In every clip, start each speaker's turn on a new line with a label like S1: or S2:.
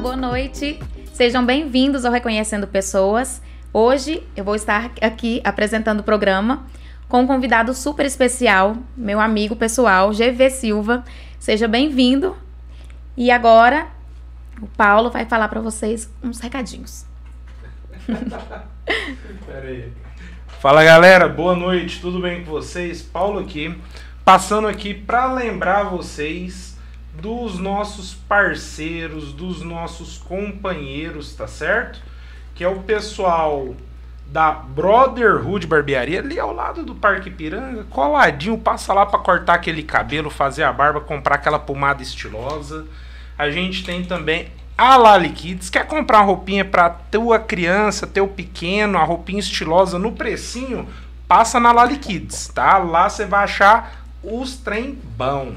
S1: boa noite. Sejam bem-vindos ao Reconhecendo Pessoas. Hoje eu vou estar aqui apresentando o programa com um convidado super especial, meu amigo pessoal, GV Silva. Seja bem-vindo. E agora o Paulo vai falar para vocês uns recadinhos.
S2: Fala galera, boa noite, tudo bem com vocês? Paulo aqui, passando aqui para lembrar vocês dos nossos parceiros, dos nossos companheiros, tá certo? Que é o pessoal da Brotherhood Barbearia, ali ao lado do Parque Piranga, coladinho, passa lá para cortar aquele cabelo, fazer a barba, comprar aquela pomada estilosa. A gente tem também a Lali Kids. Quer comprar uma roupinha para tua criança, teu pequeno, a roupinha estilosa no precinho? Passa na Lali Kids, tá? Lá você vai achar os trem bom.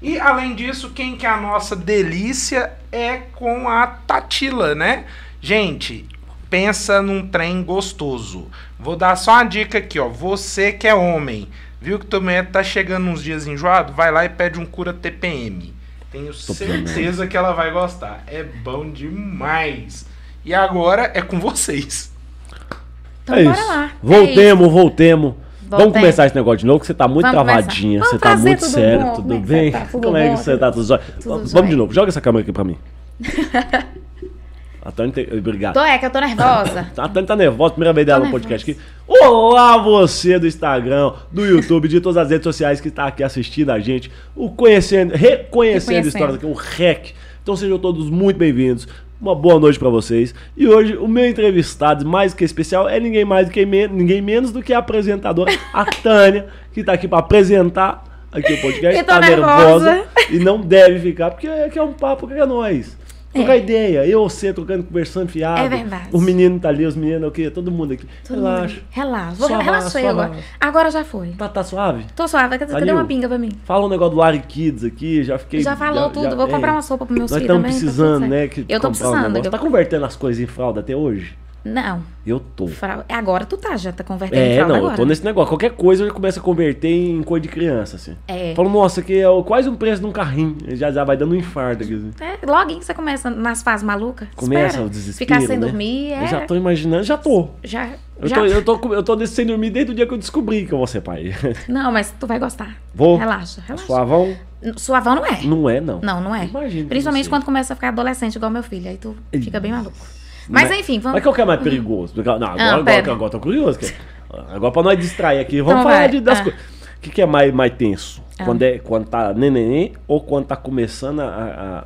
S2: E além disso, quem que é a nossa delícia é com a Tatila, né? Gente, pensa num trem gostoso. Vou dar só uma dica aqui, ó. Você que é homem, viu que tua mulher tá chegando uns dias enjoado, vai lá e pede um cura TPM. Tenho certeza que ela vai gostar. É bom demais. E agora é com vocês.
S1: Então
S3: é
S1: bora
S3: isso.
S1: lá. É isso.
S3: Voltemos, voltemos.
S1: Voltemos.
S3: Vamos começar esse negócio de novo, que você tá muito
S1: Vamos começar.
S3: travadinha,
S1: Vamos
S3: você tá
S1: fazer
S3: muito
S1: tudo
S3: sério,
S1: bom, como é
S3: tudo
S1: que
S3: bem?
S1: você tá? Tudo
S3: como é
S1: bom?
S3: que você tá? Tudo jóia?
S1: Tudo
S3: Vamos
S1: jóia.
S3: de novo, joga essa câmera aqui pra mim. A Tânia tem... Obrigado.
S1: Tô é que eu tô nervosa.
S3: A Tânia tá nervosa, primeira vez dela
S1: Tô
S3: no podcast aqui.
S1: nervosa.
S3: Olá você do Instagram, do YouTube, de todas as redes sociais que tá aqui assistindo a gente, o conhecendo, reconhecendo
S1: Reconhecendo.
S3: histórias aqui, o REC. Então sejam todos muito bem-vindos. Uma boa noite pra vocês. E hoje o meu entrevistado mais que especial é ninguém mais do que men- ninguém menos do que a apresentadora, a Tânia, que tá aqui pra apresentar aqui o podcast.
S1: Eu tô
S3: tá
S1: nervosa.
S3: e não deve ficar, porque é, que é um papo que é nós. Trocar
S1: É.
S3: ideia, eu você trocando, conversando, fiado.
S1: É verdade.
S3: O menino tá ali, os meninos aqui, todo mundo aqui.
S1: Todo mundo
S3: Relaxa.
S1: aqui. Relaxa. Vou,
S3: Só
S1: relaxei
S3: vai, só
S1: agora.
S3: vai.
S1: Agora já foi.
S3: Tá, tá suave?
S1: Tô suave. Cadê, cadê
S3: Valeu.
S1: uma pinga pra mim?
S3: Fala um negócio do Lari Kids aqui, já fiquei.
S1: Já falou tudo. Vou comprar uma sopa pro meu
S3: Nós
S1: filho
S3: estamos
S1: também. tá
S3: precisando,
S1: tudo
S3: né?
S1: certo.
S3: Que
S1: eu tô
S3: comprar um
S1: precisando.
S3: negócio.
S1: eu-
S3: Tá convertendo as coisas em fralda até hoje?
S1: Não.
S3: Eu tô.
S1: Fra- Agora tu tá, já tá convertendo em
S3: É,
S1: fralda
S3: não,
S1: agora.
S3: eu tô nesse negócio. Qualquer coisa eu já começo a converter em coisa de criança, assim.
S1: É.
S3: Falo, nossa, que é o- quase um preço de um carrinho. Já, já vai dando um infarto aqui. Assim.
S1: É, logo em que você começa nas fases malucas.
S3: Começa
S1: espera.
S3: o desespero.
S1: Ficar sem
S3: né?
S1: dormir é.
S3: Eu já tô imaginando, já tô.
S1: Já.
S3: Eu
S1: já-
S3: tô, eu, tô, com- eu tô nesse sem dormir desde o dia que eu descobri que eu vou ser pai.
S1: Não, mas tu vai gostar.
S3: Vou.
S1: Relaxa, relaxa.
S3: Suavão?
S1: N- Suavão não é.
S3: Não é, não.
S1: Não, não é.
S3: Imagino que
S1: Principalmente
S3: você.
S1: quando começa a ficar adolescente, igual meu filho. Aí tu fica bem maluco. Mas enfim, vamos. Uhum.
S3: Mas qual que é mais perigoso? Porque- Não, agora,
S1: Ah,
S3: agora,
S1: pera.
S3: agora eu tô curioso. cara. Agora pra nós distrair aqui, vamos
S1: Então
S3: falar
S1: vai,
S3: de, das
S1: ah.
S3: coisas. O que, que é mais, mais tenso?
S1: Ah.
S3: Quando, é, quando tá neném ou quando tá começando a, a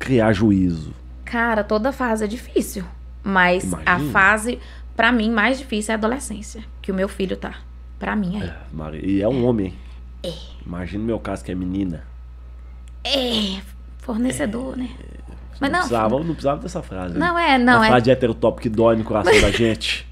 S3: criar juízo?
S1: Cara, toda fase é difícil. Mas a
S3: Imagino.
S1: fase, pra mim, mais difícil é a adolescência. Que o meu filho tá. Pra mim é.
S3: Maria. E é um homem. Imagina o meu caso que é menina.
S1: É, fornecedor,
S3: É.
S1: né? Mas
S3: não,
S1: não.
S3: precisava, não precisava dessa frase. né?
S1: Não é, não
S3: Uma
S1: é.
S3: frase de heterotop que dói no coração da gente.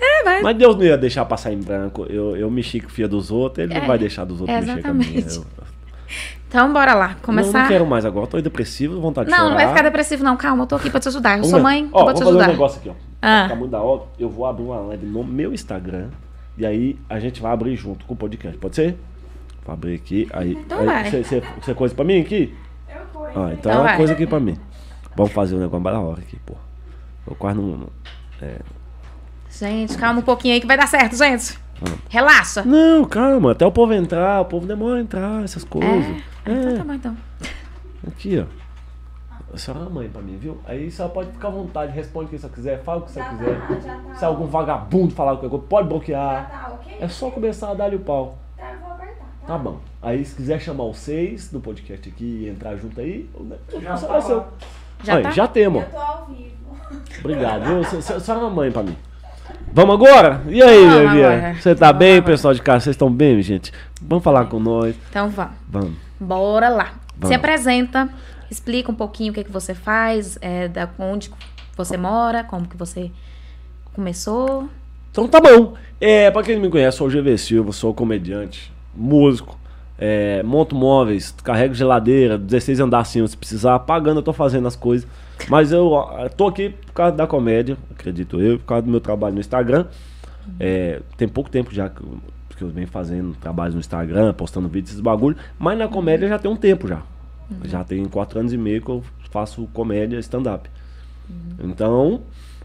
S1: É,
S3: mas... Deus não ia deixar passar em branco. Eu, eu mexi com o filho dos outros, ele
S1: É,
S3: não vai deixar dos outros mexer com a minha.
S1: exatamente.
S3: Eu-
S1: Então bora lá,
S3: Não,
S1: começar.
S3: não quero mais agora, tô depressivo, vontade de
S1: Não,
S3: chorar.
S1: não vai ficar depressivo, não. Calma, eu tô aqui pra te ajudar. Eu
S3: Vamos
S1: sou
S3: ver.
S1: mãe,
S3: Ó,
S1: eu vou
S3: vou
S1: te
S3: fazer um
S1: ajudar.
S3: negócio aqui, ó.
S1: Ah.
S3: Vai ficar muito da hora. Eu vou abrir uma live no meu Instagram e aí a gente vai abrir junto com o podcast, pode ser? Vou abrir aqui, aí...
S1: Então
S3: aí,
S1: vai.
S3: Você, você- você é coisa pra mim aqui? Eu coisa. Ah, então,
S1: Então
S3: é uma
S1: vai.
S3: coisa aqui pra mim. Vamos fazer um negócio mais da hora aqui, pô. Eu quase não... não-
S1: Gente, calma um pouquinho aí que vai dar certo, gente.
S3: Hum.
S1: Relaxa.
S3: Não, calma, até o povo entrar, o povo demora a entrar, essas coisas.
S1: É, Então tá bom, então.
S3: Aqui, ó. A senhora é uma mãe pra mim, viu? Aí você pode ficar à vontade, responde o que você quiser, fala o que você quiser. Se é algum vagabundo falar qualquer coisa, pode bloquear. É só começar a dar-lhe o pau. Tá bom. Aí se quiser chamar os seis do podcast aqui e entrar junto aí, já
S2: tá
S3: seu.
S2: lá.
S1: Já
S3: Aí,
S1: tá?
S3: já temos.
S4: Eu tô ao vivo.
S3: Obrigado, viu? Você- você- A senhora é uma mãe pra mim. Vamos agora? E aí,
S1: Vamos
S3: bebê?
S1: agora.
S3: Você tá
S1: Vamos
S3: bem,
S1: agora.
S3: pessoal de casa? Vocês estão bem, gente? Vamos falar com nós.
S1: Então vamos.
S3: Vamos.
S1: Bora lá.
S3: Vamos.
S1: Se apresenta, explica um pouquinho o que, que você faz, é, da onde você mora, como que você começou.
S3: Então tá bom. É, pra quem não me conhece, sou o GV Silva, sou comediante, músico, é, monto móveis, carrego geladeira, 16 andar acima se precisar, pagando eu tô fazendo as coisas. Mas eu ó, tô aqui por causa da comédia, acredito eu, por causa do meu trabalho no Instagram. É, tem pouco tempo já que eu, que eu venho fazendo trabalhos no Instagram, postando vídeos, esses bagulho, mas na comédia já tem um tempo já. Já tem quatro anos e meio que eu faço comédia stand-up. Então,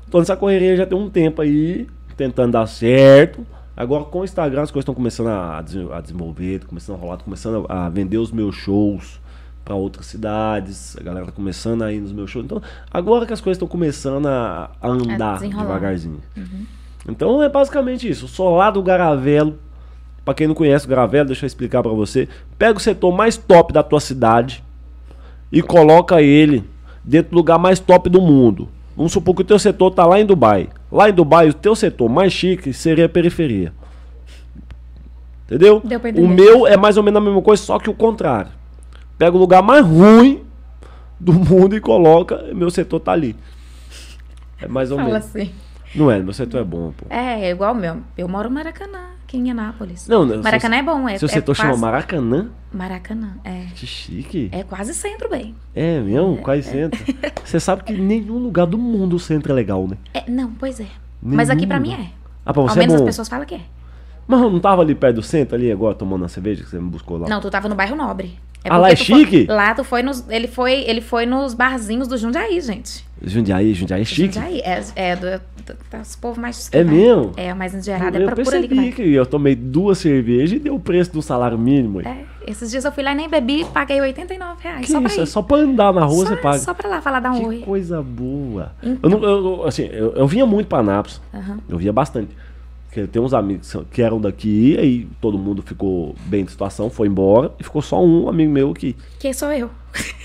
S3: tô nessa correria já tem um tempo aí, tentando dar certo. Agora com o Instagram as coisas estão começando a, des- a desenvolver, tô começando a rolar, tô começando a a vender os meus shows para outras cidades. A galera tá começando a ir nos meus shows. Então, agora que as coisas estão começando a a andar
S1: desenrolar.
S3: devagarzinho. Então é basicamente isso. Sou lá do Garavelo. Pra quem não conhece o Garavelo, deixa eu explicar pra você. Pega o setor mais top da tua cidade e coloca ele dentro do lugar mais top do mundo. Vamos supor que o teu setor tá lá em Dubai. Lá em Dubai, o teu setor mais chique seria a periferia. Entendeu?
S1: Deu pra entender.
S3: o meu é mais ou menos a mesma coisa, só que o contrário. Pega o lugar mais ruim do mundo e coloca, e meu setor tá ali. É mais ou
S1: Fala
S3: menos.
S1: assim.
S3: Não é, meu setor é bom, pô.
S1: É, é igual o meu. Eu moro no Maracanã, aqui em Anápolis.
S3: Não, não,
S1: Maracanã
S3: seu-
S1: é bom, é
S3: Seu
S1: é
S3: setor
S1: quase-
S3: chama Maracanã?
S1: Maracanã, é.
S3: Que chique.
S1: É quase centro, bem.
S3: É, mesmo? Quase centro. Você sabe que nenhum lugar do mundo o centro é legal, né?
S1: É, não, pois é. Mas aqui pra mim é.
S3: Ah, pra
S1: Ao
S3: você é
S1: menos as
S3: bom.
S1: pessoas falam que é.
S3: Mas eu não tava ali perto do centro, ali agora, tomando uma cerveja que você me buscou lá?
S1: Não, tu tava no bairro nobre.
S3: Ah, lá
S1: porque
S3: é
S1: tu foi-
S3: chique?
S1: lá tu foi nos. Ele foi, ele foi nos barzinhos do Jundiaí, gente.
S3: Jundiaí, Jundiaí é chique.
S1: Jundiaí. É, é do, do, tá, os povos mais.
S3: É mesmo?
S1: É, mais
S3: Eu,
S1: endinheirado. É
S3: eu
S1: procura ali que vai.
S3: percebi que eu tomei duas cervejas e deu o preço do salário mínimo. aí.
S1: É, esses dias eu fui lá e nem bebi, paguei 89 reais.
S3: que
S1: só pra
S3: isso?
S1: ir.
S3: É só pra andar na rua
S1: só, é
S3: você paga.
S1: Só pra lá falar dar um
S3: Que
S1: oi.
S3: coisa boa.
S1: Então.
S3: Eu, não, eu- eu, assim, eu, eu vinha muito pra Anápolis.
S1: Aham.
S3: Eu via bastante. Porque tem uns amigos que são- que eram daqui, aí todo mundo ficou bem de situação, foi embora, e ficou só um amigo meu que.
S1: Quem sou eu?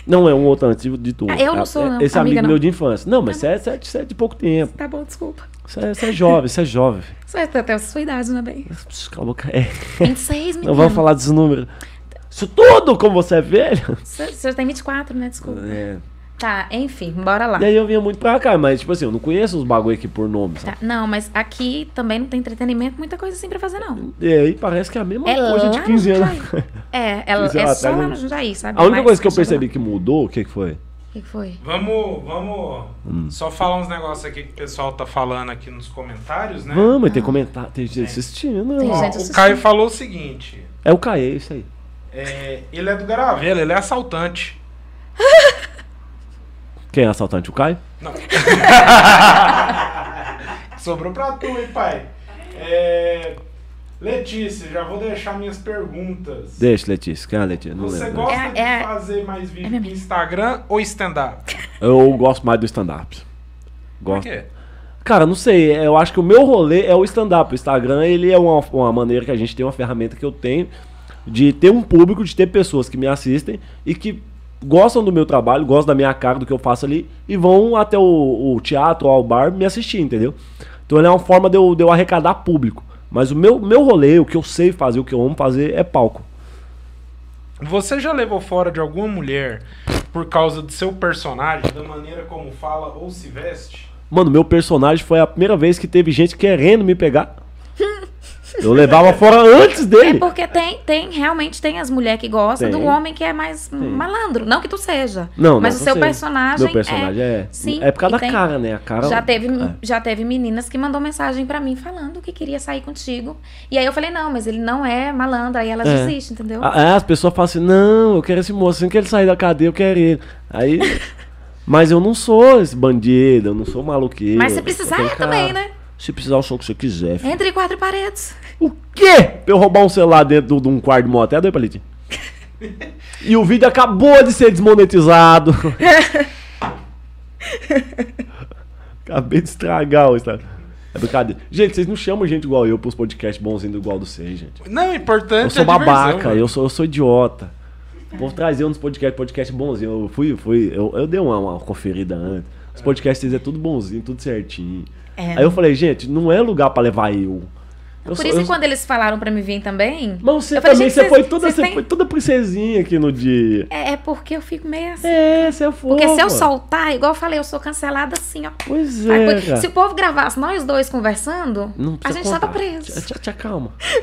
S3: Não é um outro antigo de tu.
S1: Ah, eu não sou, não.
S3: Esse
S1: Amiga,
S3: amigo
S1: não. Ah,
S3: meu de infância. Não, mas você é, você é de- você é de pouco tempo.
S1: Tá bom, desculpa.
S3: Você é, você é jovem, você é jovem.
S1: Só até a sua idade, não é bem?
S3: Pss, Cala a boca. É,
S1: 26, menino.
S3: não vamos falar dos números. Isso tudo, como você é velho.
S1: Você você já tem 24, né? Desculpa.
S3: É.
S1: Tá, enfim, bora lá.
S3: E aí eu vinha muito pra cá, mas tipo assim, eu não conheço os bagulho aqui por nome, sabe?
S1: Tá, Não, mas aqui também não tem entretenimento, muita coisa assim pra fazer, não.
S3: E aí parece que é a mesma
S1: É
S3: coisa
S1: lá
S3: de
S1: no
S3: 15 anos.
S1: Jundiaí. É, ela,
S3: 15
S1: é
S3: anos
S1: só
S3: atrás,
S1: lá
S3: né?
S1: no Jundiaí, sabe?
S3: A única
S1: Mas
S3: coisa que eu
S1: chega lá.
S3: percebi que mudou, o que que foi?
S1: O que que foi?
S2: Vamos, vamos
S3: Hum.
S2: só falar uns negócios aqui que o pessoal tá falando aqui nos comentários, né?
S3: Vamos, tem comentário, tem gente assistindo.
S1: É. Tem
S2: Ó,
S1: gente
S2: o
S1: assistindo.
S2: Caio falou o seguinte:
S3: É o Caê, isso aí.
S2: é, ele é do Garavela, ele é assaltante.
S3: Quem é assaltante? O Caio?
S2: Não. Sobrou pra tu, hein, pai? É, Letícia, já vou deixar minhas perguntas.
S3: Deixa, Letícia. Quem é a Letícia? Não
S2: Você
S3: lembro.
S2: gosta
S1: É-
S2: de
S1: é-
S2: fazer mais vídeo no Instagram ou stand-up?
S3: Eu gosto mais do stand-up.
S2: Por
S3: Gosto.
S2: quê?
S3: Cara, não sei. Eu acho que o meu rolê é o stand-up. O Instagram, ele é uma, uma maneira que a gente tem, uma ferramenta que eu tenho de ter um público, de ter pessoas que me assistem e que gostam do meu trabalho, gostam da minha cara, do que eu faço ali e vão até o, o teatro ou ao bar me assistir, entendeu? Então ele é uma forma de eu, de eu arrecadar público. Mas o meu, meu rolê, o que eu sei fazer, o que eu amo fazer é palco.
S2: Você já levou fora de alguma mulher por causa do seu personagem, da maneira como fala ou se veste?
S3: Mano, meu personagem foi a primeira vez que teve gente querendo me pegar. Eu levava fora antes
S1: É
S3: dele.
S1: porque tem, tem, realmente tem as mulheres que gostam
S3: Tem.
S1: do homem que é mais malandro. Não que tu seja.
S3: Não,
S1: Mas
S3: não,
S1: o seu
S3: eu sei.
S1: personagem.
S3: Meu personagem é.
S1: Sim,
S3: é por causa
S1: e
S3: da
S1: tem-
S3: cara, né? A cara.
S1: Já teve,
S3: É.
S1: já teve meninas que mandou mensagem pra mim falando que queria sair contigo. E aí eu falei, não, mas ele não é malandro. Aí elas
S3: É.
S1: desistem, entendeu?
S3: Ah, é, as pessoas falam assim: não, eu quero esse moço, assim que ele sair da cadeia, eu quero ele. Aí. mas eu não sou esse bandido, eu não sou maluqueiro.
S1: mas se
S3: eu
S1: precisar
S3: tenho
S1: é
S3: cara.
S1: também, né?
S3: Se precisar, eu sou o que você quiser. filho.
S1: Entre quatro paredes.
S3: O quê? Pra eu roubar um celular dentro de um quarto de motel, dois palitinho. e o vídeo acabou de ser desmonetizado. Acabei de estragar o Instagram. É brincadeira. Gente, vocês não chamam gente igual eu pros podcasts bonzinhos igual do vocês, gente.
S2: Não, o importante
S3: Eu sou
S2: é a diversão,
S3: babaca,
S2: mano.
S3: eu sou, eu sou idiota. O povo trazia uns podcasts, podcast bonzinho. Eu fui, fui, eu, eu dei uma, uma conferida antes. Os podcasts é tudo bonzinho, tudo certinho.
S1: É.
S3: Aí eu falei, gente, não é lugar pra levar eu. Eu
S1: Por
S3: sou-
S1: isso que
S3: eu-
S1: quando eles falaram pra me vir também.
S3: Mas você
S1: eu falei,
S3: também,
S1: gente,
S3: você
S1: vocês-
S3: foi toda,
S1: vocês
S3: você
S1: têm-
S3: foi toda princesinha aqui no dia.
S1: É, é porque eu fico meio assim.
S3: É, você é fofa.
S1: Porque se eu soltar, igual eu falei, eu sou cancelada assim, ó.
S3: Pois
S1: Aí,
S3: é,
S1: pô,
S3: cara.
S1: Se o povo gravasse nós dois conversando,
S3: Não
S1: a
S3: precisa
S1: gente
S3: contar.
S1: tava preso.
S3: Te, te, te acalma.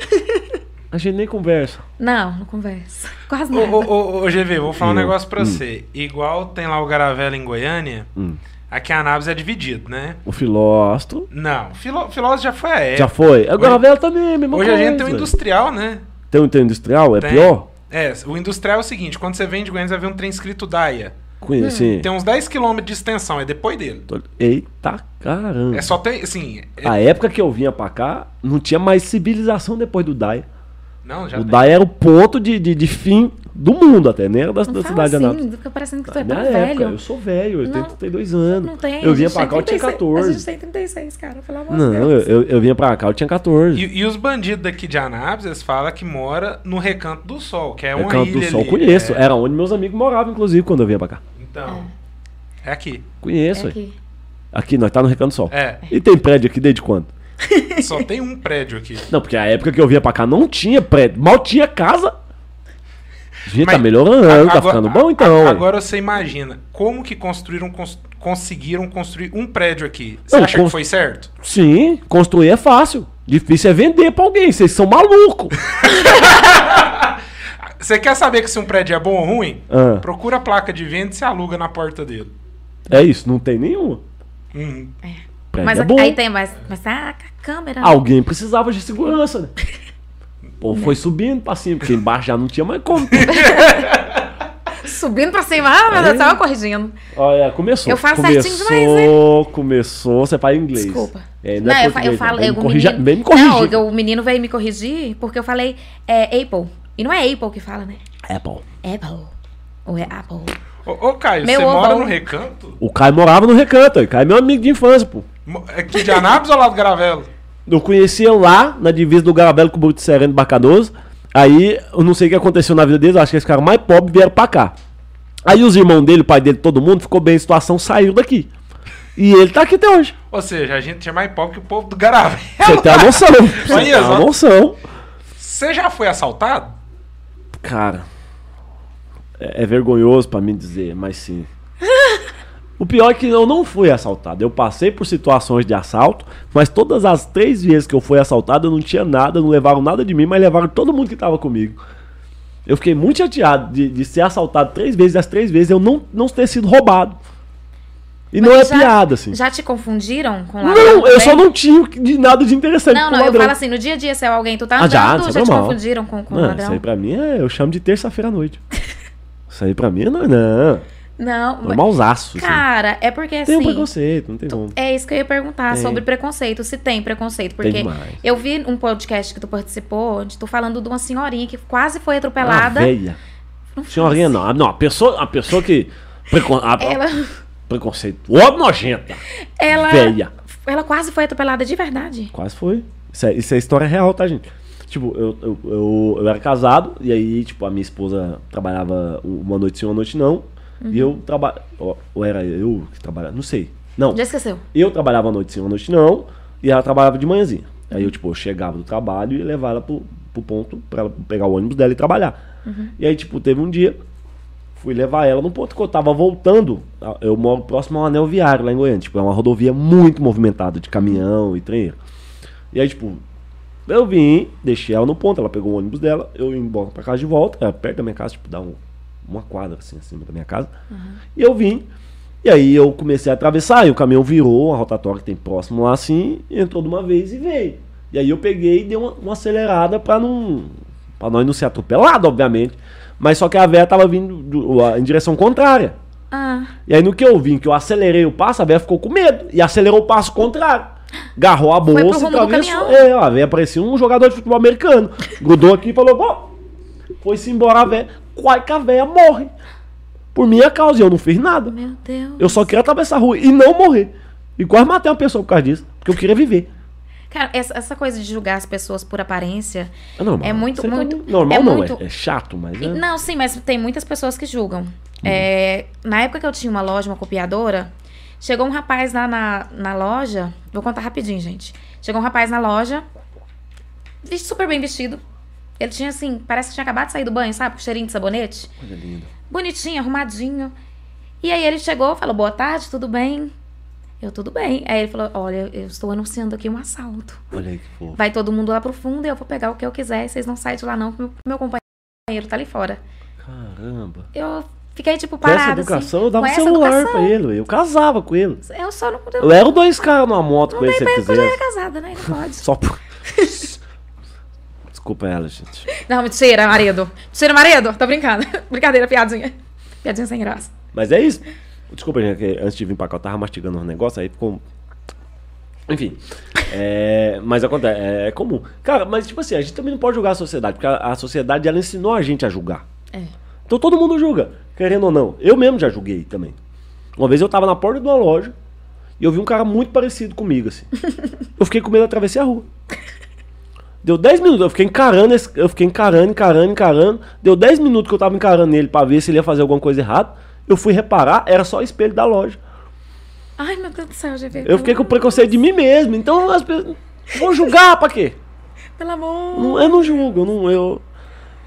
S3: A gente nem conversa.
S1: Não, não conversa. Quase
S2: Ô,
S1: nada.
S2: ô, ô, ô, GV, vou falar um
S3: Hum.
S2: negócio pra você. Igual tem lá o Garavela em Goiânia,
S3: Hum.
S2: aqui a Anápolis é dividido, né?
S3: O filóstro.
S2: Não, Filó- Filósofo já foi a
S3: Já
S2: época.
S3: foi. Agora
S2: Hoje-
S3: É. a vela também, mesma
S2: Hoje a
S3: coisa.
S2: gente tem um industrial, né?
S3: Tem um tem industrial? É
S2: Tem.
S3: pior?
S2: É, o industrial é o seguinte: quando você vem de Goiânia, você vai ver um trem escrito Daia.
S3: Conheci.
S2: Tem uns 10 km de extensão, é depois dele.
S3: Tô- Eita caramba.
S2: É só ter, assim. é-
S3: A época que eu vinha pra cá, não tinha mais civilização depois do Dai.
S2: Não, já
S3: O
S2: tem.
S3: Dai era o ponto de, de, de fim do mundo até, nem era da,
S1: Não
S3: da
S1: fala
S3: cidade de Anápolis.
S1: assim, fica parecendo que tu
S3: Na
S1: é tão
S3: minha época,
S1: velho.
S3: eu sou velho, eu tenho
S1: Não,
S3: 32 anos.
S1: Não tem.
S3: eu
S1: a
S3: vinha
S1: gente
S3: pra
S1: tem
S3: cá, eu tinha
S1: 36 A
S3: 14.
S1: gente tem 36, cara, pelo amor de
S3: Não, eu,
S1: Deus.
S3: eu, eu vinha pra cá, eu tinha 14.
S2: E, é e os bandidos daqui de Anápolis, eles falam que mora no Recanto do Sol, que é uma
S3: Recanto
S2: ilha
S3: do Sol,
S2: ali.
S3: conheço.
S2: É,
S3: Era onde meus amigos moravam, inclusive, quando eu vinha pra cá.
S2: Então, é aqui.
S3: Conheço.
S1: É
S3: aqui.
S1: que-
S3: nós tá no Recanto do Sol.
S2: É,
S3: E tem prédio aqui desde quando?
S2: só tem um prédio aqui.
S3: Não, porque a época que eu vinha pra cá não tinha prédio, mal tinha casa. Gente,
S2: Mas
S3: tá melhorando, tá ficando bom então.
S2: a-
S3: ué.
S2: Agora você imagina, como que construíram, cons- conseguiram construir um prédio aqui? Você
S3: Não,
S2: acha
S3: cons-
S2: que foi certo?
S3: Sim, construir é fácil. Difícil é vender pra alguém, vocês são malucos.
S2: Você quer saber que se um prédio é bom ou ruim?
S3: Ah.
S2: Procura a placa de venda e se aluga na porta dele.
S3: é isso, não tem nenhuma.
S2: Uhum.
S3: Prédio
S1: Mas
S3: é
S1: a-
S3: bom.
S1: aí tem, mas, mas a, a câmera. né?
S3: Alguém precisava de segurança, né? Ou foi subindo pra cima, porque embaixo já não tinha mais como.
S1: Subindo pra cima, ah, meu Deus,
S3: É.
S1: tava corrigindo.
S3: Olha, começou.
S1: Eu falo
S3: começou,
S1: certinho demais, né?
S3: Começou, você fala inglês.
S1: Desculpa.
S3: É,
S1: Não,
S3: não, é
S1: eu, fa- eu
S3: português,
S1: falo,
S3: não. Vem
S1: eu-
S3: me
S1: o
S3: corrigir.
S1: menino,
S3: vem me corrigir.
S1: Não, eu- o menino veio me corrigir porque eu falei é Apple. E não é Apple que fala, né?
S3: Apple.
S1: Apple. Ou é Apple.
S2: Ô, ô, Caio,
S1: Meu
S2: você
S1: ovo
S2: mora
S1: é um-
S2: no Recanto?
S3: O Caio morava no recanto, o Caio é meu amigo de infância, pô.
S2: Mo- é Aqui de Anápolis ou lá do Gravelo?
S3: Eu conheci ele lá, na divisa do Garabelo com o Bruto Sereno e Barcadoso. Aí, eu não sei o que aconteceu na vida deles, eu acho que eles ficaram mais pobres e vieram pra cá. Aí os irmãos dele, o pai dele, todo mundo, ficou bem em situação, saiu daqui. E ele tá aqui até hoje.
S2: Ou seja, a gente é mais pobre que o povo do Gravelo.
S3: Você tem a noção. Você
S2: Olha
S3: tem a
S2: só.
S3: noção.
S2: Você já foi assaltado?
S3: Cara, é, é vergonhoso pra mim dizer, mas sim. O pior é que eu não fui assaltado. Eu passei por situações de assalto, mas todas as três vezes que eu fui assaltado, eu não tinha nada, não levaram nada de mim, mas levaram todo mundo que tava comigo. Eu fiquei muito chateado de, de ser assaltado três vezes, e as três vezes eu não, não ter sido roubado. E
S1: Mas
S3: não é
S1: já-
S3: piada, assim.
S1: Já te confundiram com ladrão?
S3: Não, eu
S1: também?
S3: só não tinha o que- de nada de interessante.
S1: Não,
S3: pro
S1: não, eu
S3: ladrão.
S1: falo assim, no dia a dia, se é alguém, tu tá
S3: Ah,
S1: andando,
S3: já,
S1: já,
S3: isso é
S1: te
S3: normal.
S1: confundiram com, com
S3: Não, isso
S1: ladrão?
S3: aí pra mim é, eu chamo de terça-feira à noite. Isso aí pra mim é, não, não.
S1: Não, mas-
S3: Normalzaço. Assim.
S1: cara, é porque
S3: Tem um
S1: assim...
S3: preconceito, não tem como.
S1: É isso que eu ia perguntar,
S3: Tem.
S1: sobre preconceito, se tem preconceito,
S3: Tem
S1: porque...
S3: demais.
S1: Eu vi um podcast que tu participou, onde tu falando de uma senhorinha que quase foi atropelada.
S3: Ah, velha.
S1: Não fala
S3: Senhorinha não. Ah, Não, a pessoa, a pessoa que. Precon... a- a-
S1: Ela,
S3: Preconceito. Ô, nojenta.
S1: ela,
S3: Velha.
S1: ela quase foi atropelada de verdade.
S3: Quase foi. Isso é, isso é história real, tá, gente? Tipo, eu, eu, eu, eu era casado, e aí, tipo, a minha esposa trabalhava uma noite sim, uma noite não. E
S1: Uhum.
S3: eu trabalhava. Ou era eu que trabalhava? Não sei. Não.
S1: Já esqueceu.
S3: Eu trabalhava à noite sim, à noite não, e ela trabalhava de manhãzinha. Aí eu, tipo, eu chegava do trabalho e levava ela pro, pro ponto pra ela pegar o ônibus dela e trabalhar. E aí, tipo, teve um dia, fui levar ela no ponto que eu tava voltando. a- Eu moro próximo ao anel viário lá em Goiânia. Tipo, é uma rodovia muito movimentada de caminhão e trem. E aí, tipo, eu vim, deixei ela no ponto, ela pegou o ônibus dela, eu ia embora pra casa de volta, era perto da minha casa, tipo, dá um- uma quadra assim, acima da minha casa. E eu vim, e aí eu comecei a atravessar, e o caminhão virou, uma rotatória que tem próximo lá assim, e entrou de uma vez e veio. E aí eu peguei e dei uma, uma acelerada pra não. pra nós não ser atropelado, obviamente. Mas só que a véia tava vindo do- a- em direção contrária.
S1: Ah,
S3: E aí no que eu vim, que eu acelerei o passo, a véia ficou com medo. E acelerou o passo contrário. Agarrou a
S1: Foi pro
S3: bolsa e
S1: rumo do
S3: atravessou.
S1: caminhão.
S3: É, ó, a véia parecia um jogador de futebol americano. Grudou aqui e falou, bom, foi-se embora a véia. Quase que a véia morre. Por minha causa, e eu não fiz nada.
S1: meu Deus.
S3: Eu só queria atravessar a rua e não morrer. E quase matei uma pessoa por causa disso, porque eu queria viver.
S1: Cara, essa, essa coisa de julgar as pessoas por aparência.
S3: É normal.
S1: É muito,
S3: Isso pra
S1: muito-
S3: mim, Normal
S1: é
S3: não,
S1: muito-
S3: é, é chato, mas
S1: E-
S3: é...
S1: Não, sim, mas tem muitas pessoas que julgam. É, na época que eu tinha uma loja, uma copiadora, chegou um rapaz lá na, na loja. Vou contar rapidinho, gente. Chegou um rapaz na loja, vesti- super bem vestido. Ele tinha assim, parece que tinha acabado de sair do banho, sabe? Com cheirinho de sabonete.
S3: Olha lindo.
S1: bonitinho, arrumadinho. E aí ele chegou, falou: "Boa tarde, tudo bem?" Eu, tudo bem. Aí ele falou: Olha, eu estou anunciando aqui um assalto.
S3: Olha aí que fofo.
S1: Vai todo mundo lá pro fundo e eu vou pegar o que eu quiser. Vocês não saem de lá, não, que meu, meu companheiro tá ali fora.
S3: Caramba.
S1: Eu fiquei, tipo,
S3: Com essa
S1: parada.
S3: educação, eu
S1: assim.
S3: dava
S1: Com
S3: um
S1: essa
S3: celular
S1: educação,
S3: pra ele. Eu casava com ele.
S1: Eu só não. Eu,
S3: Eu era é dois caras numa moto com ele se ele
S1: eu já
S3: quisesse.
S1: era casada, né? Não pode.
S3: Só por... Desculpa ela, gente.
S1: Não, mentira, marido. Mentira, marido. Tô brincando. Brincadeira, piadinha. Piadinha sem graça.
S3: Mas é isso. Desculpa, gente, que antes de vir pra cá eu tava mastigando uns negócios, aí ficou. um- Enfim. É, mas acontece, é, comum. Cara, mas tipo assim, a gente também não pode julgar a sociedade, porque a, a sociedade ela ensinou a gente a julgar.
S1: É.
S3: Então todo mundo julga, querendo ou não. Eu mesmo já julguei também. Uma vez eu tava na porta de uma loja e eu vi um cara muito parecido comigo, assim. Eu fiquei com medo de atravessar a rua. Deu 10 minutos, eu fiquei encarando, esse- eu fiquei encarando, encarando, encarando. Deu 10 minutos que eu tava encarando ele pra ver se ele ia fazer alguma coisa errada. Eu fui reparar, era só o espelho da loja.
S1: Ai, meu Deus do céu, GV.
S3: Eu fiquei com preconceito de mim mesmo. Então as pessoas. Vou julgar pra quê?
S1: Pelo
S3: Não-
S1: amor.
S3: Eu não julgo, eu não, eu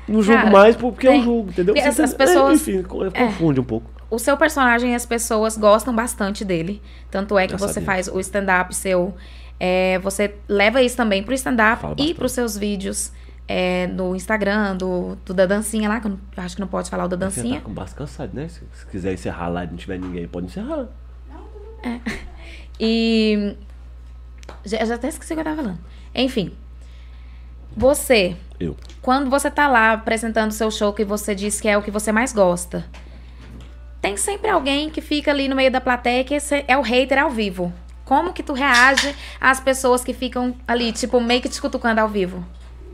S3: não julgo
S1: Cara,
S3: mais porque
S1: tem-
S3: eu julgo, entendeu?
S1: porque
S3: Você
S1: as- as
S3: tem- é,
S1: pessoas-
S3: Enfim, co- confunde um pouco.
S1: O seu personagem e as pessoas gostam bastante dele. Tanto é que
S3: Eu
S1: você
S3: sabia.
S1: faz o stand-up seu. é, você leva isso também pro stand-up
S3: Falo
S1: e
S3: bastante.
S1: pros seus vídeos é, no Instagram, do, do da dancinha lá, que eu não- eu acho que não pode falar o da
S3: Você tá
S1: dancinha.
S3: com bastante cansado, né? Se, se quiser encerrar lá e não tiver ninguém, pode encerrar.
S1: E. Já, já até esqueci o que eu tava falando. Enfim. Você,
S3: Eu.
S1: quando você tá lá apresentando o seu show que você diz que é o que você mais gosta, tem sempre alguém que fica ali no meio da plateia que esse é o hater ao vivo. Como que tu reage às pessoas que ficam ali, tipo, meio que te cutucando ao vivo?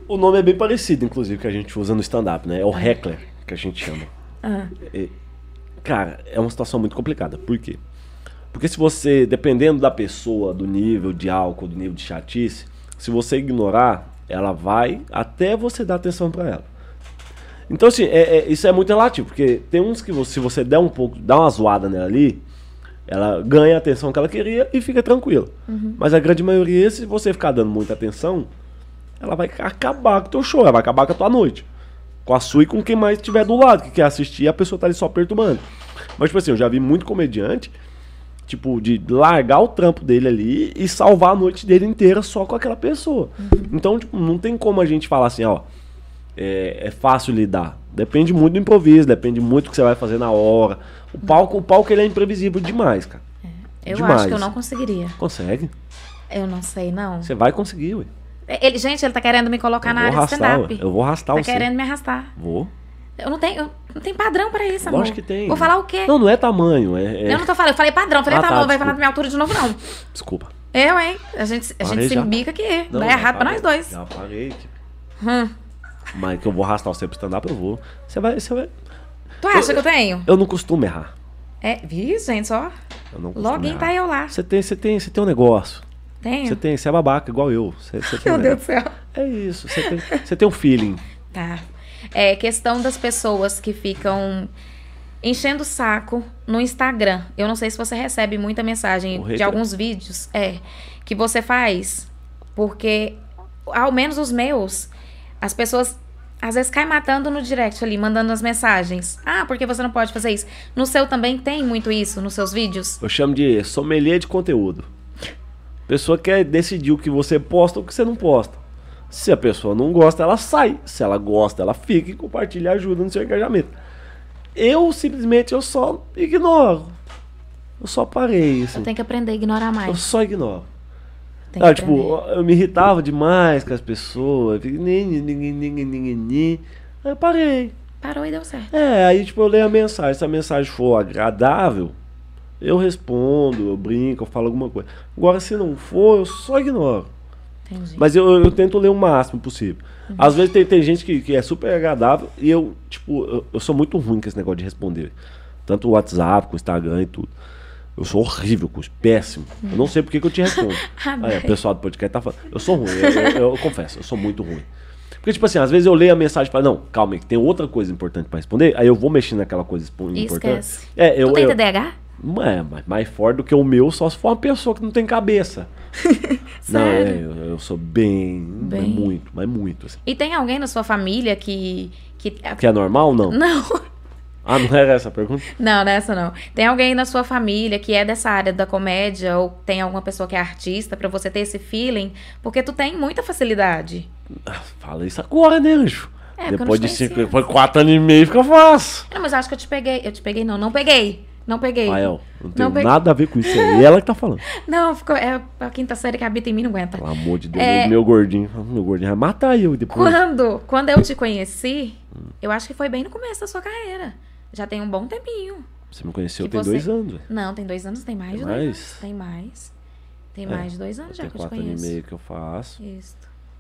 S3: O nome é bem parecido, inclusive, que a gente usa no stand-up, né? É o heckler, que a gente chama.
S1: Ah,
S3: Cara, é uma situação muito complicada. Por quê? Porque se você, dependendo da pessoa, do nível de álcool, do nível de chatice, se você ignorar, ela vai até você dar atenção pra ela. Então, assim, é- é- isso é muito relativo, porque tem uns que você- se você der um pouco, dá uma zoada nela ali, ela ganha a atenção que ela queria e fica tranquila. Mas a grande maioria, se você ficar dando muita atenção, ela vai acabar com o teu show, ela vai acabar com a tua noite. Com a sua e com quem mais estiver do lado, que quer assistir, a pessoa tá ali só perturbando. Mas, tipo assim, eu já vi muito comediante, tipo, de largar o trampo dele ali e salvar a noite dele inteira só com aquela pessoa.
S1: Uhum.
S3: Então, tipo, não tem como a gente falar assim, ó, é, é fácil lidar. Depende muito do improviso, depende muito do que você vai fazer na hora. O palco, o palco ele é imprevisível demais, cara.
S1: eu acho
S3: Demais.
S1: que eu não conseguiria.
S3: Consegue.
S1: Eu não sei, não.
S3: Você vai conseguir, ué.
S1: Ele, gente, ele tá querendo me colocar
S3: Eu
S1: na
S3: vou
S1: área de
S3: arrastar, ué.
S1: stand-up.
S3: Eu vou arrastar
S1: Tá
S3: você.
S1: querendo me arrastar.
S3: Vou.
S1: Eu não tenho, eu não tenho padrão pra isso, amor.
S3: Lógico que tem.
S1: Vou falar o quê?
S3: Não, não é tamanho, é. é-
S1: Eu não tô falando, eu falei padrão, falei
S3: Ah,
S1: tá,
S3: tá,
S1: bom, vai
S3: desculpa.
S1: falar da minha altura de novo, não.
S3: Desculpa.
S1: Eu, hein? A gente, a gente
S3: Parei
S1: se
S3: já.
S1: bica aqui.
S3: Não,
S1: Dá
S3: já
S1: é errado pra nós
S3: parei,
S1: dois. Hum.
S3: Já tipo. parei. que- Mas que eu vou arrastar você pro stand-up, eu vou. Você vai, você vai.
S1: Tu acha que eu tenho?
S3: Eu não costumo errar.
S1: É, vi, gente, só.
S3: Eu não costumo
S1: Login
S3: errar.
S1: tá eu lá.
S3: Você tem, você tem, você tem um negócio. Você
S1: Tenho.
S3: tem, você é babaca igual eu. Você, você tem um
S1: Meu Deus do
S3: negócio.
S1: céu.
S3: É isso. Você tem, você tem um feeling.
S1: Tá. É questão das pessoas que ficam enchendo o saco no Instagram. Eu não sei se você recebe muita mensagem
S3: O
S1: de
S3: hater.
S1: alguns vídeos, é, que você faz, porque ao menos os meus, as pessoas às vezes caem matando no direct ali, mandando as mensagens. Ah, porque você não pode fazer isso. No seu também tem muito isso nos seus vídeos?
S3: Eu chamo de sommelier de conteúdo. Pessoa quer decidir o que você posta ou o que você não posta. Se a pessoa não gosta, ela sai. Se ela gosta, ela fica e compartilha e ajuda no seu engajamento. Eu simplesmente eu só ignoro. Eu só parei, assim.
S1: Eu tenho que aprender a ignorar
S3: Eu
S1: mais.
S3: só ignoro.
S1: Tem que
S3: Ah, tipo,
S1: aprender.
S3: eu me irritava demais com as pessoas. fica ni, ni, ni, ni, ni, ni, ni, ni. Aí eu parei.
S1: Parou e deu certo.
S3: É, aí tipo, eu leio a mensagem. Se a mensagem for agradável, eu respondo, eu brinco, eu falo alguma coisa. Agora, se não for, eu só ignoro.
S1: Entendi.
S3: Mas eu, eu tento ler o máximo possível. Às vezes tem, tem gente que, que é super agradável e eu, tipo, eu, eu sou muito ruim com esse negócio de responder. Tanto o WhatsApp, com o Instagram e tudo. Eu sou horrível com isso, péssimo. Eu não sei por que que eu te respondo.
S1: Ah,
S3: Aí,
S1: bem.
S3: o pessoal do podcast tá falando. Eu sou ruim, eu, eu- eu confesso, eu sou muito ruim. Porque, tipo assim, às vezes eu leio a mensagem e falo, não, calma aí, que tem outra coisa importante pra responder. Aí eu vou mexendo naquela coisa expo-
S1: E
S3: importante.
S1: esquece.
S3: É, eu,
S1: tu tem
S3: eu,
S1: TDAH?
S3: é, mas mais forte do que o meu, só se for uma pessoa que não tem cabeça. não, é,
S1: Sério?
S3: eu, eu sou bem,
S1: Bem.
S3: Mas muito, mas muito. Assim.
S1: E tem alguém na sua família que. que...
S3: Que é normal ou não?
S1: Não,
S3: Ah, não era essa a pergunta?
S1: não, nessa não. Tem alguém na sua família que é dessa área da comédia ou tem alguma pessoa que é artista pra você ter esse feeling? Porque tu tem muita facilidade.
S3: Ah, Fala isso agora, né, anjo?
S1: É, porque eu não
S3: depois de
S1: te conhecia.
S3: cinco, depois de quatro anos e meio fica fácil.
S1: Não, mas eu acho que eu te peguei. Eu te peguei, não, não peguei. Não peguei.
S3: Rael, eu não tem
S1: Não peguei.
S3: nada a ver com isso aí. Ela que tá falando.
S1: Não, ficou, é a quinta série que habita em mim, não aguenta.
S3: Pelo amor de Deus,
S1: É.
S3: meu gordinho. Meu gordinho vai Hum. matar eu depois.
S1: Quando, quando eu te conheci, eu acho que foi bem no começo da sua carreira. Já tem um bom tempinho.
S3: Você me conheceu
S1: Que
S3: tem
S1: você-
S3: dois anos. velho.
S1: Não, tem dois anos, tem mais
S3: Tem
S1: de dois
S3: mais?
S1: anos. Tem mais. Tem
S3: É,
S1: mais de dois anos já
S3: Tem
S1: que eu te
S3: quatro anos e
S1: conheço.
S3: meio que eu faço.
S1: Isso.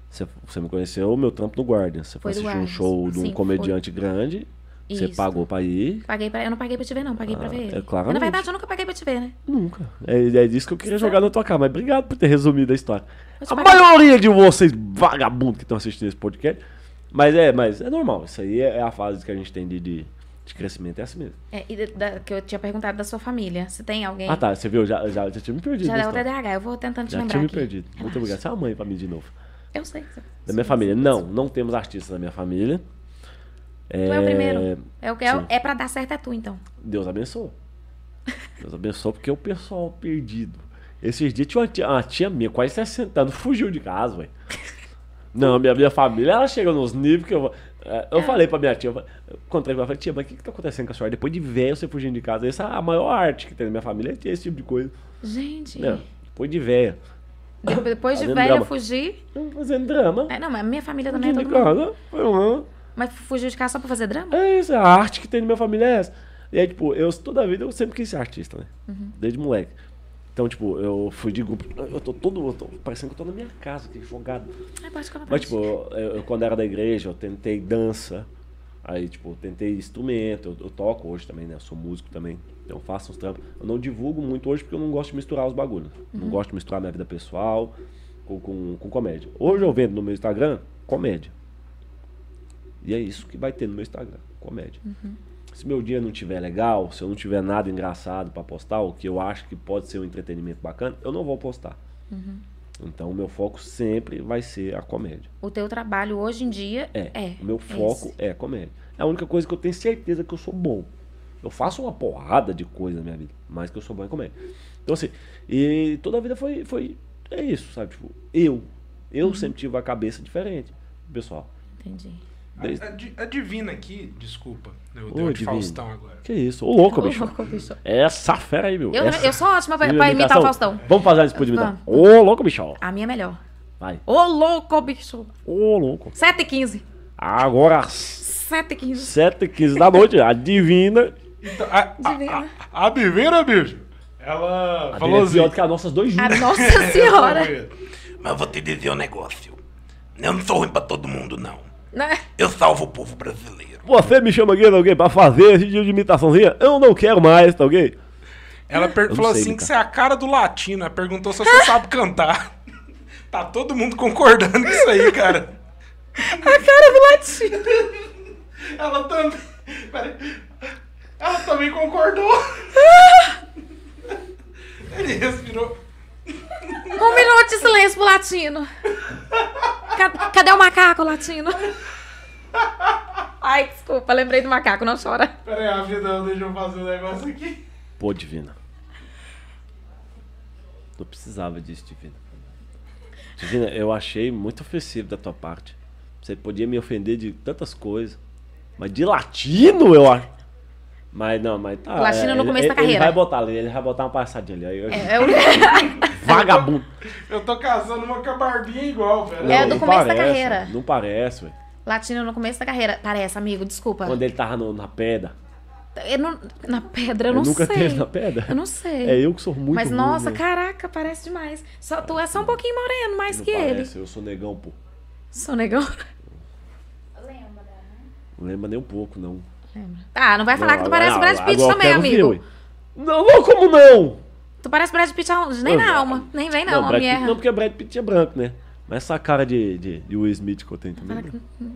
S3: Você, você me conheceu, meu trampo no Guardian. Você foi
S1: Foi do
S3: assistir um
S1: Guardians.
S3: show de um
S1: Sim, foi.
S3: comediante grande. Você
S1: Isso.
S3: pagou pra ir.
S1: Paguei pra, eu não paguei pra te ver, não. Paguei
S3: Ah,
S1: pra ver ele.
S3: é, claramente.
S1: Na verdade, eu nunca paguei pra te ver, né?
S3: Nunca. É, é disso que eu queria jogar na tua cara, mas obrigado por ter resumido a história.
S1: Eu te
S3: A
S1: paguei-
S3: maioria de vocês, vagabundo, que estão assistindo esse podcast. Mas é, mas é normal. Isso aí é é a fase que a gente tem de, de, de crescimento. É assim mesmo.
S1: É, e da- da- que eu tinha perguntado da sua família. Se tem alguém.
S3: Ah, tá. Você viu? Já, já, já tinha me perdido.
S1: É. Já
S3: na
S1: é o
S3: história.
S1: TDAH, eu vou tentando te
S3: Já
S1: lembrar.
S3: tinha me
S1: aqui.
S3: perdido. Muito
S1: Relaxa.
S3: obrigado. Você é a mãe pra mim de novo.
S1: Eu sei.
S3: Da minha família. Não, não temos artistas na minha família.
S1: Tu é o primeiro. É, o que é,
S3: sim.
S1: é pra dar certo, é tu, então.
S3: Deus abençoa. Deus abençoa, porque o pessoal perdido. Esses dias tinha uma tia, uma tia minha, quase 60 anos, fugiu de casa, velho. Não, minha, minha família, ela chega nos níveis que eu vou. é, Eu falei pra minha tia, eu fa- eu encontrei com ela, falei, tia, mas o que, que tá acontecendo com a senhora? Depois de velho você fugindo de casa, essa é a maior arte que tem na minha família, é esse tipo de coisa.
S1: Gente.
S3: Não, depois de velho.
S1: de- Depois de
S3: Fazendo
S1: velha
S3: É. Tá drama.
S1: fugir.
S3: Fazendo drama.
S1: É, não, mas a minha família também é
S3: fugindo de
S1: todo mundo.
S3: casa. Foi um.
S1: Mas fugiu de casa só pra fazer drama?
S3: É isso, a arte que tem na minha família é essa. E aí, tipo, eu toda a vida eu sempre quis ser artista, né? Desde moleque. Então, tipo, eu fui de grupo. Eu tô todo. Eu tô, parecendo que eu tô na minha casa, aqui, jogado.
S1: Ai, pode ficar à vontade.
S3: Mas, tipo, eu, eu, quando era da igreja, eu tentei dança. Aí, tipo, eu tentei instrumento. Eu, eu toco hoje também, né? Eu sou músico também. Então, eu faço uns trampos. Eu não divulgo muito hoje porque eu não gosto de misturar os bagulhos. né? Não gosto de misturar minha vida pessoal com, com, com comédia. Hoje eu vendo no meu Instagram comédia. E é isso que vai ter no meu Instagram: comédia. Se meu dia não tiver legal, se eu não tiver nada engraçado pra postar, o que eu acho que pode ser um entretenimento bacana, eu não vou postar. Então, o meu foco sempre vai ser a comédia.
S1: O teu trabalho hoje em dia
S3: É.
S1: é.
S3: o meu
S1: esse.
S3: foco é comédia. É a única coisa que eu tenho certeza que eu sou bom. Eu faço uma porrada de coisa na minha vida, mas que eu sou bom em comédia. Então, assim, e toda a vida foi. foi é isso, sabe? Tipo, eu. Eu
S1: Uhum.
S3: sempre tive a cabeça diferente, pessoal.
S1: Entendi.
S3: É, Desde-
S2: Adi- Adivina é aqui, desculpa. Eu
S3: Ô,
S2: dei uma de
S3: adivina.
S2: Faustão agora.
S3: Que isso, ô louco,
S1: Ô,
S3: bicho.
S1: louco, bicho.
S3: Essa fera aí, meu.
S1: Eu,
S3: Essa-
S1: eu sou ótima pra,
S3: Imita-
S1: pra imitar o
S3: imitação?
S1: Faustão.
S3: Vamos fazer isso por imitar. Ô, louco, bicho.
S1: A minha é melhor.
S3: Vai.
S1: Ô, louco, bicho.
S3: Ô, louco.
S1: 7 e 15.
S3: Agora, às
S1: 7 e 15.
S3: 7h15 da noite, adivina.
S2: Então, a,
S1: Adivina.
S2: a, a Adivina, bicho. Ela falou
S3: Falou
S2: assim.
S3: é pior do que as nossas dois
S1: A
S3: juntas.
S1: Nossa Senhora.
S4: Mas vou te dizer um negócio. Eu não sou ruim pra todo mundo, não.
S1: né?
S4: Eu salvo o povo brasileiro.
S3: Você me chama aqui, tá ok? Pra fazer esse dia de imitaçãozinha? Eu não quero mais, tá ok?
S2: Ela per-
S3: não
S2: falou
S3: sei
S2: assim que
S3: imitar.
S2: você é a cara do latino. Ela perguntou se você sabe cantar. Tá todo mundo concordando com isso aí, cara.
S1: A cara do latino.
S2: Ela também. Peraí. Ela também concordou. Ele respirou.
S1: Um minuto de silêncio pro latino. Ca- Cadê o macaco, latino? Ai, desculpa, lembrei do macaco, não chora.
S2: Peraí, a vida, deixa eu fazer um negócio aqui.
S3: Pô, Divina. Eu precisava disso, Divina. Divina, eu achei muito ofensivo da tua parte. Você podia me ofender de tantas coisas. Mas de latino, eu acho. Mas não, mas tá.
S1: Latino no
S3: é,
S1: começo
S3: ele,
S1: da carreira.
S3: Ele vai botar ali, ele vai botar uma passadinha ali. aí eu-
S1: É, o
S3: Vagabundo.
S2: Eu tô casando uma com a barbinha igual, velho.
S1: É, do
S3: Não, não
S1: começo da
S3: parece,
S1: carreira.
S3: Não parece, ué.
S1: latino no começo da carreira. Parece, amigo, desculpa.
S3: Quando ele tava no- na pedra.
S1: Eu não- na pedra, eu
S3: Ele
S1: não
S3: nunca
S1: sei.
S3: teve na pedra?
S1: Eu não sei.
S3: É eu que sou muito
S1: Mas
S3: ruim,
S1: nossa,
S3: né?
S1: caraca, parece demais. Só, tu é só um pouquinho moreno, mais
S3: Não
S1: que ele.
S3: parece, eu sou negão, pô.
S1: Sou negão.
S3: Não lembra nem um pouco, não.
S1: Tá, não vai falar que tu
S3: Não,
S1: parece o
S3: agora-
S1: Brad Pitt
S3: agora eu
S1: também,
S3: quero ver,
S1: amigo.
S3: ué. Não, não, como não?
S1: Tu parece o Brad Pitt aonde? Nem na
S3: Não,
S1: alma. Nem vem na alma,
S3: Brad
S1: me
S3: Pitt,
S1: erra.
S3: não, porque o Brad Pitt é branco, né? Mas essa cara de, de, de Will Smith que eu tenho também. né?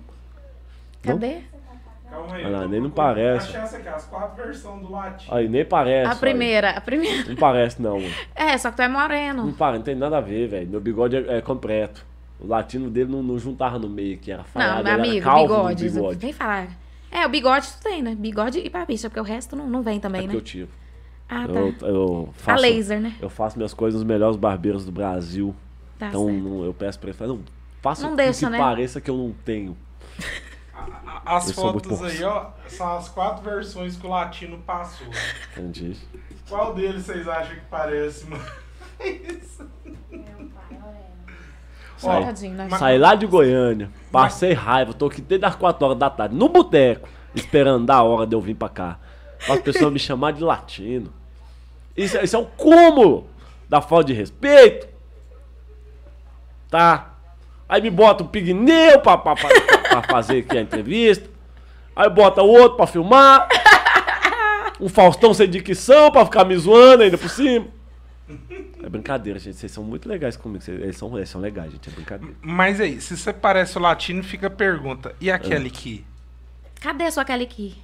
S1: Cadê?
S3: É
S2: Calma aí.
S3: Olha lá,
S2: eu tô
S3: nem não
S2: procurando.
S3: parece.
S2: Achei essa aqui, as quatro versões do latim.
S3: Aí, nem parece.
S1: A
S3: olha.
S1: primeira, a primeira.
S3: Não parece, não. mano.
S1: É, só que tu é
S3: Não
S1: moreno.
S3: para, não tem nada a ver, velho. Meu bigode é, é completo. O latino dele não, não juntava no meio, que era
S1: Não,
S3: falhado.
S1: meu
S3: ele
S1: amigo,
S3: era calvo no
S1: bigode. Vem falar. É, o bigode tu tem, né? Bigode e barbicha, porque o resto não, não vem
S3: É
S1: também,
S3: que
S1: né?
S3: eu tive.
S1: Ah, tá.
S3: Eu, eu faço,
S1: laser, né?
S3: Eu faço minhas coisas nos melhores barbeiros do Brasil.
S1: Tá
S3: então
S1: certo.
S3: não- eu peço pra ele, fala, não, faça
S1: Não
S3: o
S1: deixa,
S3: que
S1: né?
S3: pareça que eu não tenho.
S2: a- a- as
S3: Eles são muito
S2: fotos
S3: bons.
S2: aí, ó, são as quatro versões que o latino passou.
S3: Entendi.
S2: Qual deles vocês acham que parece, mano? Ó,
S1: Tadinho, né?
S2: mas-
S3: Saí lá de Goiânia, passei raiva, tô aqui desde as 4 horas da tarde, no boteco, esperando da hora de eu vir pra cá. Pra as pessoas me chamar de latino. Isso, isso é o cúmulo da falta de respeito. Tá? Aí me bota um pigmeu pra, pra, pra, pra fazer aqui a entrevista. Aí bota o outro pra filmar. Um Faustão sem dicção pra ficar me zoando ainda por cima. É brincadeira, gente. Vocês são muito legais comigo. Vocês, eles, são, eles são legais, gente. É brincadeira.
S2: Mas aí, se você parece o latino, fica a pergunta. E
S3: Ah,
S2: aquele que?
S1: Cadê a sua Kelly Key?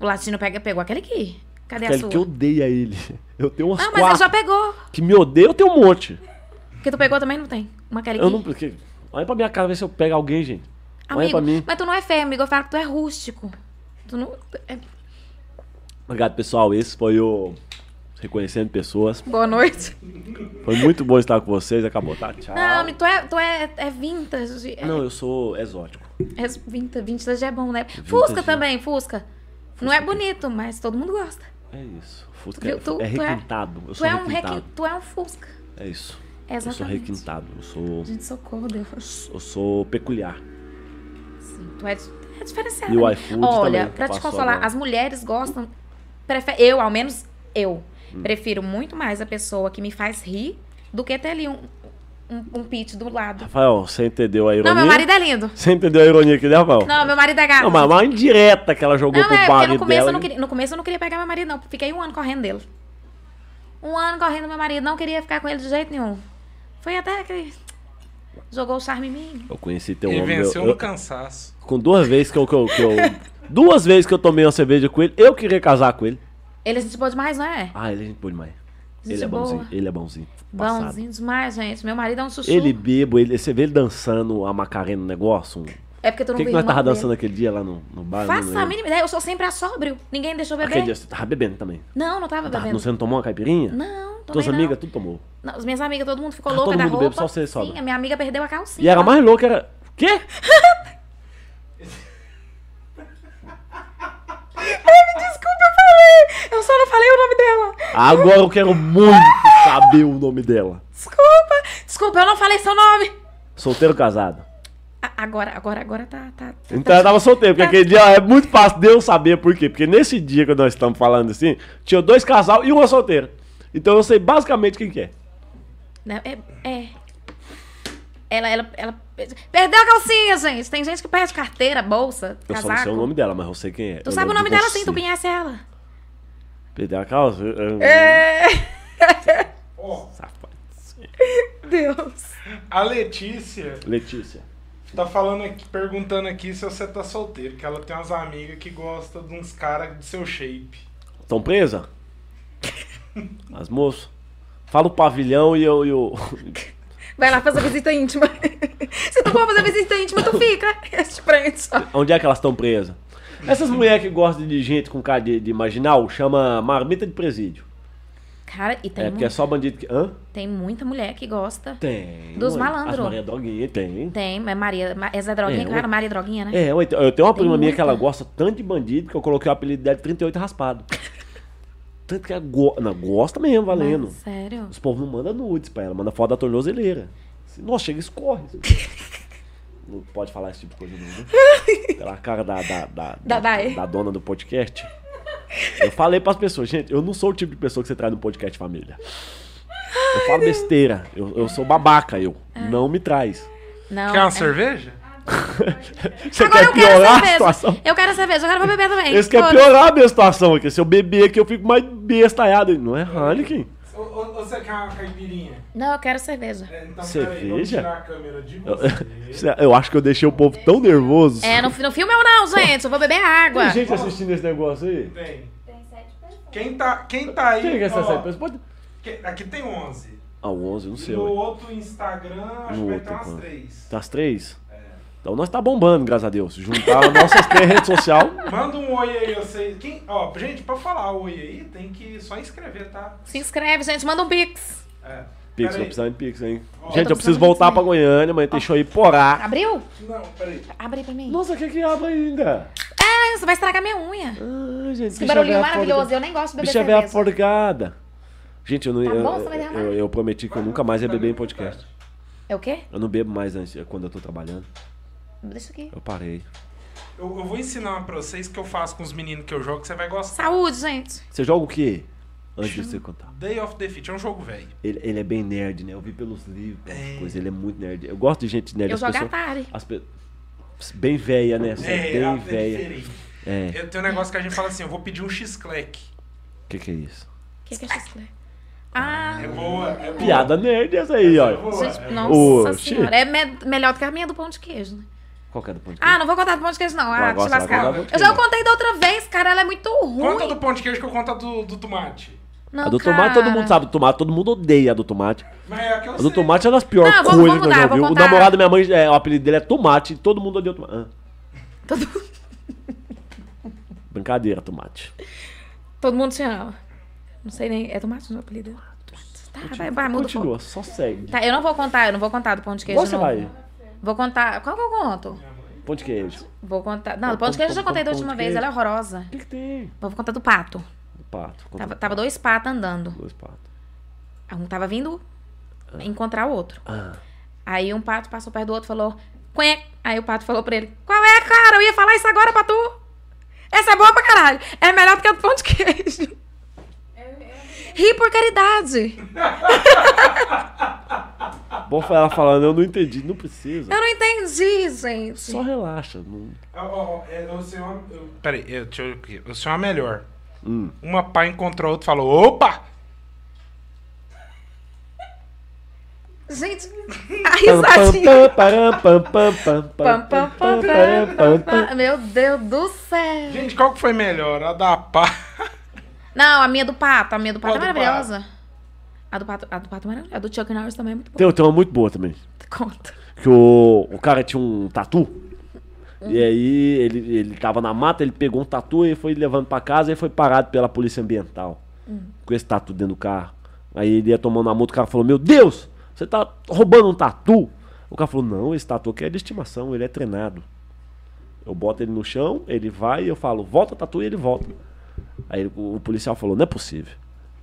S1: O latino pega, pegou a Kelly Key. Cadê a
S3: Kelly
S1: sua?
S3: que odeia ele. Eu tenho umas
S1: Ah, mas
S3: quatro
S1: ele já pegou.
S3: que me odeia, eu tenho um monte.
S1: Que tu pegou também não tem? Uma Kelly
S3: Eu
S1: Key.
S3: não. Porque, olha pra minha cara ver se eu pego alguém, gente. olha
S1: Amigo,
S3: pra mim.
S1: mas tu não é feio, amigo. Eu falo que tu é rústico. Tu não... é-
S3: Obrigado, pessoal. Esse foi o Reconhecendo Pessoas.
S1: Boa noite.
S3: Foi muito bom estar com vocês. Acabou, tá? Tchau.
S1: Não, amigo, tu é, tu é, é vintage. É,
S3: Não, eu sou exótico.
S1: é vintage, vintage é bom, né? Fusca
S3: Vintage.
S1: também, Fusca. Não é bonito, mas todo mundo gosta.
S3: É isso. Fusca
S1: Viu?
S3: é,
S1: Tu-
S3: é
S1: tu é-
S3: requintado. Eu
S1: Tu
S3: sou
S1: é, um
S3: requintado.
S1: requin... tu é um Fusca.
S3: É isso. Eu sou
S1: Exatamente.
S3: requintado. Eu sou,
S1: Gente, socorro, Deus.
S3: eu sou peculiar.
S1: Sim, tu é, di- é diferenciado.
S3: E o
S1: né?
S3: iFood
S1: Olha,
S3: também,
S1: pra te
S3: passou
S1: consolar,
S3: agora.
S1: as mulheres gostam. prefe- Eu, ao menos eu,
S3: Hum.
S1: prefiro muito mais a pessoa que me faz rir do que ter ali um, um, um pit do lado.
S3: Rafael, você entendeu a ironia?
S1: Não, meu marido é lindo.
S3: Você entendeu a ironia aqui, né, Rafael?
S1: Não, meu marido é gato.
S3: Não, mas uma indireta que ela jogou
S1: Não,
S3: pro
S1: é porque
S3: marido
S1: no começo,
S3: dela.
S1: eu não queria, no começo eu não queria pegar meu marido, não. Fiquei um ano correndo dele. Um ano correndo do meu marido, não queria ficar com ele de jeito nenhum. Foi até que ele jogou o charme em mim.
S3: Eu conheci teu
S2: Ele
S3: um homem.
S2: venceu
S3: eu-
S2: no
S3: eu-
S2: cansaço.
S3: com duas vezes que eu, que eu- que eu- Duas vezes que eu tomei uma cerveja com ele, eu queria casar com ele.
S1: Ele é gente boa demais, não é?
S3: Ah, ele é gente boa demais.
S1: Gente
S3: ele é
S1: boa.
S3: bonzinho, ele é bonzinho. Passado.
S1: Bonzinho demais, gente. Meu marido é um chuchu.
S3: Ele bebo, ele, você vê ele dançando a Macarena no negócio? Um... O
S1: É porque tu não
S3: que, que
S1: viu
S3: nós
S1: irmão
S3: tava
S1: dele.
S3: dançando aquele dia lá no, no bar?
S1: Faça
S3: né?
S1: a mínima ideia, eu sou sempre a sóbrio. Ninguém deixou beber.
S3: Aquele dia você tava bebendo também.
S1: Não, não tava
S3: Tá,
S1: bebendo.
S3: você não tomou uma caipirinha?
S1: Não, também
S3: Tuas
S1: não.
S3: amigas, tudo tomou.
S1: Não, as minhas amigas, todo mundo ficou
S3: Ah,
S1: louca
S3: todo
S1: da
S3: mundo
S1: roupa.
S3: bebe, só você
S1: Sim,
S3: sobra.
S1: a minha amiga perdeu a calcinha.
S3: E era mais louco, era. Quê?
S1: Desculpa, eu falei. Eu só não falei o nome dela.
S3: Agora eu quero muito saber o nome dela.
S1: Desculpa. Desculpa, eu não falei seu nome.
S3: Solteiro ou casado?
S1: A- agora, agora, agora tá... tá, tá-
S3: Então eu tava solteiro, porque aquele dia é muito fácil de eu saber por quê. Porque nesse dia que nós estamos falando assim, tinha dois casal e uma solteira. Então eu sei basicamente quem que é.
S1: Não, é... é. Ela, ela, ela... Perdeu a calcinha, gente. Tem gente que perde carteira, bolsa,
S3: Eu só
S1: casaco.
S3: não sei o nome dela, mas eu sei quem é.
S1: Tu
S3: Eu
S1: sabe o
S3: lembro
S1: nome
S3: de
S1: dela
S3: você.
S1: sim, tu conhece ela.
S3: Perdeu a calça? Tá, É.
S1: É...
S2: Ó,
S3: Safado.
S1: Deus.
S2: a Letícia
S3: Letícia.
S2: tá falando aqui, perguntando aqui se você tá solteiro, que ela tem umas amigas que gostam de uns caras do seu shape.
S3: Estão presa? As moças. Fala o pavilhão e eu. E eu...
S1: Vai lá fazer visita íntima. Se tu for fazer visita íntima, tu fica. Este prende só.
S3: Onde é que elas estão presas? Essas mulheres que gostam de gente com cara de, de marginal chama marmita de presídio.
S1: Cara, e tem,
S3: É, porque é
S1: mu-
S3: só bandido que. Hã?
S1: tem muita mulher que gosta.
S3: Tem.
S1: Dos
S3: ué.
S1: malandro.
S3: As Maria Droguinha tem.
S1: Tem, mas Maria. Ma- Essa é droguinha,
S3: É,
S1: claro,
S3: oi.
S1: Maria Droguinha, né?
S3: É, ué, então, eu tenho uma
S1: Tem
S3: prima minha que ela
S1: muita.
S3: gosta tanto de bandido que eu coloquei o apelido dela de 38 raspado. tanto que ela go... Não, gosta mesmo,
S1: Mas,
S3: valendo.
S1: sério.
S3: Os povos não mandam nudes pra ela, manda foto da tornozeleira. Assim, Nossa, chega e escorre. não pode falar esse tipo de coisa não, né? Pela cara da, da, da,
S1: Da Dai.
S3: da dona do podcast. Eu falei pras pessoas, gente, eu não sou o tipo de pessoa que você traz no podcast família. Eu falo besteira, eu, eu sou babaca, eu. Não me traz.
S1: Não.
S2: Quer uma
S1: é-
S2: cerveja?
S3: Você
S1: Ah. Agora
S3: quer
S1: eu quero
S3: piorar a
S1: cerveja.
S3: situação? é
S1: Eu quero cerveja, eu quero beber também.
S3: Eles querem
S1: Foda-se.
S3: piorar a minha situação aqui. Se eu beber aqui, eu fico mais bestaiado. Não é Heineken.
S2: Ou, ou- ou você quer uma caipirinha?
S1: Não, eu quero cerveja.
S2: É, então peraí, vamos
S3: Cerveja?
S2: tirar a câmera de
S3: Eu,
S2: você.
S3: eu acho que eu deixei o povo tão nervoso.
S1: É, não, não filme eu não, gente. Eu vou beber água.
S3: Tem gente assistindo esse negócio aí?
S2: Tem.
S5: Tem sete pessoas.
S2: Quem tá, quem tá aí?
S3: Quem que é essa
S2: ó,
S3: série? Pode...
S2: que- aqui tem 11.
S3: Ah, o 11, eu não sei.
S2: no
S3: ué.
S2: outro Instagram, acho que
S3: No
S2: vai
S3: outro,
S2: ter umas
S3: quanto?
S2: 3.
S3: Tá as três? Então nós tá bombando, graças a Deus. Juntar as nossas três redes sociais.
S2: Manda um oi aí, vocês. Quem, ó, gente, pra falar oi aí, tem que só inscrever, tá?
S1: Se inscreve, gente. Manda um pix.
S2: É.
S3: Pix,
S2: Peraí.
S3: vou precisar de Pix, hein?
S2: Ó,
S1: tô
S3: Gente, eu preciso
S1: precisando
S3: voltar
S1: também.
S3: pra Goiânia, mas deixou ir porar.
S1: Abriu?
S2: Não, peraí.
S1: Abre aí pra mim.
S3: Nossa, o que que abre ainda?
S1: Ah, você vai estragar minha unha.
S3: Ah, gente,
S1: Que barulhinho maravilhoso. Eu nem gosto de beber
S3: Bicha velha
S1: cerveja.
S3: forgada. Gente, eu, não,
S1: Tá
S3: eu,
S1: bom, você vai derramar? Tá
S3: eu, eu prometi que eu nunca mais ia beber em podcast.
S1: É o quê?
S3: Eu não bebo mais antes, é quando eu tô trabalhando.
S1: Deixa aqui.
S3: Eu parei.
S2: Eu, eu vou ensinar uma pra vocês que eu faço com os meninos que eu jogo, que você vai gostar.
S1: Saúde, gente.
S3: Você joga o quê? Antes de você contar.
S2: Day of Defeat é um jogo velho.
S3: Ele, ele é bem nerd, né? Eu vi pelos livros, pelas coisas. Ele é muito nerd. Eu gosto de gente nerd.
S1: Eu
S3: as
S1: jogo à
S3: pessoas-
S1: tarde.
S3: as pe- Bem velha, né? Você é bem
S2: a-
S3: velha.
S2: diferente.
S3: É.
S2: Eu tenho um negócio que a gente fala assim, eu vou pedir um X-Clack.
S3: O que, que é isso?
S1: O que, que é isso? Ah,
S2: É boa, é boa.
S3: Piada nerd essa aí,
S2: É
S3: ó.
S2: boa, é
S1: gente,
S2: boa.
S1: nossa
S3: Ô,
S1: senhora. É me- melhor do que a minha do pão de queijo, né?
S3: Qual que é do ponto de
S1: Ah, não vou contar do pão de queijo, não. Ah,
S3: Vai,
S1: te
S3: gosta, vai
S1: lascar.
S3: contar do pão de
S1: Eu já
S3: queijo.
S1: contei da outra vez, cara. Ela é muito ruim.
S2: Conta do pão de queijo que eu conto a do, do tomate.
S1: Não,
S3: A do
S1: cara.
S3: tomate todo mundo sabe, do tomate todo mundo odeia a do tomate.
S2: Mas é a que eu
S3: A
S2: sei.
S3: do tomate é uma das piores
S1: Não, vamos-
S3: coisas
S1: vamos
S3: que eu já
S1: mudar,
S3: ouvi.
S1: vou
S3: O
S1: contar.
S3: namorado da minha mãe, é, o apelido dele é tomate, e todo mundo odeia o tomate. Ah.
S1: Todo,
S3: Brincadeira, tomate.
S1: todo mundo te ama. Não sei nem. É tomate o meu apelido? Tomate. Tá, vai, vai, muda. o
S3: Continua, só segue.
S1: pô. Tá, eu não vou contar, eu não vou contar do pão de queijo.
S3: Qual você
S1: não.
S3: vai?
S1: Vou contar. Qual que eu conto?
S3: Pão de queijo.
S1: Vou contar. Não,
S3: Pão,
S1: do pão de queijo eu
S3: pão,
S1: já contei da
S3: pão,
S1: última
S3: pão de
S1: vez,
S3: queijo.
S1: ela é horrorosa.
S3: O que, que tem?
S1: Vou contar do pato.
S3: Pato. conta
S1: Tava,
S3: do
S1: tava
S3: pato.
S1: dois patos andando.
S3: Dois patos.
S1: Um tava vindo encontrar o outro.
S3: Ah.
S1: Aí um pato passou perto do outro e falou: Quê? Aí o pato falou pra ele: Qual é, cara? Eu ia falar isso agora pra tu. Essa é boa pra caralho. É melhor do que a do pão de queijo. Ri por caridade.
S3: Bom foi ela falando, eu não entendi, não precisa.
S1: Eu não entendi, gente.
S3: Só relaxa. Não...
S2: Ó, ó, ó, é, eu sei uma... eu- Peraí, eu, deixa eu, aqui. eu sei uma melhor.
S3: Hum.
S2: Uma pá encontrou a outra e falou, opa!
S1: Gente, a
S3: Pam,
S1: risadinha.
S3: pam, param, pam, pam, pam,
S1: Pam, pam, pam, pam,
S3: param,
S1: pam,
S3: pam,
S1: pam.
S3: pam.
S1: Meu Deus do céu.
S2: Gente, qual que foi melhor? A da pá?
S1: Não, a minha do pato. A minha do pato é
S2: Qual do
S1: maravilhosa. A do pato, a do pato é maravilhosa. A do Chuck Norris também é muito boa.
S3: Tem, tem uma muito boa também.
S1: Conta.
S3: Que o, o cara tinha um tatu. E aí ele, ele tava na mata, ele pegou um tatu e foi levando pra casa e foi parado pela polícia ambiental. Com esse tatu dentro do carro. Aí ele ia tomando a multa, o cara falou, meu Deus, você tá roubando um tatu? O cara falou, não, esse tatu aqui é de estimação, ele é treinado. Eu boto ele no chão, ele vai, eu falo, volta tatu e ele volta. Aí ele- o, o policial falou, não é possível.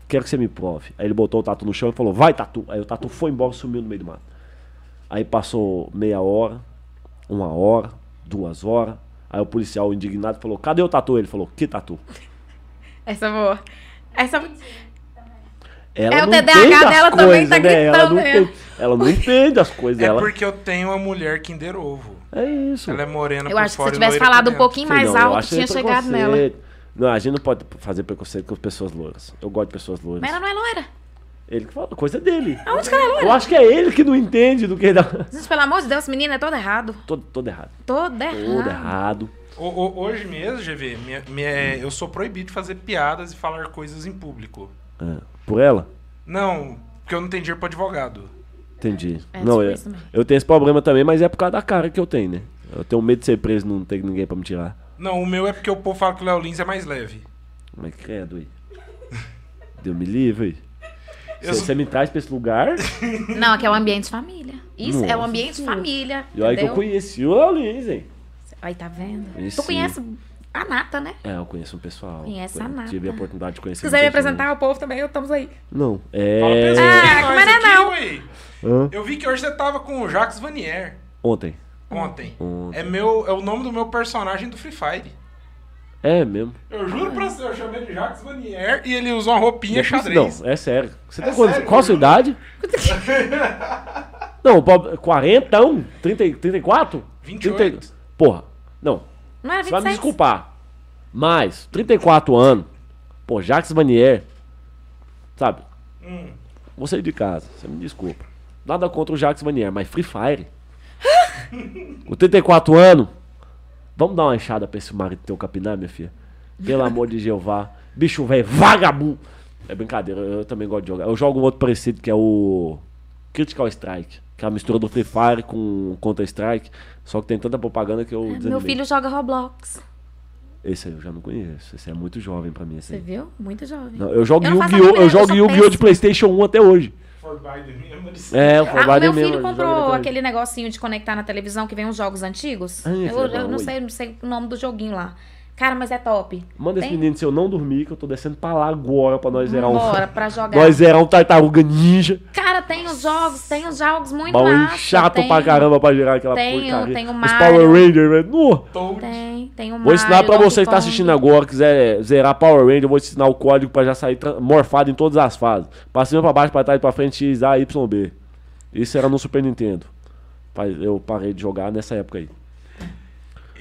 S3: Quero que você me prove. Aí ele botou o tatu no chão e falou, vai tatu. Aí o tatu foi embora e sumiu no meio do mato. Aí passou meia hora, uma hora, duas horas. Aí o policial indignado falou: Cadê o tatu? Ele falou: Que tatu?
S1: Essa é boa. Essa...
S2: Tá
S3: Ela
S1: É, o
S3: não
S1: TDAH
S3: entende as
S1: dela também
S3: coisas,
S1: tá
S3: né? Ela
S1: gritando,
S3: não,
S1: né?
S3: entende, ela não entende as
S2: É
S3: coisas dela.
S2: porque eu tenho uma mulher Kinder Ovo.
S3: É isso.
S2: Ela é morena
S1: Eu
S2: por
S1: acho que se
S2: fora
S1: eu
S2: e
S1: tivesse
S2: loira por
S1: falado um
S2: dentro.
S1: pouquinho mais
S3: Não, eu
S1: alto,
S3: achei
S1: tinha chegado nela.
S3: preconceito. Não, a gente não pode fazer preconceito com pessoas loiras. Eu gosto de pessoas loiras.
S1: Mas ela não é loira.
S3: Ele que fala, coisa dele.
S1: Aonde que ela é loira?
S3: Eu acho que é ele que não entende do que dá.
S1: Gente, pelo amor de Deus, menina, é todo errado.
S3: Todo, todo errado.
S1: Todo
S3: Todo
S1: errado.
S3: errado.
S2: O- o- hoje mesmo, GV, minha- minha- eu sou proibido de fazer piadas e falar coisas em público.
S3: Ah, por ela?
S2: Não, porque eu não tenho dinheiro pra advogado.
S3: Entendi.
S1: É,
S3: não,
S1: tipo
S3: eu,
S1: isso mesmo.
S3: eu tenho esse problema também, mas é por causa da cara que eu tenho, né? Eu tenho medo de ser preso e não ter ninguém pra me tirar.
S2: Não, o meu é porque o povo fala que o Léo Lins é mais leve.
S3: Mas credo aí. Deus me livre aí.
S2: Eu
S3: Você me traz pra esse lugar?
S1: Não, aqui é o ambiente família. Isso é o
S3: Nossa
S1: ambiente
S3: Senhora.
S1: família.
S3: E olha que eu
S1: entendeu?
S3: conheci o Leolins, hein?
S1: Aí tá vendo?
S3: Conheci.
S1: Tu conhece a Nata, né?
S3: É, eu conheço um pessoal.
S1: Conhece a
S3: Eu
S1: Nata.
S3: Tive a oportunidade de
S1: Se
S3: conhecer.
S1: quiser me
S3: muita gente.
S1: apresentar ao povo também, eu estamos aí.
S3: Não,
S2: Fala pra
S3: é.
S2: pessoa,
S1: Ah,
S2: nós
S1: como era
S2: aqui,
S1: não?
S2: ué.
S3: Hã?
S2: Eu vi que hoje você tava com o Jacques Vanier
S3: Ontem.
S2: ontem.
S3: Ontem.
S2: É, meu, é o nome do meu personagem do Free Fire.
S3: É mesmo.
S2: Eu juro pra você, eu chamei de Jacques Vanier e ele usa uma roupinha
S3: Não é isso,
S2: xadrez.
S3: Não, é sério. Você tem
S2: É
S3: quantos-
S2: sério,
S3: Qual a sua
S2: juro.
S3: idade? não, Bob, 40, 1? 30, 34?
S2: 28.
S3: Porra, não.
S1: Não era
S3: Você vai me
S1: 26?
S3: desculpar. Mas, 34 anos, pô, Jacques Vanier, sabe?
S2: Hum.
S3: Você é de casa, você me desculpa. Nada contra o Jacques Vanier, mas Free Fire. Com 34 anos, vamos dar uma enxada pra esse marido teu capinar, minha filha? Pelo amor de Jeová. Bicho velho, vagabundo. É brincadeira, eu também gosto de jogar. Eu jogo um outro parecido que é o Critical Strike, que é a mistura do Free Fire com Counter Strike. Só que tem tanta propaganda que eu.
S1: Ah, Meu
S3: desanimei.
S1: filho joga Roblox.
S3: Esse aí eu já não conheço. Esse é muito jovem pra mim. Esse
S1: Você
S3: aí.
S1: viu? Muito jovem.
S3: Não, eu jogo
S1: Eu não faço a
S3: Yu-Gi-Oh!
S1: mínima ideia,
S3: Eu
S1: eu
S3: jogo
S1: sou
S3: Yu-Gi-Oh! de
S1: péssima.
S3: PlayStation 1 até hoje.
S2: For by the memories.
S3: É, o For
S1: Ah, o meu
S3: By The
S1: filho
S3: Memories,
S1: comprou
S3: exatamente.
S1: aquele negocinho de conectar na televisão que vem uns jogos antigos.
S3: Ah,
S1: eu
S3: que legal,
S1: eu não,
S3: oi.
S1: sei, não sei o nome do joguinho lá. Cara, mas é top.
S3: Manda esse
S1: Tem?
S3: menino se eu não dormir, que eu tô descendo pra lá agora pra nós zerar um.
S1: Bora pra jogar.
S3: Nós zerar um tartaruga ninja.
S1: Cara, tem os jogos, tem os jogos muito
S3: Baú
S1: massa.
S3: chato
S1: tem,
S3: pra caramba pra gerar aquela
S1: tem o-
S3: porcaria.
S1: tem o
S3: Os
S1: Mario.
S3: Power né? Ranger, velho. Nu!
S2: Toad.
S1: Tem, tem o
S3: Vou ensinar pra
S1: Mario,
S3: você que tá
S1: Donkey
S3: assistindo
S1: Kong.
S3: agora, quiser zerar Power Ranger, eu vou te ensinar o código pra já sair tra- morfado em todas as fases. Pra cima, pra baixo, pra trás, pra frente, X, A, Y, B. Isso era no Super Nintendo. Pa- Eu parei de jogar nessa época aí.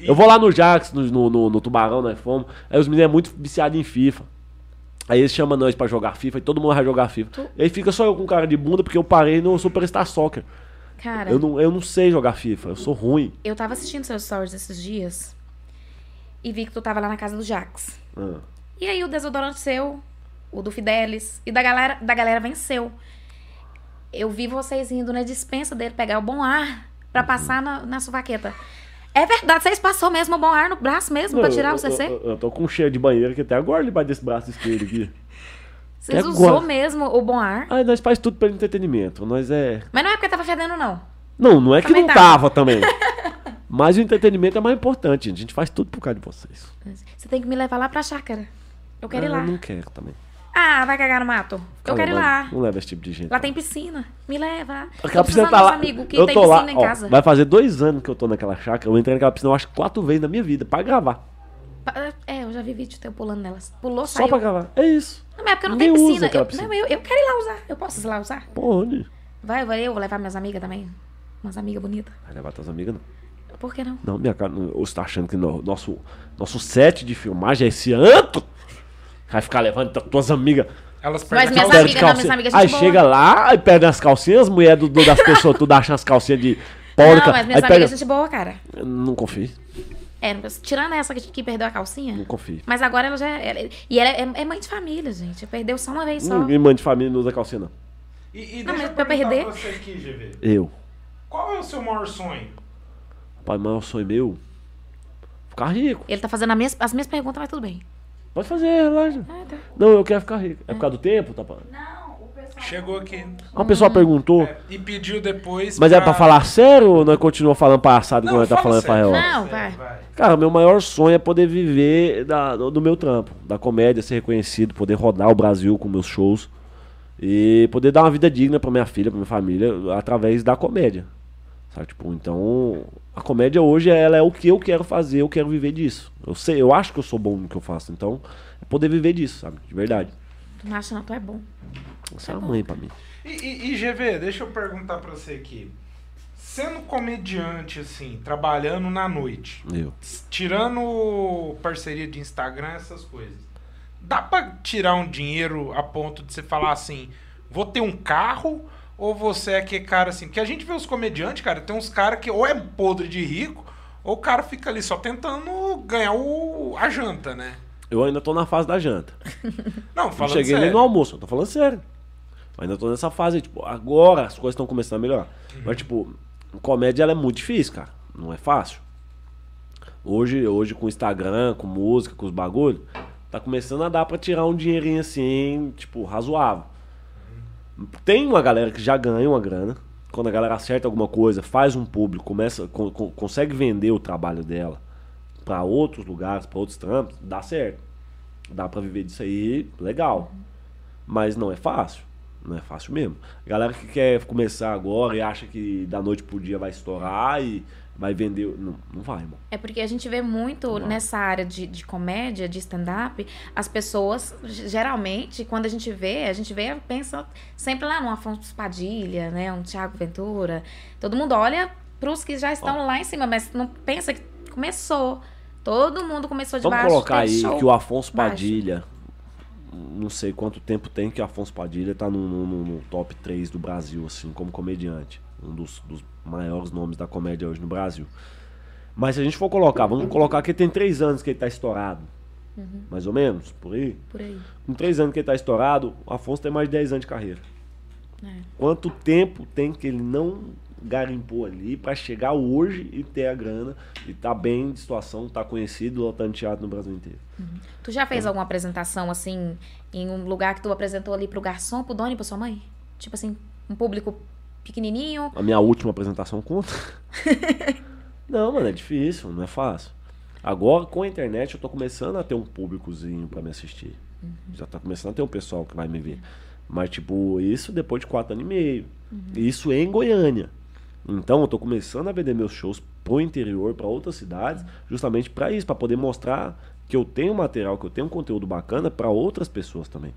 S3: Eu vou lá no Jax, no, no, no- no Tubarão, nós fomos. Aí os meninos é muito viciados em FIFA. Aí eles chamam nós pra jogar FIFA e todo mundo vai jogar FIFA. Aí fica só eu com cara de bunda porque eu parei no Superstar Soccer.
S1: Cara,
S3: Eu não, eu não sei jogar FIFA, eu sou ruim.
S1: eu tava assistindo seus stories esses dias e vi que tu tava lá na casa do Jax.
S3: Ah.
S1: E aí o desodorante seu, o do Fidelis e da galera, da galera venceu. Eu vi vocês indo na dispensa dele pegar o bom ar pra
S3: Uhum.
S1: passar na, na suvaqueta. É verdade, vocês passou mesmo o bom ar no braço mesmo pra
S3: Não,
S1: tirar
S3: eu-
S1: o CC?
S3: Eu, eu- eu tô com um cheiro de banheiro que até agora ele vai desse braço esquerdo aqui.
S1: vocês
S3: até
S1: usou
S3: agora.
S1: mesmo o bom ar?
S3: Aí Ah, nós faz tudo pelo entretenimento. Nós é.
S1: Mas não é porque tava fedendo, não.
S3: Não, não é que
S1: Também
S3: não
S1: tava.
S3: tava também. Mas o entretenimento é mais importante, gente. A gente faz tudo por causa de vocês.
S1: Você tem que me levar lá pra chácara. Eu quero ir
S3: Ah,
S1: lá.
S3: Eu não quero também.
S1: Ah, vai cagar no mato. Eu
S3: Calma,
S1: quero ir
S3: mano.
S1: lá.
S3: Não leva esse tipo de gente.
S1: Lá tem piscina. Me leva.
S3: Aquela
S1: Eu preciso
S3: piscina
S1: andar
S3: tá
S1: com
S3: lá.
S1: os amigos que
S3: eu
S1: tem
S3: tô
S1: piscina
S3: lá.
S1: em
S3: ó,
S1: casa.
S3: Vai fazer dois anos que eu tô naquela chácara. Eu entrei naquela piscina, eu acho, que quatro vezes na minha vida, pra gravar.
S1: Pa- É, eu já vi vídeo teu pulando nelas. Pulou,
S3: Só
S1: saiu.
S3: pra gravar. É isso.
S1: Não, mas é porque não
S3: Ninguém
S1: tem
S3: usa
S1: piscina.
S3: aquela
S1: Eu,
S3: piscina.
S1: Não, eu, eu quero ir lá usar. Eu posso ir lá usar?
S3: Pô, onde?
S1: Vai, vai, eu vou levar minhas amigas também. Umas amigas bonitas.
S3: Vai levar tuas amigas, não.
S1: Por que não?
S3: Não, minha cara, você tá achando que no- nosso, nosso set de filmagem é esse anto? Vai ficar levando tu- tuas amigas.
S2: Elas
S1: Mas
S2: perdem a
S1: minhas
S2: calça.
S3: Sério,
S1: amigas não, minhas amigas é gente
S3: aí
S1: boa.
S3: chega lá, aí perde as calcinhas, as mulheres do, do- das pessoas, tudo acham as calcinhas de porca.
S1: Não, mas minhas
S3: aí pega...
S1: amigas são gente boa, cara.
S3: Não confio,
S1: É, não precisa- tirando essa que, que perdeu a calcinha.
S3: não confio.
S1: Mas agora ela já é. ela- e ela é, é mãe de família, gente. Perdeu só uma vez só.
S3: Ninguém mãe de família não usa calcinha, não.
S2: E, e
S1: Não, Ah,
S2: deixa
S1: mas
S2: eu
S1: pra
S2: perguntar
S1: perder-
S2: pra você aqui, GV.
S3: Eu.
S2: Qual é o seu maior sonho?
S3: Pai, mas o sonho meu. Ficar rico.
S1: Ele tá fazendo as minhas, as minhas perguntas, mas tudo bem.
S3: Pode fazer, relaxa.
S1: Ah, tá.
S3: Não, eu quero ficar rico. É por causa do tempo, tá? pá?
S2: Chegou aqui.
S3: Uma
S1: Hum.
S3: pessoa perguntou,
S2: É, e pediu depois.
S3: mas é pra falar sério ou nós continuamos falando passado quando nós tá falando pra
S2: sério,
S3: real?
S2: fala
S1: Não,
S2: sério,
S1: vai.
S3: Cara, meu maior sonho é poder viver da- do do meu trampo, da comédia, ser reconhecido, poder rodar o Brasil com meus shows e poder dar uma vida digna pra minha filha, pra minha família, através da comédia. Sabe, tipo, então a comédia hoje ela é o que eu quero fazer, eu quero viver disso. Eu sei, eu acho que eu sou bom no que eu faço, então é poder viver disso, sabe? De verdade.
S1: Tu não acha, não, tu é bom.
S3: Você é a mãe pra mim.
S2: E, e- e, GV, deixa eu perguntar pra você aqui. Sendo comediante, assim, trabalhando na noite,
S3: Eu.
S2: tirando parceria de Instagram, essas coisas, dá pra tirar um dinheiro a ponto de você falar assim, vou ter um carro? Ou você é que cara assim? Porque a gente vê os comediantes, cara, tem uns caras que ou é podre de rico, ou o cara fica ali só tentando ganhar o, a janta, né?
S3: Eu ainda tô na fase da janta.
S2: Não,
S3: Não
S2: falando
S3: cheguei
S2: sério.
S3: nem no almoço, eu tô falando sério. Mas ainda tô nessa fase, tipo, agora as coisas estão começando a melhorar. Mas, tipo, comédia ela é muito difícil, cara. Não é fácil. Hoje, hoje com Instagram, com música, com os bagulho, tá começando a dar pra tirar um dinheirinho assim, tipo, razoável. Tem uma galera que já ganha uma grana. Quando a galera acerta alguma coisa, faz um público, começa, con- con- consegue vender o trabalho dela pra outros lugares, pra outros trampos, dá certo. Dá pra viver disso aí, legal. Mas não é fácil. Não é fácil mesmo. A galera que quer começar agora e acha que da noite pro dia vai estourar e vai vender. Não, não vai, irmão.
S1: É porque a gente vê muito
S3: Não.
S1: nessa área de, de comédia, de stand-up, as pessoas, g- geralmente, quando a gente vê, a gente vê, pensa sempre lá num Afonso Padilha, né? Um Thiago Ventura. Todo mundo olha pros que já estão lá em cima, mas não pensa que começou. Todo mundo começou de
S3: Vamos
S1: baixo.
S3: colocar
S1: teve
S3: aí
S1: show.
S3: que o Afonso
S1: baixo.
S3: Padilha. Não sei quanto tempo tem que o Afonso Padilha tá no, no- no- no top 3 do Brasil, assim, como comediante. Um dos, dos maiores nomes da comédia hoje no Brasil. Mas se a gente for colocar, vamos colocar que tem 3 anos que ele tá estourado. Mais ou menos, por aí.
S1: Por aí.
S3: Com 3 anos que ele tá estourado, o Afonso tem mais de 10 anos de carreira.
S1: É.
S3: Quanto tempo tem que ele não garimpou ali pra chegar hoje e ter a grana e tá bem de situação, tá conhecido, lotando teatro no Brasil inteiro?
S1: Tu já
S3: Tá.
S1: fez alguma apresentação, assim, em um lugar que tu apresentou ali pro garçom, pro dono e pra sua mãe? Tipo assim, um público pequenininho.
S3: A minha última apresentação conta. não, mano, é difícil, não é fácil. Agora, com a internet, eu tô começando a ter um públicozinho pra me assistir. Já tá começando a ter um pessoal que vai me ver. Mas, tipo, isso depois de quatro anos e meio. Isso em Goiânia. Então, eu tô começando a vender meus shows pro interior, pra outras cidades, justamente pra isso, pra poder mostrar que eu tenho material, que eu tenho um conteúdo bacana pra outras pessoas também.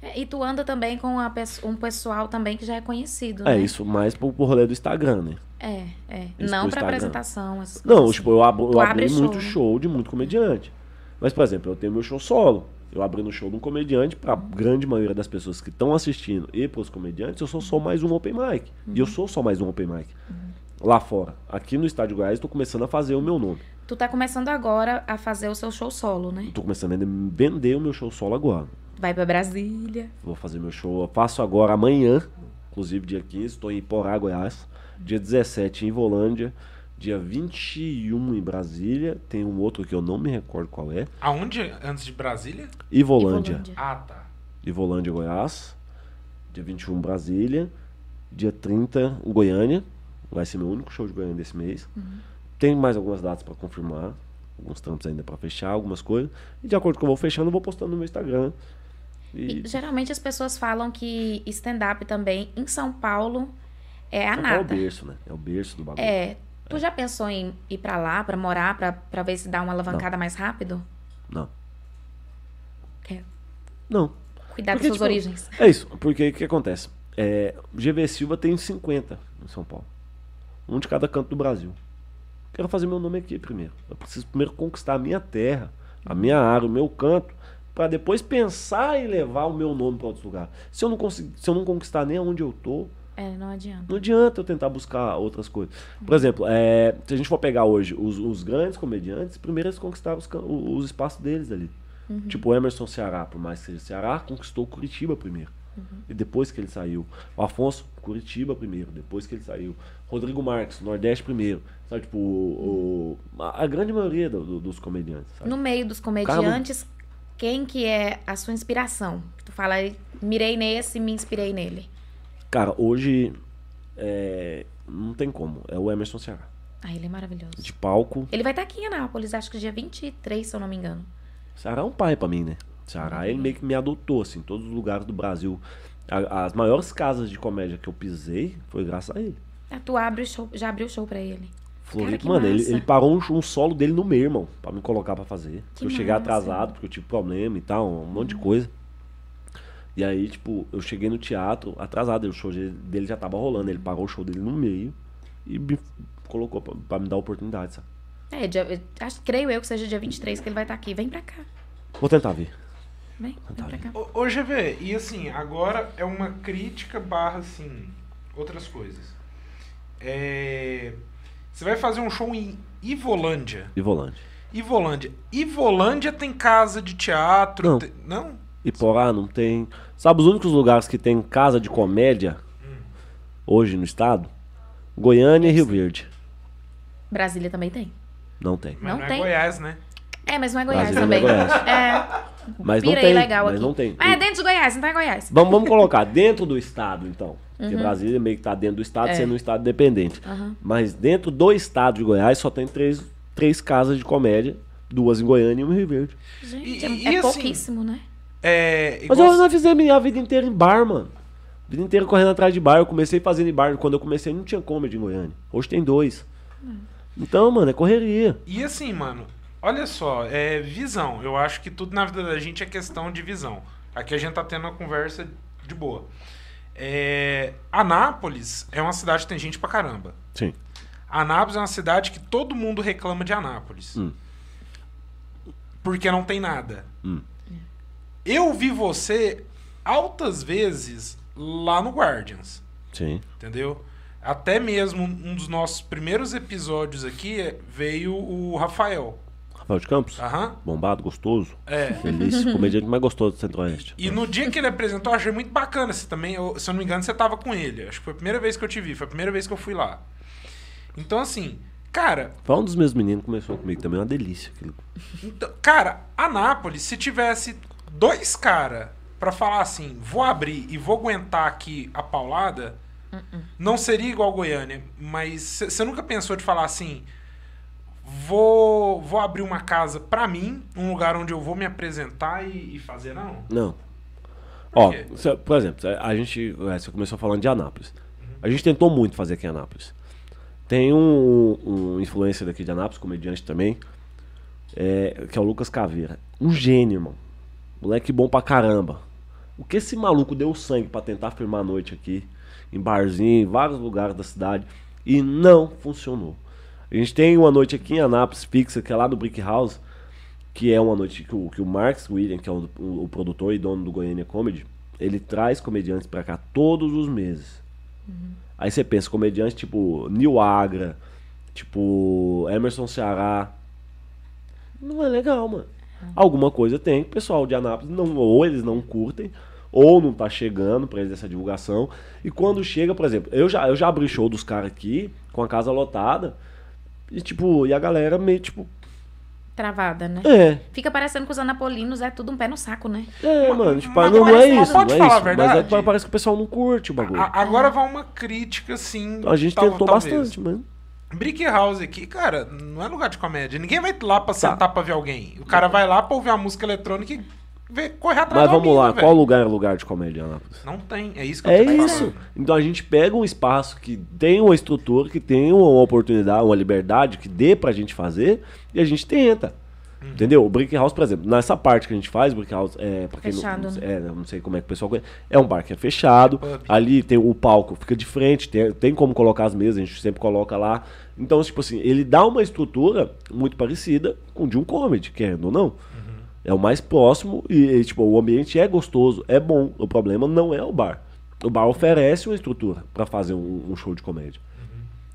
S1: É, E tu anda também com a pesso- um pessoal também que já é conhecido,
S3: É
S1: né?
S3: isso, mais pro, pro rolê do Instagram, né?
S1: É, é.
S3: Isso
S1: não
S3: pro
S1: pra
S3: Instagram.
S1: apresentação. essas
S3: Não,
S1: coisas
S3: tipo, eu, abro,
S1: Tu
S3: eu
S1: abre
S3: abri
S1: show,
S3: muito
S1: né?
S3: show de muito comediante. Mas, por exemplo, eu tenho meu show solo. Eu abri no show de um comediante, pra grande maioria das pessoas que estão assistindo e pros comediantes, eu sou só mais um open mic. E
S1: Uhum.
S3: eu sou só mais um open mic. Lá fora. Aqui no Estádio Goiás, tô começando a fazer o meu nome.
S1: assim. Tu tá começando agora a fazer o seu show solo, né?
S3: Tô começando a vender- vender o meu show solo agora.
S1: Vai pra Brasília.
S3: Vou fazer meu show. Eu faço agora amanhã, inclusive dia 15, estou em Porá, Goiás. Dia 17 em Volândia. Dia 21 em Brasília. Tem um outro que eu não me recordo qual é.
S2: Aonde? Antes de Brasília?
S3: E
S1: e
S3: Volândia.
S2: Ah, tá.
S3: E Volândia, Goiás. Dia 21, Brasília. Dia 30, o Goiânia. Vai ser meu único show de Goiânia desse mês.
S1: Uhum.
S3: Tem mais algumas datas para confirmar. Alguns trampos ainda para fechar, algumas coisas. E de acordo com o que eu vou fechando, eu vou postando no meu Instagram. E
S1: E, geralmente as pessoas falam que stand-up também em São Paulo é a
S3: São Paulo é o
S1: nata.
S3: berço, né? É o berço do bagulho.
S1: É. Tu já pensou em ir pra lá, pra morar, pra, pra ver se dá uma alavancada mais rápido?
S3: Não.
S1: Quer
S3: Não.
S1: cuidar
S3: Porque,
S1: das suas
S3: tipo,
S1: origens.
S3: É isso. Porque o que acontece? É, GV Silva tem 50 em São Paulo. Um de cada canto do Brasil. Quero fazer meu nome aqui primeiro. Eu preciso primeiro conquistar a minha terra, a minha área, o meu canto, para depois pensar em levar o meu nome para outros lugares. Se eu não conseguir, se eu não conquistar nem onde eu tô,
S1: É, não adianta.
S3: não adianta eu tentar buscar outras coisas. Por exemplo, é, se a gente for pegar hoje os, os grandes comediantes, primeiro eles conquistaram os, can- o- os espaços deles ali. Tipo o Emerson Ceará, por mais que seja Ceará, conquistou Curitiba primeiro. E depois que ele saiu. O Afonso, Curitiba primeiro, depois que ele saiu. Rodrigo Marques, Nordeste primeiro. Sabe, tipo, o- o- a a grande maioria do- do- dos comediantes. Sabe?
S1: No meio dos comediantes, quem que é a sua inspiração? Tu fala, mirei nesse, me inspirei nele.
S3: Cara, hoje é, não tem como. É o Emerson Ceará.
S1: Ah, ele é maravilhoso.
S3: De palco,
S1: Ele vai estar aqui em Anápolis, acho que dia 23, se eu não me engano.
S3: Ceará é um pai pra mim, né? Ceará, ele meio que me adotou, assim, em todos os lugares do Brasil. A- as maiores casas de comédia que eu pisei foi graças a ele.
S1: Ah, tu abre o show, já abriu o show pra ele. Cara,
S3: Floripa,
S1: que
S3: mano, ele,
S1: massa.
S3: ele parou um, ch- um solo dele no meio, irmão, pra me colocar pra fazer.
S1: Que
S3: eu cheguei
S1: massa. Uhum.
S3: atrasado, porque eu tive problema e tal, um monte de coisa. E aí, tipo, eu cheguei no teatro atrasado, e o show de- dele já tava rolando, ele parou o show dele no meio e me colocou pra, pra me dar oportunidade, sabe?
S1: É, dia, acho, creio eu que seja dia 23 que ele vai estar aqui. Vem pra cá.
S3: Vou tentar ver.
S1: Vem, vem pra cá.
S2: Ô, ô, GV, e assim, agora é uma crítica barra, assim, outras coisas. É, Você vai fazer um show em Ivolândia.
S3: E volante.
S2: Ivolândia. Ivolândia tem casa de teatro.
S3: Não.
S2: te- não?
S3: E Porá não tem. Sabe os únicos lugares que tem casa de comédia hoje no estado? Goiânia e Rio Verde.
S1: Brasília também tem.
S3: Não tem.
S2: Mas
S1: Não
S2: não,
S1: tem.
S2: é Goiás, né?
S1: É, mas não é Goiás
S3: Brasília não é
S1: também.
S3: Goiás.
S1: É.
S3: Mas não
S1: Pira
S3: tem,
S1: legal
S3: mas
S1: aqui.
S3: não tem.
S1: Ah, é dentro de Goiás, então é Goiás.
S3: Vamos, vamos colocar dentro do estado, então. Porque Brasília meio que tá dentro do estado,
S1: Uhum. É.
S3: sendo um estado dependente.
S1: Aham.
S3: Mas dentro do estado de Goiás só tem três, três casas de comédia. Duas em Goiânia e uma em Rio Verde.
S1: Gente,
S2: E- e-
S1: é, é
S2: e assim-
S1: pouquíssimo, né?
S2: É,
S3: Mas
S2: igual-
S3: eu nós fizemos minha vida inteira em bar, mano. Vida inteira correndo atrás de bar. Eu comecei fazendo em bar. Quando eu comecei não tinha comedy em Goiânia. Hoje tem dois. Então, mano, é correria.
S2: E assim, mano, olha só, é visão. Eu acho que tudo na vida da gente é questão de visão. Aqui a gente tá tendo uma conversa de boa. É, Anápolis é uma cidade que tem gente pra caramba.
S3: Sim.
S2: Anápolis é uma cidade que todo mundo reclama de Anápolis.
S3: Hum.
S2: Porque não tem nada.
S3: Hum.
S2: Eu vi você altas vezes lá no Guardians.
S3: Sim.
S2: Entendeu? Até mesmo um dos nossos primeiros episódios aqui é- veio o Rafael.
S3: Rafael de Campos?
S2: Aham.
S3: Bombado, gostoso.
S2: É.
S3: Feliz. comediante mais gostoso do Centro-Oeste.
S2: E no dia que ele apresentou, eu achei muito bacana. Você também, eu- se eu não me engano, você tava com ele. Acho que foi a primeira vez que eu te vi, foi a primeira vez que eu fui lá. Então, assim, cara,
S3: Foi um dos meus meninos que começou comigo também. Uma delícia. aquilo.
S2: então, cara, Anápolis, se tivesse dois caras pra falar assim, vou abrir e vou aguentar aqui a paulada, Não seria igual Goiânia, mas você nunca pensou de falar assim: vou, vou abrir uma casa pra mim, um lugar onde eu vou me apresentar e, e fazer, não?
S3: Não. Ó,
S2: quê?
S3: cê- por exemplo, cê- a gente. é, Você começou falando de Anápolis. A gente tentou muito fazer aqui em Anápolis. Tem um, um influencer daqui de Anápolis, comediante também, é, que é o Lucas Caveira. Um gênio, irmão. Moleque bom pra caramba. O que esse maluco deu sangue pra tentar firmar a noite aqui, em barzinho, em vários lugares da cidade, e não funcionou. A gente tem uma noite aqui em Anápolis, fixa, que é lá do Brick House, que é uma noite que o, que o Marx William, que é o, o- o produtor e dono do Goiânia Comedy, ele traz comediantes pra cá todos os meses. Aí você pensa, comediantes tipo Nil Agra, tipo Emerson Ceará. Não é legal, mano. Alguma coisa tem, que o pessoal de Anápolis, não, ou eles não curtem, ou não tá chegando pra eles essa divulgação. E quando chega, por exemplo, eu já, eu já abri show dos caras aqui, com a casa lotada, e tipo, e a galera meio tipo,
S1: Travada, né?
S3: é,
S1: Fica parecendo que os anapolinos é tudo um pé no saco, né?
S3: é,
S2: Mas-
S3: mano, tipo,
S2: mas
S3: não é
S2: parece-
S3: isso,
S2: pode
S3: não é
S2: falar a
S3: isso.
S2: verdade?
S3: Mas é, parece que o pessoal não curte o bagulho.
S2: A- agora vai uma crítica, assim.
S3: Então a gente
S2: tal-
S3: tentou
S2: talvez.
S3: bastante, mano.
S2: Brick House aqui, cara, não é lugar de comédia. Ninguém vai lá
S3: Tá.
S2: pra sentar pra ver alguém. O cara vai lá pra ouvir a música eletrônica e ver, correr atrás
S3: Mas
S2: da
S3: vamos
S2: mina,
S3: lá,
S2: Tá velho.
S3: qual lugar é lugar de comédia, Anápolis?
S2: Não tem, é isso que
S3: É
S2: eu tô te
S3: isso.
S2: falando.
S3: Então a gente pega um espaço que tem uma estrutura, que tem uma oportunidade, uma liberdade que dê pra gente fazer e a gente tenta.
S2: Hum.
S3: Entendeu? O Brick House, por exemplo, nessa parte que a gente faz, o Brick House é pra quem não-
S1: Fechado,
S3: não,
S1: né?
S3: é, eu não sei como é que o pessoal conhece. É um bar que é fechado.
S2: É pub.
S3: ali tem o palco, fica de frente, tem, tem como colocar as mesas, a gente sempre coloca lá. Então, tipo assim, ele dá uma estrutura muito parecida com o de um comedy, querendo ou não. É o mais próximo e, e, tipo, o ambiente é gostoso, é bom. O problema não é o bar. O bar oferece uma estrutura pra fazer um, um show de comédia.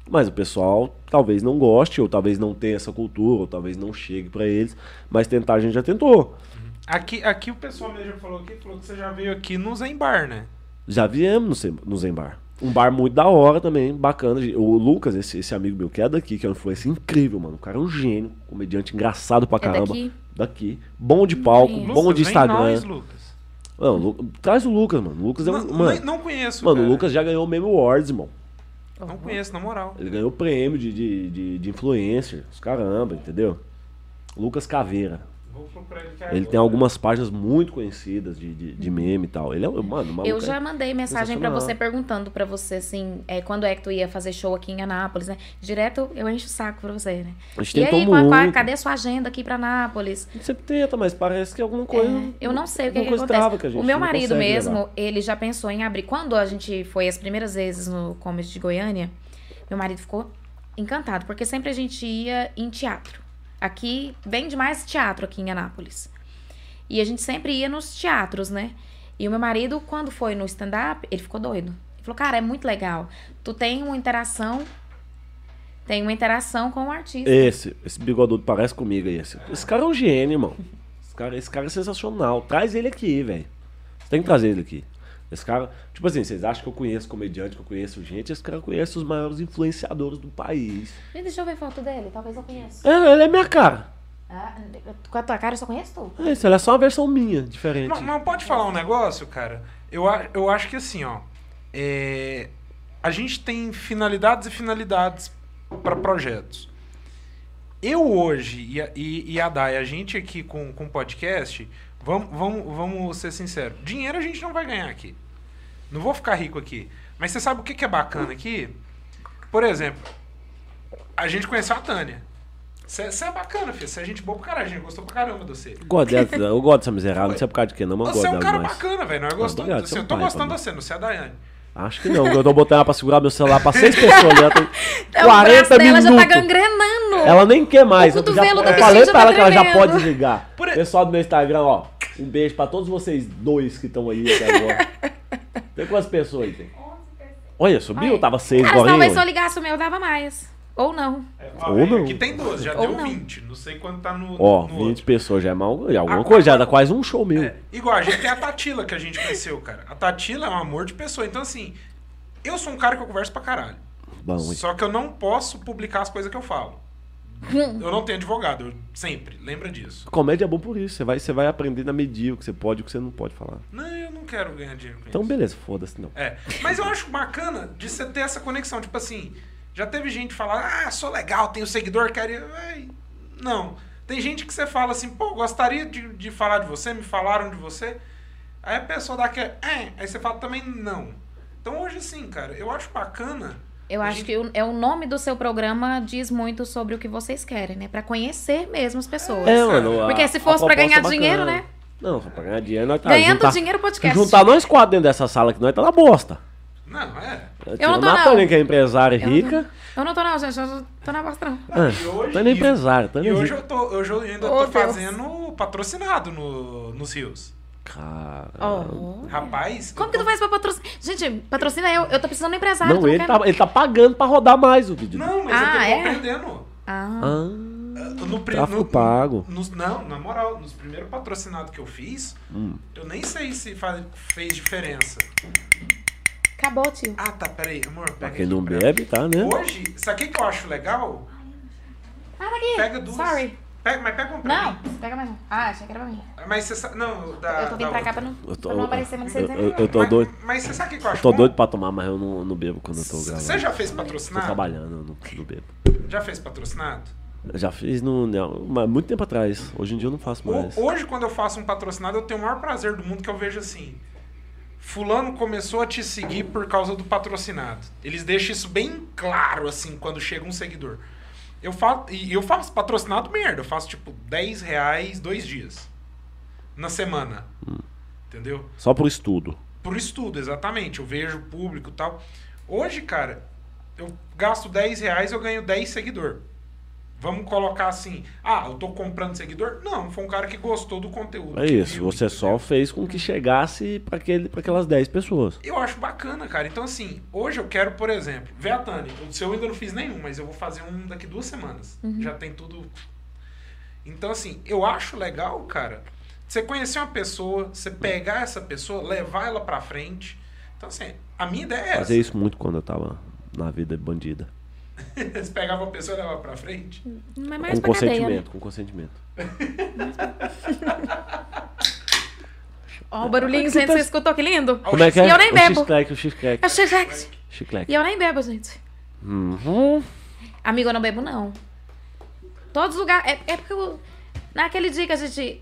S3: Mas o pessoal talvez não goste, ou talvez não tenha essa cultura, ou talvez não chegue pra eles. Mas tentar a gente já tentou.
S2: Aqui, aqui o pessoal mesmo falou aqui, falou que você já veio aqui no Zen Bar, né?
S3: Já viemos no Zen- no Zen Bar. Um bar muito da hora também, bacana. O Lucas, esse, esse amigo meu que é daqui, que é um influencer incrível, mano. O cara é um gênio, comediante engraçado pra
S1: É
S3: caramba.
S1: daqui?
S3: Daqui. Bom de palco,
S1: conheço.
S3: bom de
S2: vem
S3: Instagram.
S2: nós, Lucas.
S3: Não, Lu- traz o Lucas, mano. O Lucas é um.
S2: Não,
S3: mano,
S2: nem- não conheço.
S3: mano, o
S2: cara.
S3: Lucas já ganhou o Meme Awards, irmão.
S2: Não conheço, na moral.
S3: Ele ganhou prêmio de, de, de, de influencer. Os caramba, entendeu? Lucas Caveira.
S2: Vou procurar ele aqui
S3: Ele
S2: agora.
S3: tem algumas páginas muito conhecidas de, de, de meme e tal. Ele é, um- mano, maluco.
S1: Eu já mandei mensagem pra
S3: sensacional.
S1: você perguntando pra você, assim, é, quando é que tu ia fazer show aqui em Anápolis, né? Direto eu encho o saco pra você, né?
S3: A gente
S1: E aí,
S3: tentou
S1: qual- qual-
S3: muito.
S1: cadê a sua agenda aqui pra Anápolis?
S3: A gente sempre tenta, mas parece que é alguma coisa.
S1: É, Eu não sei o que, que
S3: alguma coisa
S1: acontece.
S3: trava que a gente
S1: o meu
S3: não
S1: marido
S3: consegue
S1: mesmo,
S3: levar.
S1: ele já pensou em abrir. Quando a gente foi as primeiras vezes no Comedy de Goiânia, meu marido ficou encantado, porque sempre a gente ia em teatro. Aqui vem demais teatro aqui em Anápolis. E a gente sempre ia nos teatros, né? E o meu marido, quando foi no stand-up, ele ficou doido. Ele falou, cara, é muito legal. Tu tem uma interação. Tem uma interação com o artista.
S3: Esse, esse bigodudo parece comigo aí. Esse, esse cara é um gênio, irmão. Esse cara, esse cara é sensacional. Traz ele aqui, velho. Você tem que trazer ele aqui. Esse cara, tipo assim, vocês acham que eu conheço comediante, que eu conheço gente? Esse cara conhece os maiores influenciadores do país.
S1: Gente, Deixa eu ver foto dele, talvez eu conheça.
S3: É, ele é minha cara.
S1: Ah, com a tua cara eu só conheço tu.
S3: É isso, ele é só uma versão minha, diferente.
S2: Mas, mas pode falar um negócio, cara? Eu, a- eu acho que assim, ó. é, a gente tem finalidades e finalidades para projetos. Eu hoje e a, e, e a Dai, a gente aqui com o podcast, vamos, vamos, vamos ser sinceros. Dinheiro a gente não vai ganhar aqui. Não vou ficar rico aqui. Mas você sabe o que, que é bacana aqui? Por exemplo, a gente conheceu a Tânia. Você é bacana, filho. Você é gente boa pra caralho. A gente gostou pra caramba de você.
S3: Eu gosto, dessa, eu gosto dessa miserável, não sei por causa de quê, não, mas eu
S2: Você
S3: gosto
S2: é um
S3: dela
S2: cara
S3: demais.
S2: bacana, velho. Nós gostamos.
S3: obrigado,
S2: assim,
S3: você é um
S2: eu tô
S3: pai,
S2: gostando
S3: Pablo.
S2: de você, não sei a Daiane.
S3: Acho que não, eu tô botando ela pra segurar meu celular pra seis pessoas ali, ela tem 40
S1: É um dela
S3: minutos.
S1: já tá gangrenando.
S3: Ela nem quer mais.
S1: O
S3: Eu já,
S1: cotovelo da
S3: eu
S1: bichinha
S3: falei
S1: já
S3: pra
S1: tá
S3: ela que ela já
S1: tremendo.
S3: pode desligar.
S2: Por-
S3: Pessoal do meu Instagram, ó. Um beijo pra todos vocês dois que estão aí até agora. tem quantas pessoas aí? Tem? Olha, subiu?
S1: Olha.
S3: Tava seis
S1: Cara,
S3: agora, hein?
S1: talvez se eu
S3: hoje?
S1: ligasse o meu, dava mais. Ou não.
S2: É,
S3: Ou
S2: velho,
S3: não.
S2: Aqui tem 12, já
S1: Ou
S2: deu
S1: não.
S2: 20. Não sei quanto tá no.
S3: Ó,
S2: no
S3: 20
S2: outro.
S3: pessoas já é mal, já é alguma
S2: Ah,
S3: coisa, já dá quase um show meu.
S2: É, igual a gente tem a Tatila que a gente conheceu, cara. A Tatila é um amor de pessoa. Então, assim, eu sou um cara que eu converso pra caralho.
S3: Bom, hein?
S2: Só que eu não posso publicar as coisas que eu falo. Eu não tenho advogado, eu sempre. Lembra disso.
S3: comédia é bom por isso. Você vai, você vai aprender a medir o que você pode e o que você não pode falar.
S2: Não, eu não quero ganhar dinheiro com
S3: Então,
S2: isso.
S3: beleza, foda-se, não.
S2: É. Mas eu acho bacana de você ter essa conexão. Tipo assim, já teve gente falar, ah, sou legal, tenho seguidor, quero. ir." Véi, Não. Tem gente que você fala assim, pô, gostaria de, de falar de você, me falaram de você. Aí a pessoa dá aquela, é, aí você fala também não. Então hoje sim, cara, eu acho bacana.
S1: Eu
S2: a
S1: acho
S2: gente-
S1: que o, é o nome do seu programa diz muito sobre o que vocês querem, né? Pra conhecer mesmo as pessoas.
S3: É, mano.
S1: Porque se fosse pra ganhar
S3: proposta é
S1: dinheiro,
S3: bacana.
S1: né?
S3: Não, só pra ganhar dinheiro, nós tá
S1: Ganhando
S3: juntar,
S1: dinheiro
S3: Se
S1: podcast.
S3: juntar nós quatro dentro dessa sala que nós tá na bosta.
S2: Não, é.
S1: Eu não tô,
S3: a Natânia,
S1: não.
S3: que é empresária
S1: Eu não-
S3: rica.
S1: Eu não tô não, gente. Eu não tô na bosta não.
S3: Ah,
S2: E hoje-
S3: Tânia é empresária,
S2: E
S3: Tânia é
S2: hoje
S3: rica.
S2: eu, tô, hoje eu ainda
S1: Oh,
S2: tô
S1: Deus.
S2: fazendo patrocinado no, nos rios.
S3: Cara.
S1: Oh.
S2: Rapaz.
S1: Como que tu faz pra patrocinar? Gente, patrocina eu. Eu tô precisando de um empresário. tu
S3: Não, ele
S1: quer-
S3: tá, ele tá pagando pra rodar mais o vídeo.
S2: Não, mas
S1: Ah,
S2: eu tô
S1: é?
S2: aprendendo.
S1: Ah,
S3: Ah,
S2: No pri-
S3: Tráfico
S2: no-
S3: pago.
S2: nos- não, na moral, nos primeiros patrocinados que eu fiz,
S3: Hum.
S2: eu nem sei se fa- fez diferença.
S1: acabou, tio.
S2: Ah, tá, peraí, amor.
S3: pra
S2: Pega
S3: quem
S2: aqui,
S3: não
S2: peraí.
S3: bebe, tá, né?
S2: Hoje, sabe o que que eu acho legal?
S1: Ah, daqui.
S2: Pega duas.
S1: Sorry.
S2: Pega, mas pega um pra
S1: Não,
S2: mim.
S1: pega mais um. Ah, achei que era pra mim.
S2: Mas você sabe. Não, da.
S1: eu tô vindo pra
S2: da
S1: cá
S2: outra.
S1: pra não,
S3: Eu tô-
S1: pra não aparecer muito
S3: eu-
S1: vocês.
S3: eu- eu tô
S2: Mas-
S3: doido.
S2: Mas você sabe o que que eu acho?
S3: Eu tô
S2: bom?
S3: doido pra tomar, mas eu não, não bebo quando eu tô
S2: C-
S3: gravando.
S2: Você já fez
S3: Tô
S2: patrocinado?
S3: trabalhando, eu não, não bebo.
S2: Já fez patrocinado?
S3: Eu já fiz no, não, mas muito tempo atrás. Hoje em dia eu não faço mais.
S2: Ho- Hoje, quando eu faço um patrocinado, eu tenho o maior prazer do mundo que eu vejo assim. Fulano começou a te seguir por causa do patrocinado. Eles deixam isso bem claro, assim, quando chega um seguidor. Eu faço, e eu faço patrocinado merda. Eu faço, tipo, 10 reais dois dias. Na semana. Entendeu?
S3: Só pro estudo.
S2: Pro estudo, exatamente. Eu vejo o público e tal. Hoje, cara, eu gasto 10 reais eu ganho 10 seguidor. Vamos colocar assim, ah, eu tô comprando seguidor? Não, foi um cara que gostou do conteúdo.
S3: É
S2: que
S3: isso.
S2: viu,
S3: Você
S2: entendeu?
S3: só fez com
S1: É.
S3: que chegasse pra, aquele, pra aquelas 10 pessoas.
S2: Eu acho bacana, cara. Então, assim, hoje eu quero, por exemplo, ver a Tânia. O seu eu ainda não fiz nenhum, mas eu vou fazer um daqui duas semanas. Já tem tudo. Então, assim, eu acho legal, cara, você conhecer uma pessoa, você pegar essa pessoa, levar ela pra frente. Então, assim, a minha ideia é essa.
S3: Fazia isso muito quando eu tava na vida bandida.
S2: Eles pegavam a pessoa e levavam pra frente?
S1: Não é mais
S3: com
S1: pra cadeia, né?
S3: consentimento, com consentimento.
S1: Ó, o barulhinho,
S3: Aqui tá-
S1: gente. Você escutou que lindo?
S2: Ó,
S3: Como é tá. que é?
S1: E eu nem
S3: o
S1: bebo.
S3: X-Crack, o X-Crack.
S1: É o Xerex.
S3: X-Crack.
S1: E eu nem bebo, gente.
S3: Uhum.
S1: Amigo, eu não bebo, não. Todos os lugares. É, é porque eu. Naquele dia que a gente.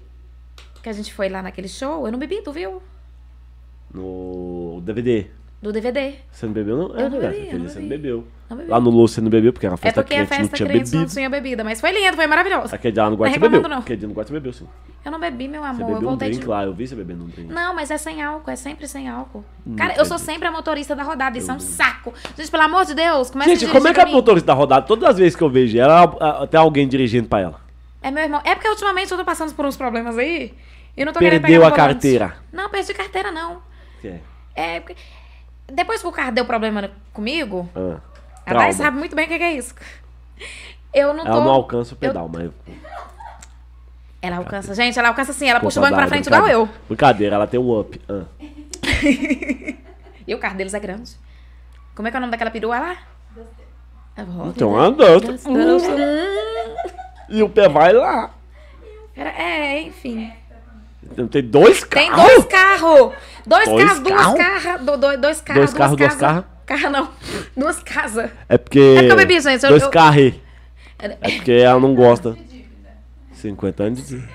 S1: Que a gente foi lá naquele show, eu não bebi, tu viu?
S3: No DVD.
S1: Do DVD.
S3: Você não bebeu, não? É
S1: Eu não
S3: verdade,
S1: bebi,
S3: aquele
S1: eu não
S3: dia você não
S1: bebi.
S3: bebeu.
S1: Não bebi.
S3: Lá no Lúcio você não bebeu, porque era uma
S1: É
S3: festa
S1: porque a
S3: quente, não
S1: festa
S3: tinha
S1: crente não
S3: bebido.
S1: tinha bebida, mas foi lindo, foi maravilhoso.
S3: Aquele dia lá no Guarda você
S1: reclamando,
S3: bebeu.
S1: não.
S3: Aquele dia no Guarda você bebeu, sim.
S1: Eu não bebi, meu
S3: Você
S1: amor. Eu
S3: bebeu um
S1: voltei de
S3: drink lá, eu vi você bebendo um drink.
S1: Não, mas é sem álcool, é sempre sem álcool.
S3: Não
S1: Cara, eu sou
S3: acredito.
S1: sempre a motorista da rodada, isso é um saco. Gente, pelo amor de Deus, começa a
S3: Gente, como é
S1: dirigir
S3: que a
S1: pra mim.
S3: motorista da rodada, todas as vezes que eu vejo ela, a- a- tem alguém dirigindo pra ela?
S1: É meu irmão. É porque ultimamente eu tô passando por uns problemas aí. E eu não tô querendo
S3: Perdeu
S1: pegar
S3: a
S1: no volante.
S3: carteira.
S1: Não, perdi carteira, não.
S3: É.
S1: É porque. Depois que o carro deu problema comigo,
S3: Ah,
S1: a Dai
S3: trauma.
S1: sabe muito bem o que que é isso. Eu Tá não tô.
S3: Ela não alcança o pedal, mas.
S1: Ela alcança, gente, ela alcança assim, ela puxa o
S3: Pô,
S1: banco pra
S3: Dai,
S1: frente igual eu.
S3: brincadeira. Brincadeira, ela tem um up. Ah.
S1: E o carro deles é grande. Como é que é o nome daquela perua lá? Tá um
S3: Então anda. E o pé vai lá.
S1: Era- É, enfim.
S3: Então Tem dois
S1: Tem
S3: carros.
S1: dois carros! Dois,
S3: Dois
S1: carros, duas
S3: carro?
S1: carras. do- do- dois carros,
S3: Dois carros, duas
S1: duas casas.
S3: carra?
S1: Carro não. Duas casas.
S3: É porque.
S1: É porque eu bebi, gente, eu-
S3: Dois
S1: eu-
S3: carros. É porque ela não gosta. 50 anos de dívida.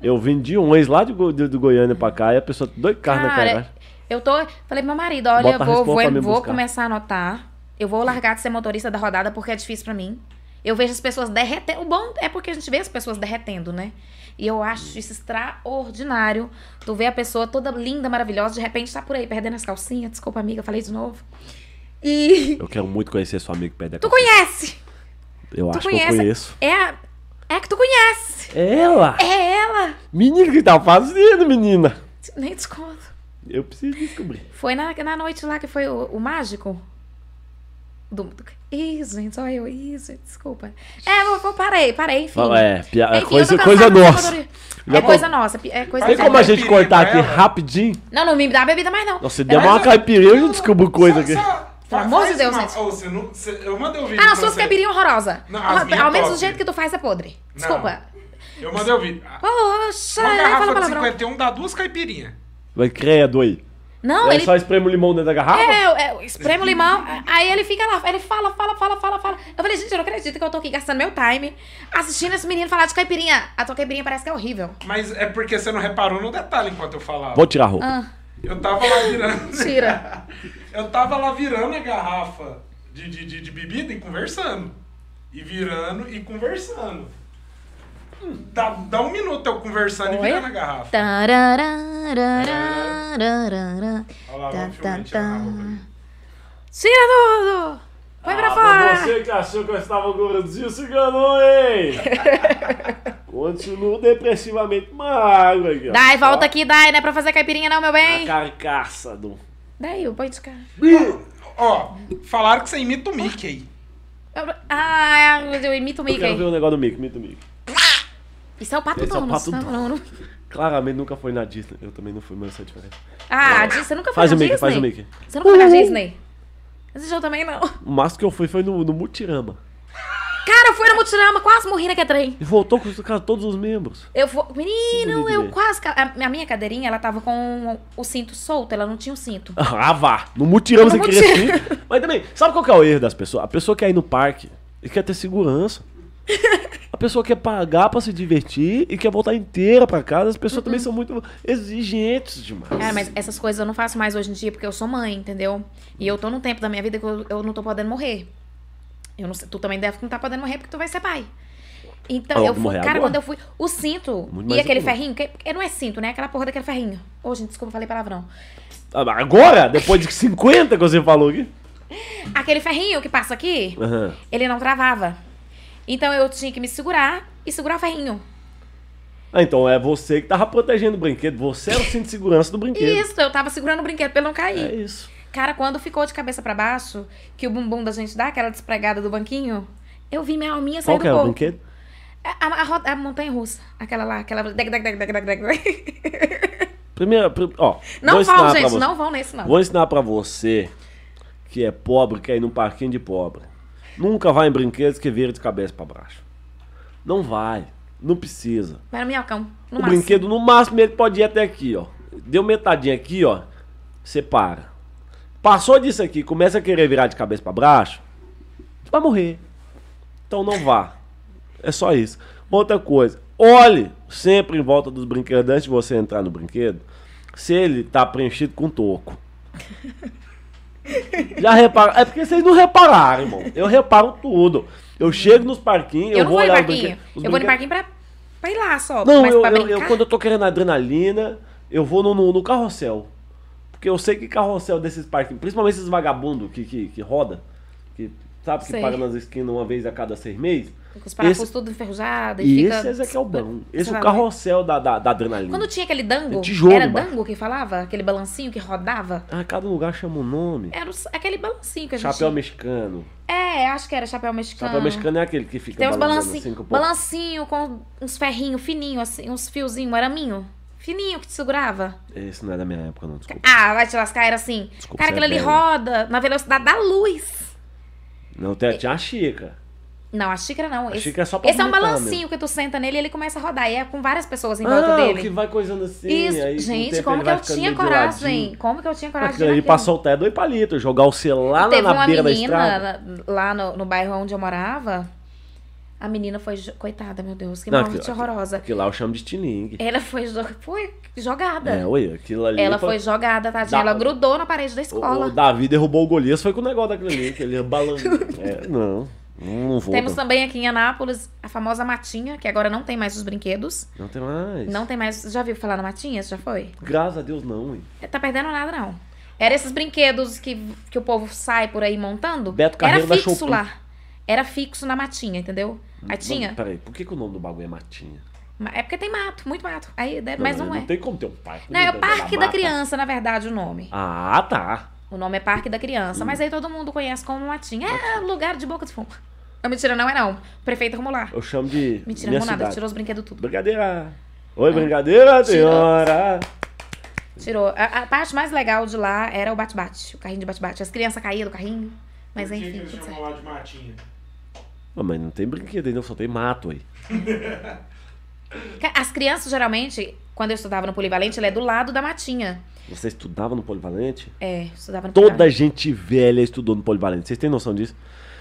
S3: Eu vendi um ex lá de, Go- de- do Goiânia pra cá e a pessoa tem dois carros na
S1: Cara,
S3: cara.
S1: eu tô. Falei pro meu marido: olha,
S3: Bota
S1: eu
S3: a
S1: vou,
S3: resposta pra me
S1: vou, vou
S3: buscar.
S1: começar a anotar. Eu vou largar de ser motorista da rodada porque é difícil pra mim. Eu vejo as pessoas derretendo. O bom é porque a gente vê as pessoas derretendo, né? E eu acho isso extraordinário. Tu vê a pessoa toda linda, maravilhosa, de repente tá por aí perdendo as calcinhas. Desculpa, amiga, eu falei de novo. E.
S3: Eu quero muito conhecer seu amigo Pedro.
S1: Tu conhece!
S3: Eu
S1: Tu
S3: acho que
S1: conhece?
S3: eu conheço.
S1: É a. É a que tu conhece!
S3: É ela!
S1: É ela!
S3: Menina, o que tá fazendo, menina?
S1: Nem desconto.
S3: Eu preciso descobrir.
S1: Foi na, na noite lá que foi o, o mágico? Do, do, ih, gente, olha eu. Ih, gente, desculpa. É, vou, vou- parei, parei, enfim.
S3: Fala, é, pia- é
S1: Enfim,
S3: coisa,
S1: eu tô
S3: coisa
S1: cansada de
S3: nossa.
S1: motorista.
S3: Já
S1: É
S3: tô-
S1: coisa nossa. pi- É coisa
S3: Tem
S2: Dá
S1: nossa.
S3: como a
S2: uma
S3: gente
S2: caipirinha
S3: cortar
S2: pra
S3: aqui
S2: ela.
S3: rapidinho?
S1: Não, não me dá bebida mais, não.
S3: Nossa, se der
S1: Pera-
S3: uma É caipirinha, eu descubro coisa aqui.
S1: Pelo amor de Deus, gente.
S2: Ô, você não, você- eu mandei o vídeo.
S1: Ah, não,
S2: pra
S1: suas
S2: você.
S1: caipirinhas horrorosa.
S2: Não, as minhas
S1: Ao menos
S2: top.
S1: o jeito que tu faz é podre. Desculpa.
S2: Eu mandei o vídeo. Ah,
S1: Poxa,
S2: Uma
S1: nem é, fala
S2: garrafa de
S1: palavrão.
S2: 51 dá duas caipirinhas.
S3: Vai, credo aí.
S1: Não,
S3: Aí
S1: ele.
S3: só espreme o limão dentro da garrafa?
S1: É, eu- eu espremo o limão, aí ele fica lá, ele fala, fala, fala, fala, fala. Eu falei, gente, eu não acredito que eu tô aqui gastando meu time assistindo esse menino falar de caipirinha. A tua caipirinha parece que é horrível.
S2: Mas é porque você não reparou no detalhe enquanto eu falava.
S3: Vou tirar a roupa.
S1: Ah,
S2: Eu tava lá virando.
S1: Tira.
S2: Eu tava lá virando a garrafa de, de, de, de bebida e conversando. E virando e conversando. Hum, Dá, dá um minuto eu conversando e
S1: Olha.
S2: virando a garrafa.
S1: Tararararararara.
S2: Olha lá,
S1: Tá,
S2: vamos filmar,
S1: tá,
S2: tirar a
S1: tá.
S2: roupa aqui.
S1: Tira tudo! Põe Ah, pra
S3: pra
S1: fora!
S3: Ah, Você que achou que eu estava gordinho, se enganou, hein? Continuo depressivamente magro aqui, ó.
S1: Dai, volta
S3: Ó, Ah,
S1: aqui, Dai, não é pra fazer caipirinha não, meu
S3: A
S1: bem.
S3: carcaça do...
S1: Daí, eu põe de cá.
S2: Ó, falaram que você imita o Mickey.
S1: Eu- Ah, eu imito o
S3: Eu quero ver
S1: Mickey.
S3: o negócio do Mickey, mito Mickey.
S1: Isso é o Pato
S3: Esse é o
S1: Donald.
S3: Pato
S1: não, não, não.
S3: Claramente nunca foi na Disney. Eu também não fui, mas essa é a diferença.
S1: Ah, Disney, você nunca foi
S3: Faz
S1: na
S3: o Mickey,
S1: Disney?
S3: faz o Mickey.
S1: Você nunca foi na Disney? Esse show também não.
S3: O máximo que eu fui foi no, no Mutirama.
S1: Cara, eu fui no Mutirama, quase morri naquele trem.
S3: E voltou com os- com todos os membros.
S1: Eu vou. Menino,
S3: Sim,
S1: eu
S3: bebê.
S1: quase. ca- A, a minha cadeirinha, ela tava com o cinto solto, ela não tinha o cinto.
S3: Ah, vá. No mutirão
S1: No
S3: você queria
S1: mutirão.
S3: sim. Mas também, sabe qual que é o erro das pessoas? A pessoa quer ir no parque e quer ter segurança. A pessoa quer pagar pra se divertir e quer voltar inteira pra casa. As pessoas também são muito exigentes demais.
S1: Cara, Uhum. É, mas essas coisas eu não faço mais hoje em dia porque eu sou mãe, entendeu? E eu tô num tempo da minha vida que eu, eu não tô podendo morrer. Eu não sei, tu também deve não tá podendo morrer porque tu vai ser pai. Então,
S3: Ah, eu
S1: eu
S3: vou
S1: fui,
S3: morrer
S1: cara,
S3: agora.
S1: quando eu fui, o cinto
S3: Muito
S1: e
S3: mais
S1: aquele
S3: seguro.
S1: ferrinho, que, que não é cinto, né? Aquela porra daquele ferrinho. Ô, gente, desculpa, falei palavrão.
S3: Ah, mas Agora, depois de 50 que você falou aqui.
S1: Aquele ferrinho que passa aqui,
S3: Aham.
S1: ele não travava. Então eu tinha que me segurar e segurar o ferrinho.
S3: Ah, então é você que tava protegendo o brinquedo. Você era o cinto de segurança do brinquedo.
S1: Isso, eu tava segurando o brinquedo pra ele não
S3: É
S1: cair.
S3: isso.
S1: Cara, quando ficou de cabeça pra baixo, que o bumbum da gente dá aquela despregada do banquinho, eu vi minha alminha sair
S3: Qual
S1: do
S3: que era o
S1: corpo.
S3: brinquedo?
S1: A, a ro- a montanha russa. Aquela lá, aquela. dec, dec, dec, dec, dec, dec.
S3: Primeira, prim- ó. vou
S1: Não
S3: ensinar
S1: vão,
S3: pra
S1: gente,
S3: você.
S1: não vão nesse, não.
S3: Vou ensinar pra você que é pobre, quer ir num parquinho de pobre. Nunca vai em brinquedos que vira de cabeça pra baixo. Não vai. Não precisa.
S1: Vai no minhocão. No
S3: o
S1: máximo.
S3: brinquedo, no máximo, ele pode ir até aqui, ó. Deu metadinha aqui, ó. Você para. Passou disso aqui, começa a querer virar de cabeça pra baixo, você vai morrer. Então não vá. É só isso. Outra coisa, olhe sempre em volta dos brinquedos antes de você entrar no brinquedo, se ele tá preenchido com toco. Já repara? É porque vocês não repararam, irmão. Eu reparo tudo. Eu chego nos parquinhos, eu,
S1: Eu, não
S3: vou
S1: vou no
S3: olhar os
S1: parquinho.
S3: brinquedos- os
S1: Eu vou no parquinho
S3: brinquedos-
S1: pra, pra ir lá só.
S3: não,
S1: mas
S3: eu,
S1: pra
S3: eu- eu-
S1: brincar.
S3: quando eu tô querendo adrenalina, eu vou no, no- no carrossel. Porque eu sei que carrossel desses parques, principalmente esses vagabundos que, que, que roda, que sabe, que
S1: Sei.
S3: paga nas esquinas uma vez a cada seis meses.
S1: Com os parafusos
S3: esse-
S1: tudo enferrujado.
S3: E
S1: E,
S3: esse,
S1: fica...
S3: esse aqui é o bom. Esse é
S1: Sei
S3: o
S1: lá.
S3: carrossel da, da, da adrenalina.
S1: Quando tinha aquele dango,
S3: É tijolo
S1: era
S3: embaixo.
S1: dango que falava? Aquele balancinho que rodava?
S3: Ah, cada lugar chama um nome.
S1: Era o- aquele balancinho que É, a gente...
S3: Chapéu mexicano.
S1: É, acho que era chapéu mexicano.
S3: Chapéu mexicano é aquele que fica
S1: Tem uns
S3: balançando
S1: balancinhos
S3: assim com o povo.
S1: balancinho com uns ferrinhos fininhos, assim, uns fiozinhos, um araminho. Fininho que te segurava.
S3: Esse não é da minha época, não, desculpa.
S1: Ah, vai te lascar, era assim.
S3: Desculpa,
S1: cara, aquilo
S3: você é
S1: ali
S3: velha.
S1: roda na velocidade da luz.
S3: Não, tem, tinha a xícara.
S1: Não, a xícara não.
S3: A
S1: esse
S3: xícara é só pra
S1: esse é um
S3: vomitar
S1: balancinho
S3: mesmo.
S1: que tu senta nele e ele começa a rodar. E é com várias pessoas em volta
S3: Ah, o
S1: dele.
S3: que vai coisando assim.
S1: Isso,
S3: aí com o
S1: gente,
S3: tempo
S1: como
S3: ele
S1: que
S3: vai
S1: eu
S3: ficando
S1: tinha
S3: meio de ladinho.
S1: coragem? Como que eu tinha coragem de
S3: Aquilo ali
S1: naquilo?
S3: pra soltar é dois palitos. Jogar o celular Ah, lá
S1: Teve
S3: na
S1: uma
S3: beira da
S1: menina
S3: estrada.
S1: lá- lá no, no bairro onde eu morava. A menina foi. jo- Coitada, meu Deus, que
S3: Não,
S1: morte
S3: aquilo-
S1: horrorosa.
S3: Aquilo lá eu chamo de stiling.
S1: Ela foi, jo- foi jogada.
S3: É, oi, aquilo ali.
S1: É Ela foi
S3: foi-
S1: jogada, tadinha.
S3: Da-
S1: Ela grudou na parede da
S3: o-
S1: escola.
S3: O Davi derrubou o Golias, foi com o negócio daquele ali, que ele balançou. é, não, não vou.
S1: Temos
S3: não.
S1: também aqui em Anápolis a famosa Matinha, que agora não tem mais os brinquedos.
S3: não tem mais.
S1: Não tem mais. Já viu falar na Matinha? Já foi?
S3: Graças a Deus, não, hein.
S1: Tá perdendo nada, não. Era esses brinquedos que, que o povo sai por aí montando.
S3: Beto Carreiro da Hum,
S1: Era fixo
S3: Shopee.
S1: lá. Era fixo na Matinha, entendeu? Aí tinha.
S3: Mas, peraí, por que, que o nome do bagulho é Matinha?
S1: Ma- É porque tem mato, muito mato. Aí, né, mas não, é.
S3: Não tem como ter um parque.
S1: Não, é
S3: dentro
S1: o Parque da
S3: mata.
S1: Criança, na verdade, o nome.
S3: Ah, tá.
S1: O nome é Parque da Criança, mas aí todo mundo conhece como Matinha. É lugar de boca de fumo. Não, mentira, não é não. O prefeito arrumou lá.
S3: Eu chamo de.
S1: Mentira,
S3: minha
S1: arrumou nada.
S3: cidade.
S1: Tirou É. os brinquedos tudo.
S3: Brincadeira. Oi, brincadeira, senhora.
S1: Tirou. A, a parte mais legal de lá era o bate-bate. O carrinho de bate-bate. As crianças caíam do carrinho. Mas
S2: Por que
S1: enfim,
S2: que eles
S1: tudo
S2: chamam
S1: certo.
S2: lá de matinha?
S3: Ah, mas não tem brinquedo ainda, só tem mato aí.
S1: Ca- As crianças, geralmente, Quando eu estudava no Polivalente, ele é do lado da Matinha.
S3: Você estudava no Polivalente?
S1: É, eu estudava no
S3: Toda
S1: Polivalente.
S3: gente velha estudou no Polivalente. Vocês têm noção disso?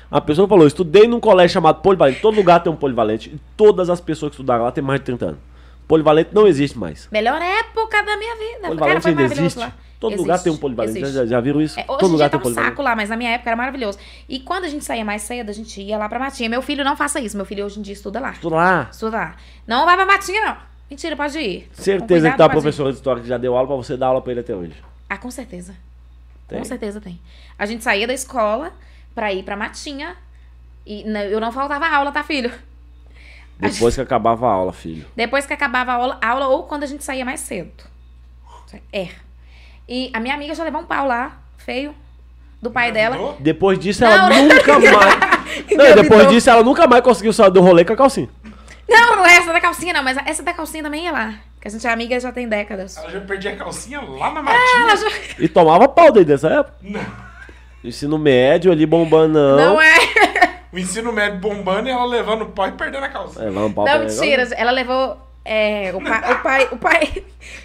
S3: A pessoa falou, estudei num colégio chamado Polivalente. Todo lugar tem um Polivalente. E todas as pessoas que estudaram lá têm mais de 30 anos. Polivalente não existe mais.
S1: Melhor época da minha vida. Cara,
S3: Polivalente
S1: foi
S3: ainda
S1: maravilhoso
S3: existe?
S1: lá.
S3: Todo lugar
S1: Existe,
S3: tem um Polivalente. Já,
S1: existe.
S3: já- já viram isso?
S1: É, hoje
S3: Todo
S1: em dia tá
S3: lugar tem
S1: um
S3: um Polivalente.
S1: saco lá, mas na minha época era maravilhoso. E quando a gente saía mais cedo, a gente ia lá pra Matinha. Meu filho não faça isso. Meu filho hoje em dia estuda lá.
S3: Estuda lá.
S1: Estuda lá. Não vai pra Matinha, não. Mentira, pode ir. Com
S3: Certeza
S1: cuidado,
S3: que tá
S1: pode
S3: a
S1: ir.
S3: professora de história que já deu aula pra você dar aula pra ele até hoje.
S1: Ah, com certeza.
S3: Tem.
S1: Com certeza tem. A gente saía da escola pra ir pra Matinha. E não- eu não faltava aula, tá, filho? A gente-
S3: Depois que acabava a aula, filho.
S1: Depois que acabava a aula, aula ou quando a gente saía mais cedo. É. E a minha amiga já levou um pau lá, feio, do pai dela.
S2: Engravidou?
S3: Depois disso, ela
S1: Não,
S3: nunca mais. Não, e depois disso, ela nunca mais conseguiu sair do rolê com a calcinha.
S1: Não, não é essa da calcinha, não, mas essa da calcinha também é lá. Que a gente é amiga já tem décadas.
S2: Ela já perdia a calcinha lá na matinha.
S1: Ela já...
S3: E tomava pau desde essa
S1: Ah!
S3: época.
S2: Não.
S3: Ensino médio ali bombando, não.
S1: Não é.
S2: O ensino médio bombando e ela levando pau e perdendo a calcinha.
S3: É, lá um pau
S1: Não,
S3: pra-
S1: mentira. Ela levou. é, o, pa- o pai. O pai.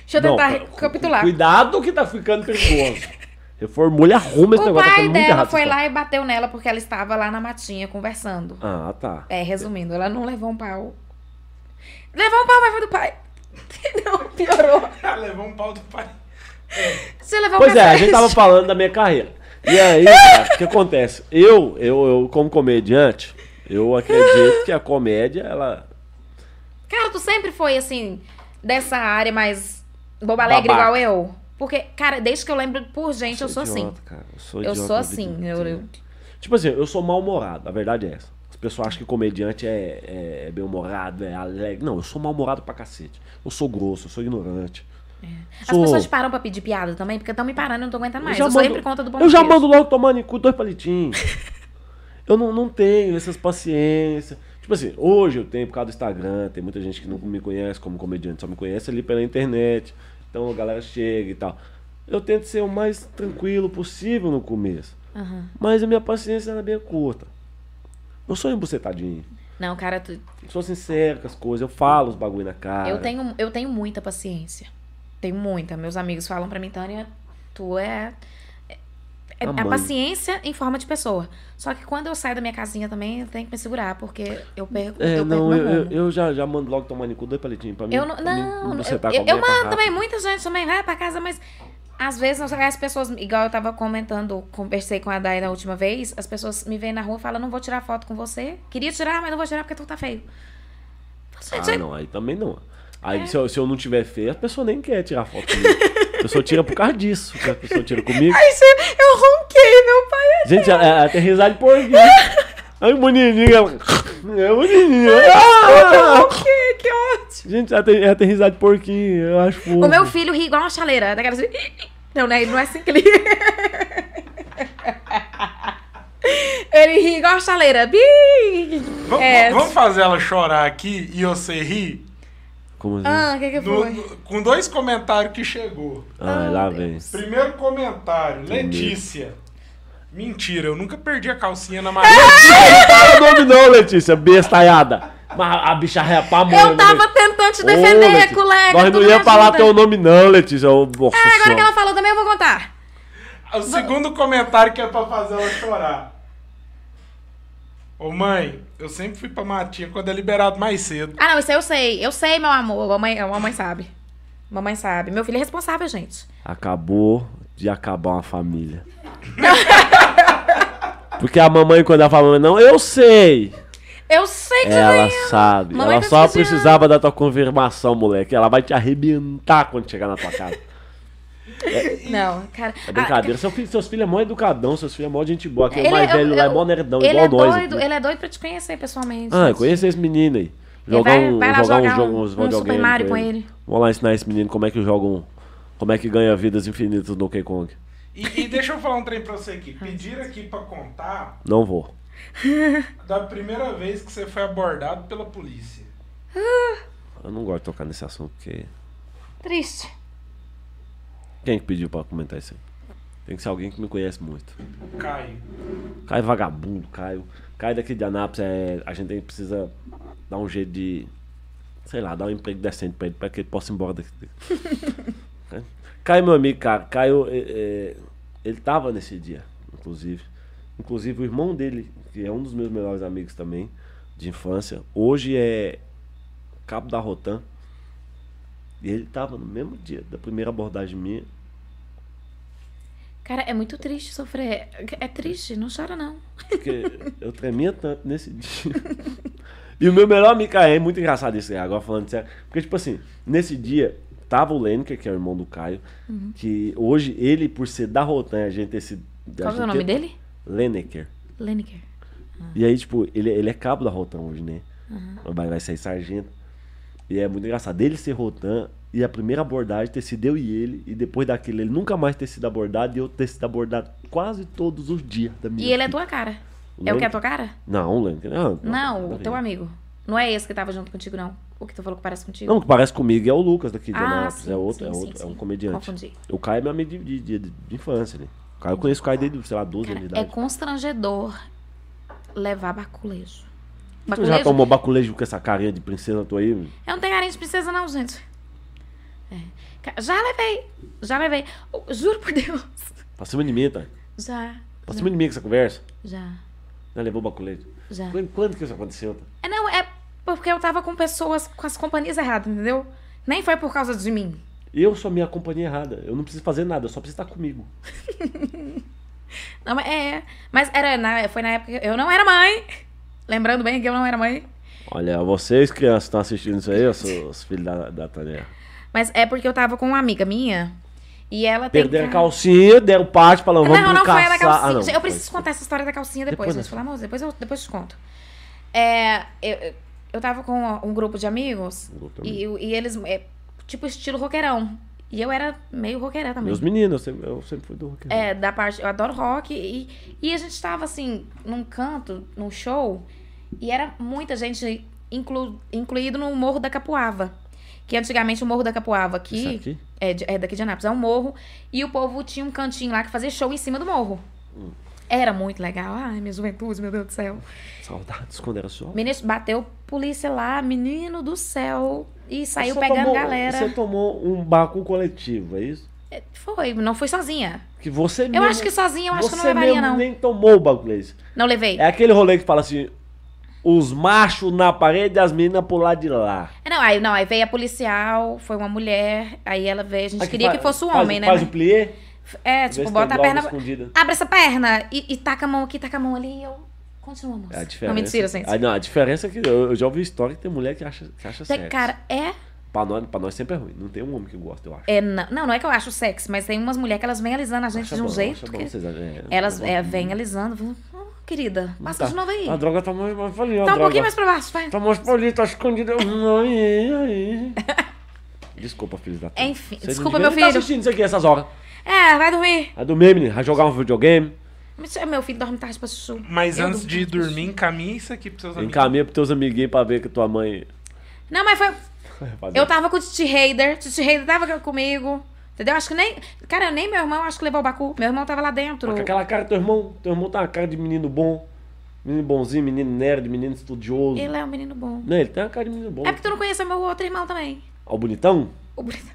S1: Deixa eu
S3: Não,
S1: tentar
S3: cu-
S1: recapitular.
S3: Cuidado que tá ficando perigoso. Reformule, arruma esse
S1: O
S3: negócio.
S1: pai
S3: tá ficando muito
S1: dela
S3: errado
S1: foi
S3: essa
S1: lá e bateu nela porque ela estava lá na matinha conversando.
S3: história. Ah, tá.
S1: É, resumindo, ela não levou um pau. Levou um pau, mas foi do pai. Não, piorou.
S2: Ela levou um pau do pai.
S1: É. Você levou um
S3: Pois
S1: pra
S3: é, a gente
S1: frente.
S3: tava falando da minha carreira. E aí, cara, o que acontece? Eu, eu, eu, como comediante, eu acredito que a comédia, ela.
S1: Cara, tu sempre foi assim, dessa área mais boba alegre
S3: Babaca.
S1: igual eu. Porque, cara, desde que eu lembro por gente, eu sou assim.
S3: idiota, cara. Eu sou,
S1: Eu
S3: idiota
S1: sou
S3: a vida
S1: assim. Eu,
S3: inteira.
S1: eu-
S3: Tipo assim, eu sou mal-humorado, a verdade é essa. As pessoas acham que comediante é, é- é bem-humorado, é alegre. Não, eu sou mal-humorado pra cacete. Eu sou grosso, eu sou ignorante.
S1: As
S3: Sou-
S1: pessoas param pra pedir piada também, porque estão me parando, eu não tô aguentando mais.
S3: já
S1: Eu,
S3: mando-
S1: sempre conta do bom
S3: Eu já
S1: dia.
S3: mando logo tomando em cu dois palitinhos. eu não, não tenho essas paciências. Tipo assim, hoje eu tenho por causa do Instagram, tem muita gente que não me conhece como comediante, só me conhece ali pela internet. Então a galera chega e tal. Eu tento ser o mais tranquilo possível no começo.
S1: Aham.
S3: Mas a minha paciência era bem curta. Eu sou um embucetadinho.
S1: Não, cara, tu-
S3: Sou sincero com as coisas, eu falo os bagulho na cara.
S1: Eu tenho, eu tenho muita paciência. Tenho muita. Meus amigos falam pra mim, Tânia, tu é. é- é
S3: A
S1: a
S3: mãe.
S1: paciência em forma de pessoa. Só que quando eu saio da minha casinha também, eu tenho que me segurar, porque eu perco.
S3: É,
S1: eu perco
S3: não, eu,
S1: meu
S3: eu,
S1: rumo.
S3: eu já, já mando logo tomar nicu dois palitinhos pra mim.
S1: Eu não,
S3: pra mim
S1: não,
S3: embucetar
S1: eu,
S3: com
S1: eu,
S3: alguém
S1: eu
S3: é pra
S1: mando
S3: rápido.
S1: também, muita gente também vai pra casa, mas às vezes as pessoas, igual eu tava comentando, conversei com a Dai na última vez, as pessoas me veem na rua e falam, não vou tirar foto com você. Queria tirar, mas não vou tirar porque tu tá feio. Gente, É.
S3: Ah, não, aí também não. Aí se, eu, se eu não tiver feio, a pessoa nem quer tirar foto comigo. A pessoa tira por causa disso. que A pessoa tira comigo.
S1: Ai, gente, eu ronquei, meu pai.
S3: Gente, ela- ela até risada de porquinho. Ai, bonitinho. Ela... É bonitinho. Ah!
S1: Que, que ótimo.
S3: Gente, ela tem, ela tem risada de porquinho. Eu acho fofo.
S1: O meu filho ri igual uma chaleira. Daquela assim. Não, né? Não é assim que ele. ele ri igual uma chaleira. Bi!
S2: Vamos,
S1: É.
S2: vamos fazer ela chorar aqui e você rir?
S3: Como assim?
S1: Ah, o que que
S2: No-
S1: foi?
S2: no- com dois comentários que chegou.
S3: Ai, Ah, lá vem.
S2: Primeiro comentário, Letícia. Mentira, eu nunca perdi a calcinha na Maria.
S3: Fala o nome não, Letícia. Bestaiada. Mas a né, bicha repamou.
S1: Eu tava tentando te defender, colega.
S3: Nós
S1: tu
S3: não
S1: me
S3: ia falar
S1: ajuda.
S3: teu nome não, Letícia. Ô, Nossa
S1: É, agora
S3: Senhora.
S1: que ela falou também, eu vou contar.
S2: O segundo comentário que é pra fazer ela chorar. Ô mãe, eu sempre fui pra Matinha quando é liberado mais cedo.
S1: Ah, não, isso aí eu sei. Eu sei, meu amor. Mamãe, a mamãe sabe. Mamãe sabe. Meu filho é responsável, gente.
S3: Acabou de acabar uma família. Porque a mamãe, quando ela fala, não, eu sei.
S1: Eu sei que
S3: Ela
S1: você tem.
S3: sabe.
S1: Mamãe
S3: ela
S1: tá
S3: só
S1: te vigiando.
S3: precisava da tua confirmação, moleque. Ela vai te arrebentar quando chegar na tua casa.
S1: Não, cara.
S3: É
S1: Ah,
S3: brincadeira. Seu filho- seus filhos é mó educadão, seus filhos é mó gente boa. Aquele
S1: Ele
S3: mais
S1: é-
S3: velho lá é
S1: eu-
S3: mó nerdão,
S1: ele
S3: igual
S1: é
S3: nós. né?
S1: doido,
S3: aqui.
S1: ele é doido pra te conhecer pessoalmente.
S3: Ah, eu conheço esse menino aí.
S1: Ele
S3: Jogar
S1: vai-
S3: um,
S1: vai lá
S3: jogar um
S1: jogar
S3: jogo,
S1: um-
S3: uns
S1: um
S3: videogames
S1: Super Mario com ele.
S3: Vou lá ensinar esse menino como é que joga um. Como é que ganha vidas infinitas no Donkey Kong.
S2: E, e deixa eu falar um trem pra você aqui. Pediram aqui pra contar
S3: Não vou.
S2: da primeira vez que você foi abordado pela polícia.
S3: Eu não gosto de tocar nesse assunto, porque.
S1: Triste.
S3: Quem é que pediu pra comentar isso aí? Tem que ser alguém que me conhece muito.
S2: Caio.
S3: Caio vagabundo, Caio. Caio daqui de Anápolis, é, a gente tem, precisa dar um jeito de sei lá, dar um emprego decente pra ele, pra que ele possa ir embora daqui. Caio, meu amigo, cara, Caio, é, é, ele tava nesse dia, inclusive. Inclusive, o irmão dele, que é um dos meus melhores amigos também, de infância, hoje é cabo da Rotan. E ele tava no mesmo dia da primeira abordagem minha.
S1: Cara, é muito triste sofrer. É triste, não chora não.
S3: Porque eu tremia tanto nesse dia. E o meu melhor amigo, cara, é muito engraçado isso, cara, agora falando sério. Porque, tipo assim, nesse dia, tava o Lenker, que é o irmão do Caio,
S1: Uhum.
S3: que hoje ele, por ser da Rotan, a gente ter sido. a
S1: Qual é
S3: gente
S1: o nome
S3: ter-
S1: dele?
S3: Lenker.
S1: Leniker.
S3: E aí, tipo, ele, ele é cabo da Rotan hoje, né?
S1: Uhum.
S3: Vai, vai sair sargento. E é muito engraçado. Ele ser Rotan e a primeira abordagem ter sido eu e ele. E depois daquilo, ele nunca mais ter sido abordado e eu ter sido abordado quase todos os dias da minha
S1: E ele é
S3: vida.
S1: tua cara. É o que é a tua cara?
S3: Não, Lenker. Não,
S1: Não,
S3: nada a
S1: o teu
S3: ver.
S1: amigo. Não é esse que tava junto contigo, não. O que tu falou que parece contigo.
S3: Não, o que parece comigo é o Lucas daqui de
S1: Ah,
S3: Anápolis.
S1: sim,
S3: é outro,
S1: sim,
S3: é
S1: sim,
S3: outro, é um
S1: sim.
S3: comediante.
S1: Confundi.
S3: O Caio é meu amigo de, de, de, de infância, né? O Caio eu conheço o Caio desde, sei lá, 12
S1: Cara,
S3: anos de
S1: é
S3: idade.
S1: constrangedor levar baculejo.
S3: tu já
S1: Baculejo?
S3: tomou baculejo com essa carinha de princesa tua aí? meu?
S1: Eu não tenho carinho de princesa, não, gente. É. Ca- Já levei. Já levei. Oh, Juro por Deus.
S3: Pra cima de mim, tá?
S1: Já.
S3: Pra cima de mim com essa conversa.
S1: Já.
S3: Já levou baculejo.
S1: Já.
S3: Quando, quando que isso aconteceu, tá?
S1: É, não, é porque eu tava com pessoas, com as companhias erradas, entendeu? Nem foi por causa de mim.
S3: Eu sou a minha companhia errada. Eu não preciso fazer nada, eu só preciso estar comigo.
S1: Não, mas é. Mas era na- foi na época que eu não era mãe. Lembrando bem que eu não era mãe.
S3: Olha, vocês crianças que estão assistindo isso aí, eu sou os filhos da, da Tânia.
S1: Mas é porque eu tava com uma amiga minha. E ela tem.
S3: Perderam a
S1: cara-
S3: calcinha, deram parte, falaram, vamos
S1: Não, não foi
S3: caçar.
S1: a da
S3: Ah,
S1: calcinha.
S3: não,
S1: eu preciso
S3: foi.
S1: contar essa história da calcinha depois,
S3: Depois
S1: gente.
S3: nós-
S1: Pelo amor de Deus, depois eu, depois eu te conto. É, eu, eu tava com um grupo de amigos.
S3: Um grupo de
S1: E, e eles. é, tipo, estilo roqueirão. E eu era meio roqueira também.
S3: Meus meninos, eu sempre, eu sempre fui do rock.
S1: É, da parte. Eu adoro rock. E, e a gente tava assim, num canto, num show, e era muita gente inclu, incluído no Morro da Capuava. Que antigamente o Morro da Capuava
S3: Isso
S1: aqui,
S3: aqui?
S1: É, de- é daqui de Anápolis, é um morro. E o povo tinha um cantinho lá que fazia show em cima do morro.
S3: Hum.
S1: Era muito legal. Ai, minha juventude, meu Deus do céu.
S3: Saudades quando era só.
S1: Menino, bateu polícia lá, menino do céu. E saiu
S3: Você
S1: pegando
S3: tomou- um,
S1: galera.
S3: Você tomou um barco coletivo, é isso?
S1: É, Foi, não fui sozinha.
S3: Que você
S1: Eu acho que sozinha, eu acho que eu não
S3: você
S1: levaria,
S3: mesmo
S1: não.
S3: nem tomou o baculejo.
S1: Não levei.
S3: É aquele rolê que fala assim: os machos na parede e as meninas pro lado de lá.
S1: É, Não, aí, não, aí veio a policial, foi uma mulher, aí ela veio, a gente
S3: Aí
S1: queria
S3: fa-
S1: que fosse um
S3: faz-
S1: homem, né?
S3: Faz o
S1: mas-
S3: plié,
S1: É,
S3: vê
S1: tipo,
S3: se
S1: bota
S3: tem
S1: a
S3: droga
S1: perna.
S3: escondida.
S1: Abre essa perna e, e taca a mão aqui, taca a mão ali e eu. Continua, moça.
S3: É a
S1: não,
S3: diferença.
S1: mentira, gente.
S3: Ah, não, a diferença é que eu, eu já ouvi história que tem mulher que acha, que acha
S1: Tem-
S3: sexo.
S1: cara, é.
S3: Pra, nós, pra nós sempre é ruim. Não tem um homem que gosta, eu acho.
S1: é na- não, não é que eu acho sexy, mas tem umas mulheres que elas vêm alisando a gente
S3: Acha
S1: de um
S3: bom,
S1: jeito.
S3: acha
S1: que
S3: bom, vocês- é,
S1: elas
S3: eu
S1: é,
S3: gosto.
S1: vêm alisando. vão, "Ah, querida, passa
S3: Tá.
S1: de novo aí.
S3: A droga tá mais, mais folhinha.
S1: Tá um pouquinho mais pra baixo, vai.
S3: Tá mais folhinha, tá escondida. Hum, Aí, aí. Desculpa, filhos da puta.
S1: Enfim,
S3: Vocês
S1: desculpa,
S3: não deviam
S1: meu
S3: nem tá
S1: filho.
S3: assistindo isso aqui essas horas.
S1: É, vai dormir.
S3: Vai dormir, menino. Vai jogar um videogame.
S1: Mentira, Meu filho dorme tarde pra chuchu.
S2: Mas
S1: Eu
S2: antes
S1: durmo
S2: de
S1: tarde pra
S2: dormir, encaminha isso aqui pros seus amigos.
S3: Encaminha pros teus amiguinhos pra ver que tua mãe...
S1: chuchu. Não, mas foi.
S3: vai fazer.
S1: Eu tá tava com o Titi Raider, Titi Raider tava comigo. Entendeu? Acho que nem. Cara, nem meu irmão acho que levou o Baku. Meu irmão tava lá dentro.
S3: Mas com aquela cara, teu irmão, teu irmão tá uma cara de menino bom. Menino bonzinho, menino nerd, menino estudioso.
S1: Ele é um menino bom.
S3: Não, ele tem uma cara de menino bom.
S1: É porque tu não conheceu meu outro irmão também.
S3: Ó, o bonitão?
S1: O Brito.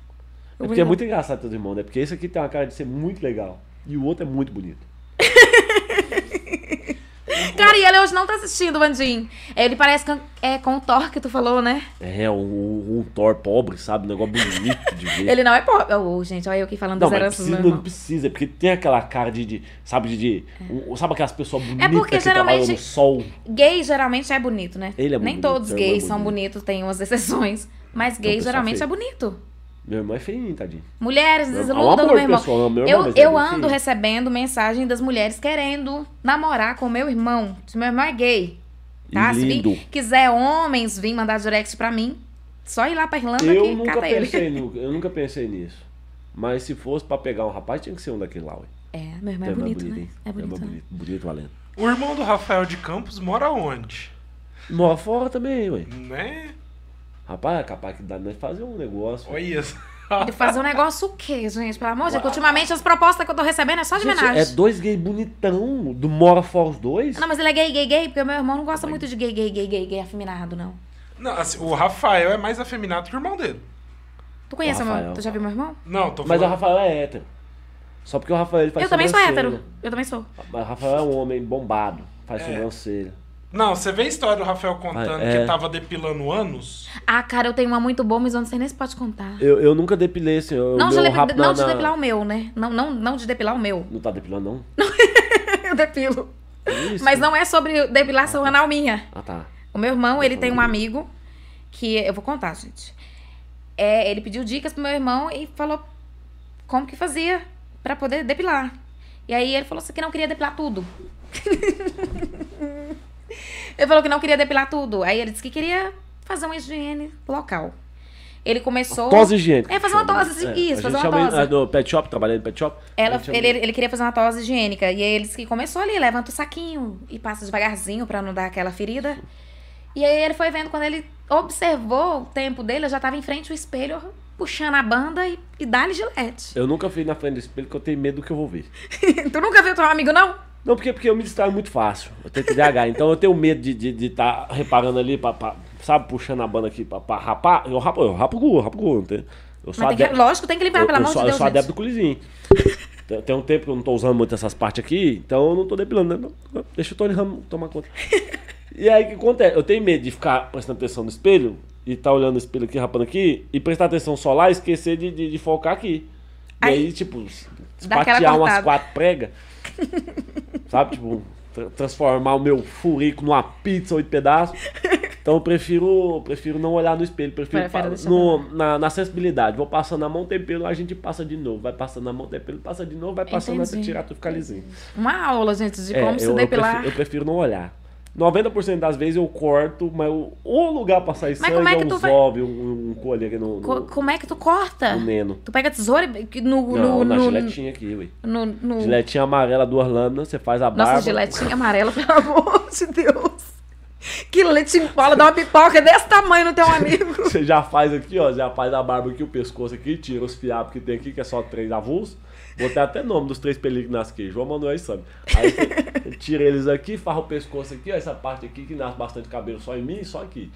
S3: É porque é muito engraçado teus irmãos, né? Porque esse aqui tem uma cara de ser muito legal. E o outro é muito bonito.
S1: Cara, e ele hoje não tá assistindo, Vandinho. Ele parece com, é, com o Thor que tu falou, né?
S3: É, um, um, um Thor pobre, sabe? Um negócio bonito de ver.
S1: Ele não é pobre. Ô, gente, olha eu aqui falando
S3: Não,
S1: das
S3: mas
S1: heranças do
S3: precisa,
S1: meu
S3: não
S1: irmão.
S3: precisa, porque tem aquela cara de, de- sabe, de, de um- sabe aquelas pessoas bonitas
S1: É. porque
S3: que trabalham
S1: geralmente-
S3: no sol?
S1: Gay geralmente é bonito, né?
S3: Ele é
S1: Nem
S3: bonito,
S1: todos
S3: meu
S1: gays
S3: irmão é
S1: são
S3: bonito.
S1: bonitos, tem umas exceções. Mas gay
S3: pessoal
S1: geralmente
S3: feio.
S1: é bonito.
S3: Meu irmão é feinho, tadinho.
S1: Mulheres
S3: É um
S1: desiludam do
S3: amor,
S1: meu irmão.
S3: pessoal, é um meu irmão,
S1: eu
S3: mas é
S1: eu
S3: bem
S1: ando
S3: feio.
S1: recebendo mensagem das mulheres querendo namorar com meu irmão. Se meu irmão é gay. Tá? Se
S3: Lindo.
S1: vir- quiser homens, vir mandar direct pra mim. Só ir lá pra Irlanda
S3: Eu
S1: que
S3: nunca,
S1: cata ele.
S3: pensei no- eu nunca pensei nisso. Mas se fosse pra pegar um rapaz, tinha que ser um daquele lá, ué. Então,
S1: É, meu irmão é
S3: Teu irmão
S1: bonito, né?
S3: hein?
S1: É
S3: Teu irmão
S1: bonito. né?
S3: bonito, bonito valendo.
S2: O irmão do Rafael de Campos mora onde?
S3: Mora fora também, ué.
S2: Né?
S3: Rapaz, é capaz que dá nós fazer um negócio. ué.
S2: Olha isso.
S1: De fazer um negócio o quê, gente? Pelo amor de Deus. que Ultimamente as propostas que eu tô recebendo é só de
S3: Gente,
S1: homenagem. Ah,
S3: é dois gays bonitão, do mora fora os dois.
S1: Não, mas ele é gay, gay, gay, porque meu irmão não gosta muito de gay, gay, gay, gay, gay, afeminado, não.
S2: Não, assim, o Rafael é mais afeminado que o irmão dele.
S1: Tu conhece
S3: O
S1: meu
S3: Rafael.
S1: Tu já viu meu irmão?
S2: Não, tô
S3: Mas o
S2: falando.
S3: Rafael é hétero. Só porque o Rafael ele faz
S1: eu também sou
S3: sobrancelha.
S1: hétero. Eu também sou.
S3: Mas o Rafael é um homem bombado. Faz
S2: É.
S3: sobrancelha.
S2: Não, você vê a história do Rafael contando
S3: Ah, é.
S2: que tava depilando anos?
S1: Ah, cara, eu tenho uma muito boa, mas eu não sei nem se pode contar.
S3: Eu, eu nunca depilei assim. Eu,
S1: Não,
S3: meu
S1: de, depi-
S3: rabo na-
S1: não de
S3: na-
S1: depilar o meu, né? Não, não, não de depilar o meu.
S3: Não tá depilando, não?
S1: Eu depilo.
S3: Isso.
S1: Mas não é sobre depilação anal minha.
S3: Ah, tá.
S1: O meu irmão, ele
S3: Uhum.
S1: tem um amigo que. Eu vou contar, gente. É, ele pediu dicas pro meu irmão e falou como que fazia pra poder depilar. E aí ele falou assim que não queria depilar tudo. ele falou que não queria depilar tudo. Aí ele disse que queria fazer uma higiene local. Ele começou.
S3: Tose higiênica.
S1: É, fazer uma
S3: chama.
S1: tose,
S3: É,
S1: isso,
S3: a
S1: fazer
S3: gente
S1: uma
S3: chama-
S1: tose.
S3: ah, No pet shop, trabalhei no pet shop. a
S1: Ela,
S3: gente chama-
S1: ele, ele queria fazer uma tosse higiênica. E aí ele disse que começou ali, levanta o saquinho e passa devagarzinho pra não dar aquela ferida. E aí ele foi vendo, quando ele observou o tempo dele, eu já tava em frente ao espelho, puxando a banda e, e dá-lhe gilete.
S3: Eu nunca fui na frente do espelho porque eu tenho medo do que eu vou ver.
S1: tu nunca viu teu amigo, não?
S3: Não, porque, porque eu me distraio muito fácil. Eu tenho TDAH, então eu tenho medo de estar de, tá reparando ali, pra, pra- sabe, puxando a banda aqui pra, pra rapar. Eu rapo, eu rapo gol, eu rapo gol, não tem? Eu sou
S1: Mas tem que-
S3: adepto-
S1: lógico, tem que limpar,
S3: eu,
S1: pelo
S3: eu
S1: amor
S3: sou,
S1: de Deus.
S3: Eu sou
S1: gente.
S3: adepto do colizinho. Tem- Tem um tempo que eu não tô usando muito essas partes aqui, então eu não tô depilando, né? Não, Deixa o Tony Ramos tomar conta. E aí o que acontece? Eu tenho medo de ficar prestando atenção no espelho e tá olhando o espelho aqui, rapando aqui, e prestar atenção só lá e esquecer de, de, de focar aqui. E aí,
S1: Aí-
S3: tipo,
S1: Dá aquela
S3: espatear umas
S1: cortada.
S3: quatro pregas. sabe, tipo, tra- transformar o meu furico numa pizza oito pedaços. Então eu prefiro, eu prefiro não olhar no espelho, prefiro
S1: Prefere
S3: pa-
S1: deixar
S3: no, na, na sensibilidade. Vou passando a mão tempero, a gente passa de novo. Vai passando a mão tempero, passa de novo, vai passando
S1: Entendi.
S3: até tirar tudo ficar lisinho.
S1: Uma aula, gente, de
S3: É,
S1: como se
S3: eu, eu
S1: depilar.
S3: prefiro, eu prefiro não olhar. 90% das vezes eu corto, mas o, o lugar pra sair
S1: Mas
S3: sangue
S1: como é
S3: é
S1: que
S3: um
S1: tu vai-
S3: zob, um, um colher aqui no,
S1: Co-
S3: no,
S1: como é que tu corta?
S3: no neno.
S1: Tu pega a tesoura e- que no.
S3: não,
S1: no,
S3: na
S1: no,
S3: giletinha aqui, ué.
S1: no- no-
S3: Giletinha amarela, duas lâminas, você faz a barba.
S1: Nossa, giletinha amarela, pelo amor de Deus. Que leite em bola, dá uma pipoca desse tamanho no teu amigo.
S3: Você já faz aqui, ó, já faz a barba aqui, o pescoço aqui, tira os fiapos que tem aqui, que é só três avulsos. Botei até nome dos três pelinhos que nascem aqui, João Manuel e Sam. Aí você tira eles aqui, farra o pescoço aqui, ó, essa parte aqui que nasce bastante cabelo só em mim e só aqui.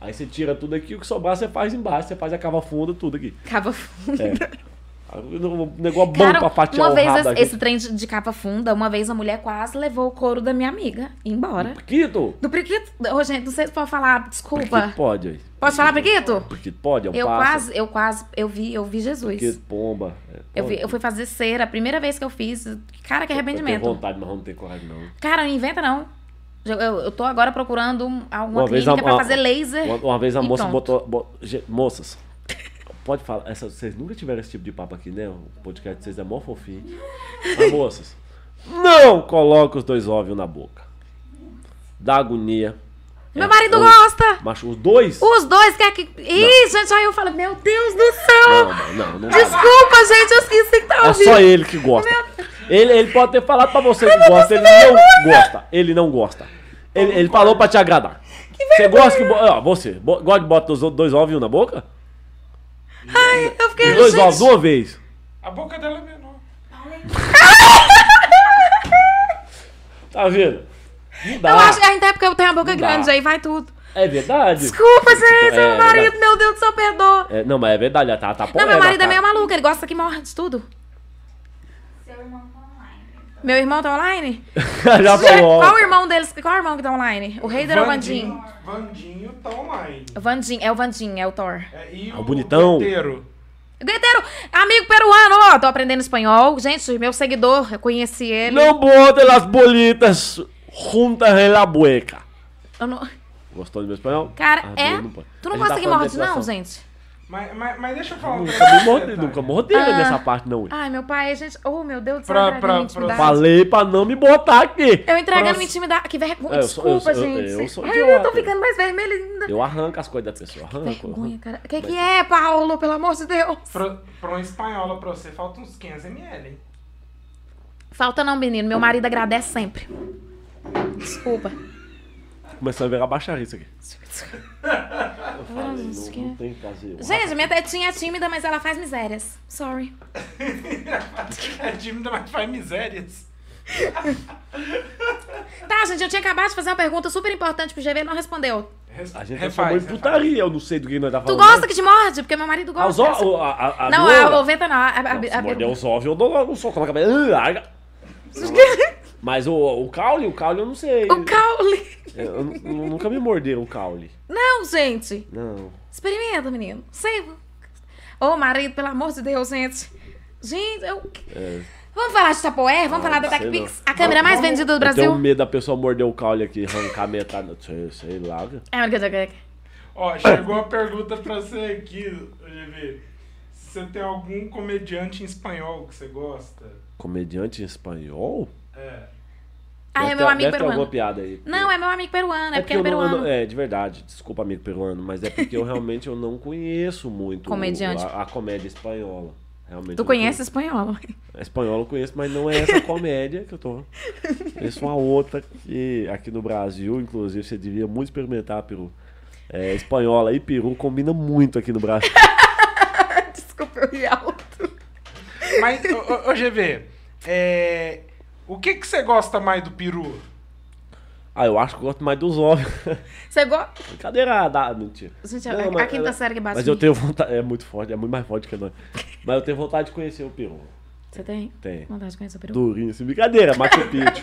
S3: Aí você tira tudo aqui, o que sobrar você faz embaixo, você faz a cava funda, tudo aqui.
S1: Capa funda.
S3: É. Um negócio bom
S1: Cara,
S3: pra fatiar
S1: uma
S3: o
S1: vez
S3: rabo
S1: esse,
S3: da
S1: esse
S3: gente.
S1: trem de, de capa funda, uma vez a mulher quase levou o couro da minha amiga e embora.
S3: Priquito?
S1: Do Priquito. Ô, gente, não sei se pode falar, desculpa.
S3: Priquito pode, aí.
S1: Posso falar, Priquito?
S3: Priquito pode, é um
S1: Eu
S3: pássaro.
S1: quase, eu quase, eu vi, eu vi Jesus.
S3: Priquito, pomba. é,
S1: Eu, vi-
S3: pomba.
S1: eu fui fazer cera, a primeira vez que eu fiz. Cara, que
S3: Eu tenho
S1: arrependimento.
S3: vontade, mas não tenho coragem, não.
S1: Cara, não inventa não. Eu, eu, eu tô agora procurando um- alguma
S3: Uma vez
S1: clínica
S3: a-
S1: pra
S3: a-
S1: fazer laser.
S3: Uma, uma vez a
S1: E
S3: moça
S1: pronto.
S3: botou. bo- ge- moças, pode falar. essa- vocês nunca tiveram esse tipo de papo aqui, né? O podcast de vocês é mó fofinho. Mas, moças, não coloque os dois óvulos na boca. Dá agonia.
S1: Meu
S3: É,
S1: marido
S3: os-
S1: gosta!
S3: Macho, os dois?
S1: Os dois quer que. Ih, gente, aí eu falo, meu Deus do céu!
S3: Não, não, não, não dá.
S1: Desculpa, gente, eu esqueci que tá
S3: É
S1: ouvindo.
S3: só ele que gosta. Ele, ele pode ter falado pra você que gosta, ele não gosta. Ele não gosta. Ele, ele falou pra te agradar. Você gosta que. bo- Ó, você, bo- gosta de botar os dois óvulos na boca?
S1: Ai, eu fiquei.
S3: Os dois
S1: gente,
S3: ovos de uma vez.
S2: A boca dela é menor.
S3: Tá vendo? Não dá.
S1: Eu acho que ainda é porque eu tenho a boca
S3: Ah. Não dá.
S1: grande, aí vai tudo.
S3: É verdade.
S1: Desculpa, gente,
S3: É,
S1: meu marido, meu Deus do céu, perdoa.
S3: É, não, mas é verdade, ela tá, tá
S1: Não, meu
S3: ela
S1: marido
S3: tá-
S1: é meio maluco, ele gosta que morde tudo. Meu irmão tá online?
S3: Já
S1: Gente,
S3: falou.
S1: Qual o irmão deles? Qual o irmão que tá online? O Raider ou o Vandinho?
S2: Vandinho tá online.
S1: O Vandinho, é o Vandinho, é o Thor.
S2: É, e
S3: Ah, o bonitão.
S2: Gueteiro.
S1: Gueteiro, amigo peruano, ó, tô aprendendo espanhol. Gente, meu seguidor, eu conheci ele.
S3: Não bote as bolitas juntas em la bueca.
S1: Eu não-
S3: Gostou do meu espanhol?
S1: Cara,
S3: Ah,
S1: é.
S3: não pode.
S1: tu não
S3: A gente tá
S1: gosta que
S3: falando
S1: morde,
S3: dessa
S1: não,
S3: ação.
S1: gente?
S2: Mas, mas, mas deixa eu falar um
S3: Nunca me mordeu,
S2: detalhe.
S3: nunca morderam
S1: Ah.
S3: nessa parte, não. hein?
S1: Ai, meu pai, gente. Oh, meu Deus do céu,
S2: Pra-
S1: entregando
S2: pra-
S1: minha
S2: pra-
S1: intimidade.
S3: Falei pra não me botar aqui.
S1: Eu entregando
S2: Pra-
S1: minha intimidade. Que vergonha.
S3: É, eu sou- eu
S1: Desculpa,
S3: sou- eu-
S1: gente.
S3: eu sou
S1: Ai, eu
S3: idiota.
S1: tô ficando mais vermelha ainda.
S3: Eu arranco as coisas da pessoa. Arranco.
S1: Vergonha,
S3: arranco.
S1: cara. O que, que é, Paulo? Pelo amor de Deus.
S2: Pra, pra uma espanhola pra você, falta uns 500ml, hein?
S1: Falta não, menino. Meu marido agradece sempre. Desculpa.
S3: Começando a virar baixaria isso aqui. Eu
S1: Não,
S3: falei,
S1: Tá isso
S3: não,
S1: aqui
S3: não
S1: é-
S3: tem que fazer.
S1: Gente, minha tetinha é tímida, mas ela faz misérias. Sorry.
S2: É tímida, mas faz misérias.
S1: Tá, gente, eu tinha acabado de fazer uma pergunta super importante pro GV e ele não respondeu.
S2: Res-
S3: A gente
S2: refaz,
S3: transformou em
S2: refaz.
S3: putaria, eu não sei do que nós tá
S1: Tu
S3: falando.
S1: gosta que te morde? Porque meu marido
S3: Ah, os
S1: gosta.
S3: ó- a, a, a
S1: é não,
S3: Dora.
S1: a oventa não. A, a, a,
S3: Não, se
S1: a-
S3: morder os ovos, eu dou logo um soco na cabeça. Ah, larga. Mas o, o caule, o caule eu não sei.
S1: o caule.
S3: Eu, eu nu- nunca me mordeu o caule.
S1: Não, gente.
S3: Não.
S1: Experimenta, menino. Sei. Ô, marido, pelo amor de Deus, gente. Gente, eu... Vamos falar de Tapoer? Vamos falar da
S3: É. Ah, sei
S1: TechPix?
S3: não.
S1: A câmera mais
S2: Vamos-
S1: vendida do
S3: Eu
S1: Brasil?
S3: tenho medo da pessoa morder o caule aqui, arrancar metade. Sei, sei lá. cara.
S1: É, Margarida Greca.
S2: Ó, chegou a pergunta pra você aqui, GV. Se você tem algum comediante em espanhol que você gosta?
S3: Comediante em espanhol?
S2: É.
S1: Ah,
S3: Deve
S1: é meu
S3: ter-
S1: amigo
S3: deve ter alguma
S1: peruano.
S3: piada aí.
S1: Não, é meu amigo peruano. É porque ele é
S3: eu não- eu
S1: peruano.
S3: não- é, de verdade. Desculpa, amigo peruano, mas é porque eu realmente eu não conheço muito
S1: Comediante.
S3: o- a, a comédia espanhola. Realmente eu
S1: Tu
S3: não
S1: conhece espanhol?
S3: A espanhola É eu conheço, mas não é essa comédia que eu tô. Conheço uma outra que aqui no Brasil, inclusive, você devia muito experimentar, Peru. É, espanhola e peru combina muito aqui no Brasil.
S1: Desculpa, eu ri alto.
S2: Mas, ô, ô, ô, GV, é, o que, que você gosta mais do peru?
S3: Ah, eu acho que eu gosto mais dos ovos.
S1: Você gosta?
S3: Brincadeira, dá, mentira.
S1: Gente,
S3: Não,
S1: a, a
S3: mas- é,
S1: quinta série que bate
S3: Mas
S1: em
S3: eu
S1: mim.
S3: tenho vontade. É muito forte, é muito mais forte que nós. Mas eu tenho vontade de conhecer o peru.
S1: Você tem?
S3: Tem.
S1: Vontade de conhecer o peru?
S3: Durinho, assim, brincadeira, Machu Picchu.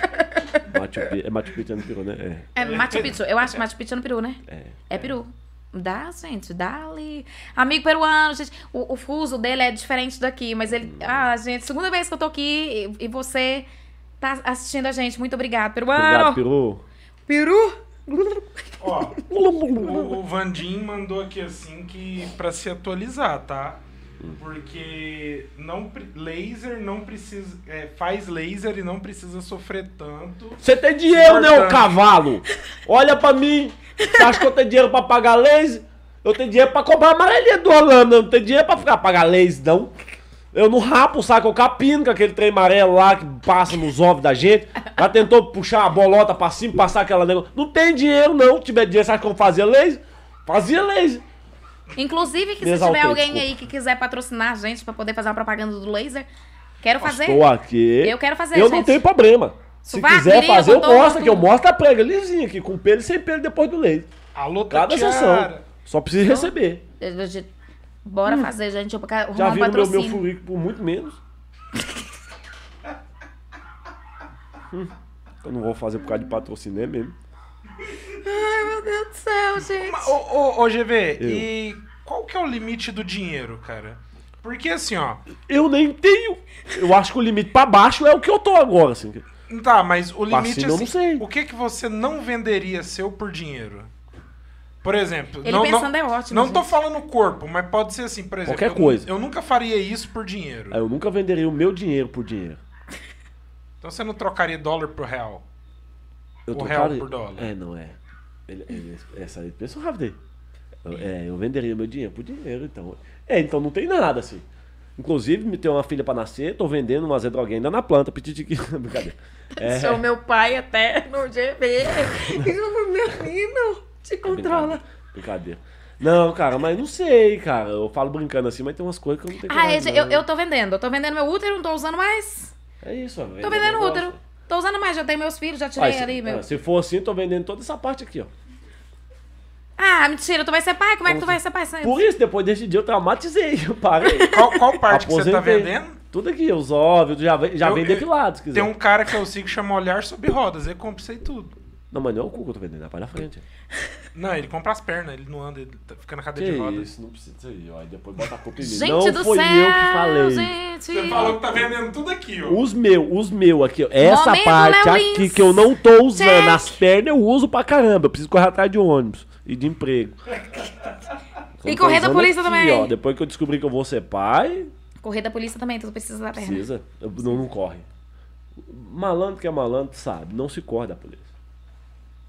S3: Machu Picchu. É Machu Picchu é no peru, né?
S1: É Machu Picchu. Eu acho que Machu Picchu é no peru, né?
S3: É. é.
S1: É peru. Dá, gente, dá ali. Amigo peruano, gente. O, o fuso dele é diferente daqui, mas ele.
S3: Hum.
S1: Ah, gente, segunda vez que eu tô aqui e, e você tá assistindo a gente. Muito obrigado, peruano.
S3: Obrigado, peru.
S1: peru.
S2: Ó, o, o Vandim mandou aqui assim que pra se atualizar, tá?
S3: Hum.
S2: Porque não pre- laser não precisa. é, faz laser e não precisa sofrer tanto.
S3: Você tem dinheiro, né, ô
S2: Importante.
S3: cavalo? Olha pra mim. Você acha que eu tenho dinheiro pra pagar leis? Eu tenho dinheiro pra comprar amarelinha do Holanda. Eu não tenho dinheiro pra ficar pagar leis, não. Eu não rapo o saco, eu capino com aquele trem amarelo lá que passa nos ovos da gente. Já tentou puxar a bolota pra cima, passar aquela negócio. Não tem dinheiro, não. Se tiver dinheiro, você acha que eu fazia leis? Fazia leis.
S1: Inclusive, que se
S3: Desaltei,
S1: tiver alguém
S3: desculpa.
S1: aí que quiser patrocinar a gente pra poder fazer uma propaganda do laser, quero fazer.
S3: Estou aqui.
S1: Eu quero fazer,
S3: Eu
S1: gente.
S3: não tenho problema. Se
S1: Sovaco,
S3: quiser
S1: grilo,
S3: fazer, eu
S1: todo,
S3: mostro aqui. Eu
S1: tudo.
S3: mostro a prega lisinha aqui, com pelo e sem pelo depois do leis.
S2: Alô,
S3: Cada sessão.
S2: Tatiara.
S3: Só precisa receber.
S1: Eu- eu- eu- Bora fazer, gente. Eu quero
S3: Já
S1: arrumar um
S3: viram meu, meu
S1: patrocínio.
S3: furico por muito menos. Hum, eu não vou fazer por causa de patrocínio é mesmo.
S1: Meu Deus do céu, gente.
S2: Mas, Ô, ô, ô, GV,
S3: Eu.
S2: e qual que é o limite do dinheiro, cara? Porque assim, ó.
S3: Eu nem tenho. Eu acho que o limite pra baixo é o que eu tô agora, assim.
S2: Tá, mas o limite
S3: Vacina, eu
S2: assim,
S3: não sei.
S2: O que que você não venderia seu por dinheiro? Por exemplo,
S1: Ele
S2: não,
S1: pensando
S2: não,
S1: é ótimo,
S2: Não tô
S1: gente.
S2: falando corpo, mas pode ser assim, por exemplo.
S3: Qualquer
S2: eu-
S3: coisa.
S2: Eu, nunca faria isso por dinheiro.
S3: Aí Eu nunca venderia o meu dinheiro por dinheiro.
S2: Então você não trocaria dólar por real.
S3: Eu
S2: O
S3: tô
S2: real
S3: cara-
S2: por dólar.
S3: É, não é. Ele, ele, essa é aí pensou rápido aí. Eu- É, eu venderia meu dinheiro por dinheiro, então. É, então não tem nada, assim. Inclusive, me tem uma filha pra nascer, tô vendendo umas droguinha ainda na planta, pititiquinha. Brincadeira. É,
S1: Sou meu pai eterno, GV. meu menino, te controla.
S3: Brincadeira. Brincadeira. Não, cara, mas não sei, cara. Eu falo brincando assim, mas tem umas coisas que eu não tenho
S1: Ah,
S3: coragem,
S1: eu, eu,
S3: não.
S1: eu tô vendendo. Eu tô vendendo meu útero, não tô usando mais.
S3: É isso, ó.
S1: Tô vendendo útero. Tô usando mais, já tenho meus filhos, já tirei
S3: Aí, se,
S1: ali, meu.
S3: ah, se for assim, eu tô vendendo toda essa parte aqui, ó.
S1: Ah, mentira, tu vai ser pai? Como é que tu vai ser pai?
S3: Por isso, depois desse dia eu traumatizei, eu parei.
S2: Qual, qual parte que você tá
S3: Aposentei.
S2: vendendo?
S3: Tudo aqui, os óvulos, já vem, já
S2: Eu-
S3: vem
S2: eu-
S3: depilado, se quiser.
S2: Tem um cara que eu sigo que chama Olhar Sobre Rodas. Eu compro isso aí tudo.
S3: Não, mas não é o cu que eu tô vendendo, é a parte da frente.
S2: Não, ele compra as pernas, ele não anda, ele tá- fica na
S3: Que
S2: cadeira de rodas.
S3: isso, não precisa disso aí, ó. Aí depois bota a culpa em mim.
S1: Gente
S3: não
S1: do
S3: foi
S1: céu,
S3: eu que falei.
S1: gente.
S2: Você falou que tá vendendo tudo aqui, ó.
S3: Os meus, os meus aqui, ó. Essa
S1: Momento,
S3: parte
S1: Léo
S3: aqui
S1: Lins.
S3: que eu não tô usando.
S1: Check.
S3: As pernas eu uso pra caramba. Eu preciso correr atrás de ônibus e de emprego.
S1: E
S3: Eu tô
S1: correr da
S3: usando
S1: polícia também.
S3: Ó, depois que eu descobri que eu vou ser pai,
S1: Correr da polícia também, tu precisa da perna.
S3: precisa. Eu- não, não corre. Malandro que é malandro, sabe? Não se corre da polícia.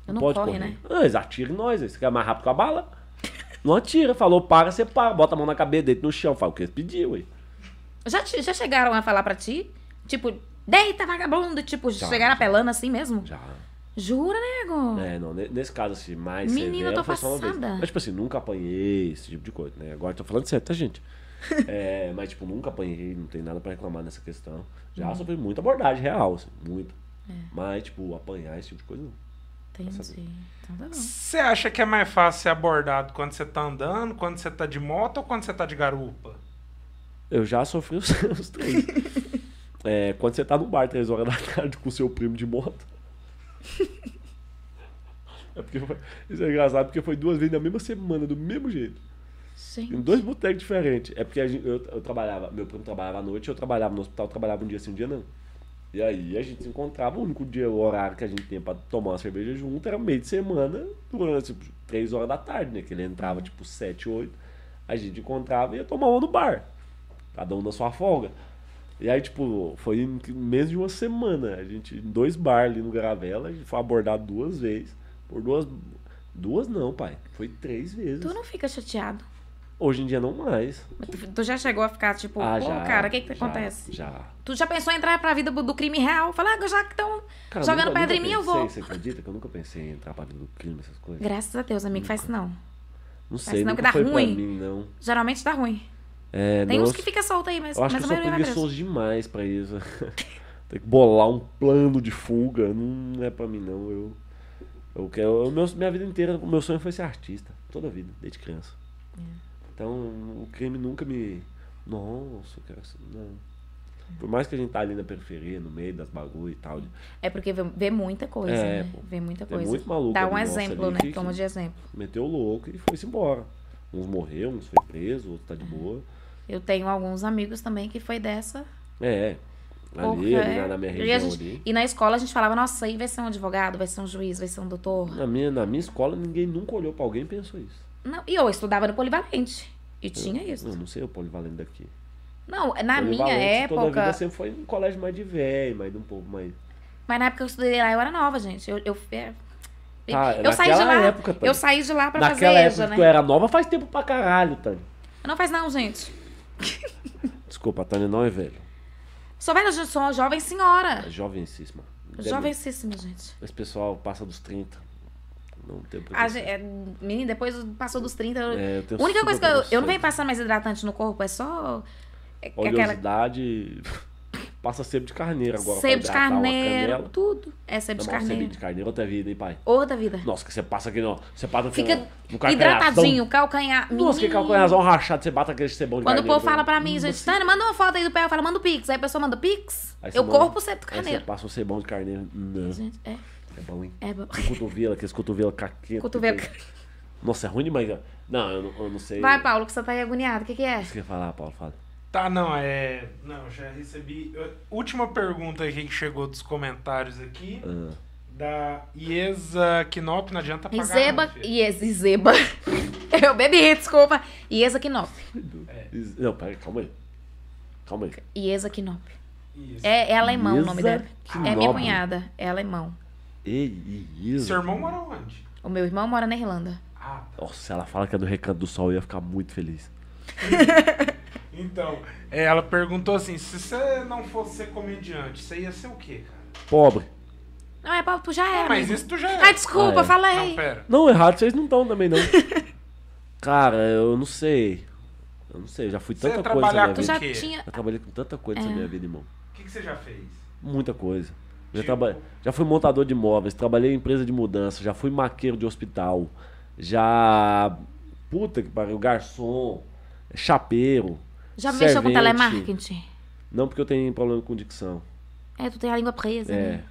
S1: Eu não
S3: pode
S1: corre,
S3: correr.
S1: né?
S3: Ah, eles atiram em nós, eles ficam mais rápido com a bala. Não atira, falou para, você para, bota a mão na cabeça, deita no chão, fala o que eles pediu, aí.
S1: Já, te- já chegaram a falar pra ti? Tipo, deita, vagabundo. Tipo, chegaram apelando assim mesmo?
S3: Já.
S1: Jura, nego?
S3: É, não, ne- nesse caso assim, mais
S1: Menina,
S3: severo
S1: eu tô
S3: foi só uma vez.
S1: passada.
S3: Mas tipo assim, nunca apanhei esse tipo de coisa, né? Agora eu tô falando sério, tá, gente? É, mas tipo, nunca apanhei, não tem nada pra reclamar nessa questão.
S1: Uhum. É.
S3: Já sofri muita abordagem real, assim, muita. Mas tipo, apanhar esse tipo de coisa não.
S1: Entendi. Então tá bom.
S2: Você acha que é mais fácil ser abordado quando você tá andando, quando você tá de moto ou quando você tá de garupa?
S3: Eu já sofri os, os três. É, quando você tá no bar três horas da tarde com seu primo de moto. É porque foi- isso é engraçado porque foi duas vezes na mesma semana, do mesmo jeito. Em
S1: Gente,
S3: dois botecos diferentes. É porque a gente- eu, eu trabalhava, meu primo trabalhava à noite, eu trabalhava no hospital, eu trabalhava um dia sim, um dia não. E aí a gente se encontrava, o único dia, o horário que a gente tinha pra tomar uma cerveja junto era meio de semana, durante tipo, três horas da tarde, né? Que ele entrava tipo sete, oito, a gente encontrava e ia tomar uma no bar. Cada um na sua folga. E aí, tipo, foi em que- menos de uma semana. A gente, em dois bar ali no Gravela, a gente foi abordado duas vezes. Por duas. Duas não, pai. Foi três vezes.
S1: tu não fica chateado.
S3: Hoje em dia não mais.
S1: Mas Tu, tu já chegou a ficar tipo,
S3: Ah,
S1: pô,
S3: já,
S1: cara, o que que
S3: já,
S1: acontece?
S3: Já.
S1: Tu já pensou em entrar pra vida do crime real? Falar, ah, já que estão
S3: Cara,
S1: jogando
S3: nunca-
S1: pedra em
S3: nunca
S1: mim, eu
S3: pensei,
S1: vou.
S3: Você acredita que eu nunca pensei em entrar pra vida do crime, essas coisas?
S1: Graças a Deus, amigo, faz isso não.
S3: não sei,
S1: senão que
S3: nunca
S1: dá
S3: foi
S1: ruim.
S3: pra mim, não.
S1: Geralmente tá ruim.
S3: É,
S1: Tem
S3: não,
S1: uns
S3: eu-
S1: que fica solto aí, mas,
S3: Eu acho
S1: mas a
S3: que eu sou
S1: maioria vai preso.
S3: preguiçoso demais pra isso. Tem que bolar um plano de fuga. Não é pra mim, não. Eu, eu quero. eu- meu- minha vida inteira, o meu sonho foi ser artista. Toda a vida, desde criança.
S1: É.
S3: Então, o crime nunca me. Nossa, eu quero ser.
S1: É.
S3: Não. Por mais que a gente tá ali na periferia, no meio das bagulho e tal. de-
S1: É porque vê, vê muita coisa,
S3: É,
S1: né?
S3: pô.
S1: Vê muita
S3: Tem
S1: coisa.
S3: muito maluco
S1: Dá
S3: ali,
S1: um
S3: nossa,
S1: exemplo,
S3: ali
S1: né?
S3: que-
S1: Toma de exemplo.
S3: Meteu o louco e foi-se embora. Uns morreu, uns foi preso, outro tá de
S1: Uhum.
S3: boa.
S1: Eu tenho alguns amigos também que foi dessa.
S3: É. Ali,
S1: Porque-
S3: ali na, na minha
S1: é. e, a
S3: região
S1: gente-
S3: ali.
S1: e na escola a gente falava, nossa, aí vai ser um advogado, vai ser um juiz, vai ser um doutor.
S3: Na minha, na minha escola, ninguém nunca olhou pra alguém e pensou isso.
S1: Não, e eu estudava no Polivalente. E tinha isso.
S3: Eu não sei o polivalente daqui.
S1: Não, na
S3: Polivalente,
S1: minha
S3: Toda a vida
S1: época.
S3: sempre foi um colégio mais de velho, mais de um povo mais.
S1: Mas na época que eu estudei lá, eu era nova, gente. Eu, eu, é-
S3: Tá,
S1: eu saí de
S3: naquela
S1: lá.
S3: época, Tânia.
S1: eu saí de lá pra
S3: Naquela
S1: fazer EJA,
S3: época que tu
S1: né?
S3: era nova, faz tempo pra caralho, Tânia.
S1: Não faz não, gente.
S3: Desculpa, a Tânia não é velha.
S1: Sou velha, gente, sou uma jovem senhora.
S3: É jovencíssima. Deve-
S1: Jovencíssima, gente.
S3: Esse pessoal passa dos 30. Não tem pra
S1: A, gente- é, menina, depois passou dos 30. eu-
S3: É, eu tenho
S1: a única
S3: super
S1: coisa que eu, eu não
S3: preconceito.
S1: venho passando mais hidratante no corpo, é só. É, é aquela
S3: Oleosidade. Passa sebo de carneiro agora. pra
S1: sebo de
S3: hidratar uma
S1: carneiro,
S3: canela.
S1: tudo. É sebo de
S3: Tomar um sebinho
S1: carneiro.
S3: de carneiro outra vida, hein, pai?
S1: Outra vida.
S3: Nossa, que você passa aqui, não. Você passa aqui
S1: Fica
S3: no, no calcanharzão.
S1: hidratadinho, calcanhar.
S3: Nossa, que
S1: Menino.
S3: calcanharzão rachado, você bate aquele cebão de
S1: Quando o
S3: carneiro,
S1: povo fala
S3: né?
S1: pra mim, gente, Tânia, manda uma foto aí do pé, eu falo, manda o Pix. Aí a pessoa manda o Pix,
S3: Aí você
S1: eu
S3: manda-
S1: corro pro centro do
S3: Aí você
S1: carneiro.
S3: passa um cebão de carneiro. Não,
S1: Gente, é,
S3: é bom, hein?
S1: é bom.
S3: Um cotovelo, aqueles cotovelo caqueta.
S1: Cotovelo.
S3: Nossa, é ruim demais. ó. Não, eu não, eu não sei.
S1: Vai, Paulo, que você tá aí agoniado. O que, que é?
S3: Você quer falar, Paulo? Fala.
S2: Tá, não, é. Não, já recebi. Última pergunta aqui que chegou dos comentários aqui.
S3: Ah.
S2: Da Iesa Knop, não adianta pagar. né,
S1: Izeba.
S2: não, filho.
S1: Yes, Izeba. Eu bebi, desculpa. Iesa Knop.
S3: Is- Não, pera, calma aí. Calma aí.
S1: Iesa Knop.
S2: Isso.
S1: É, é alemão o
S3: Iesa
S1: nome dela.
S3: Knop.
S1: É minha cunhada. É alemão.
S3: Ei, e isso.
S2: Seu irmão mora onde?
S1: O meu irmão mora na Irlanda.
S2: Ah, tá.
S3: Nossa, se ela fala que é do Recanto do Sol, eu ia ficar muito feliz.
S2: Então, é, ela perguntou assim: se você não fosse ser comediante, você ia ser o quê, cara?
S3: Pobre.
S1: Não, é Paulo, tu já era.
S2: Mas
S1: amigo.
S2: isso tu já é.
S1: Ai, desculpa,
S3: Ah, é.
S1: falei.
S2: Não, pera.
S3: Não, errado vocês não estão também, não. Cara, eu não sei. Eu não sei, eu já fui
S2: Você ia
S3: tanta coisa na
S2: trabalhar
S3: minha
S1: tu
S2: com
S3: vida.
S1: já
S2: quê?
S1: tinha.
S3: Eu trabalhei com tanta coisa na minha vida, irmão.
S2: O que, que você já fez?
S3: Muita coisa. Já,
S2: Tipo?
S3: traba... já fui montador de imóveis, trabalhei em empresa de mudança, já fui maqueiro de hospital, já. Puta que pariu, garçom, chapeiro.
S1: Já mexeu com
S3: servente.
S1: telemarketing?
S3: Não, porque eu tenho problema com dicção.
S1: É, tu tem a língua presa,
S3: É.
S1: né?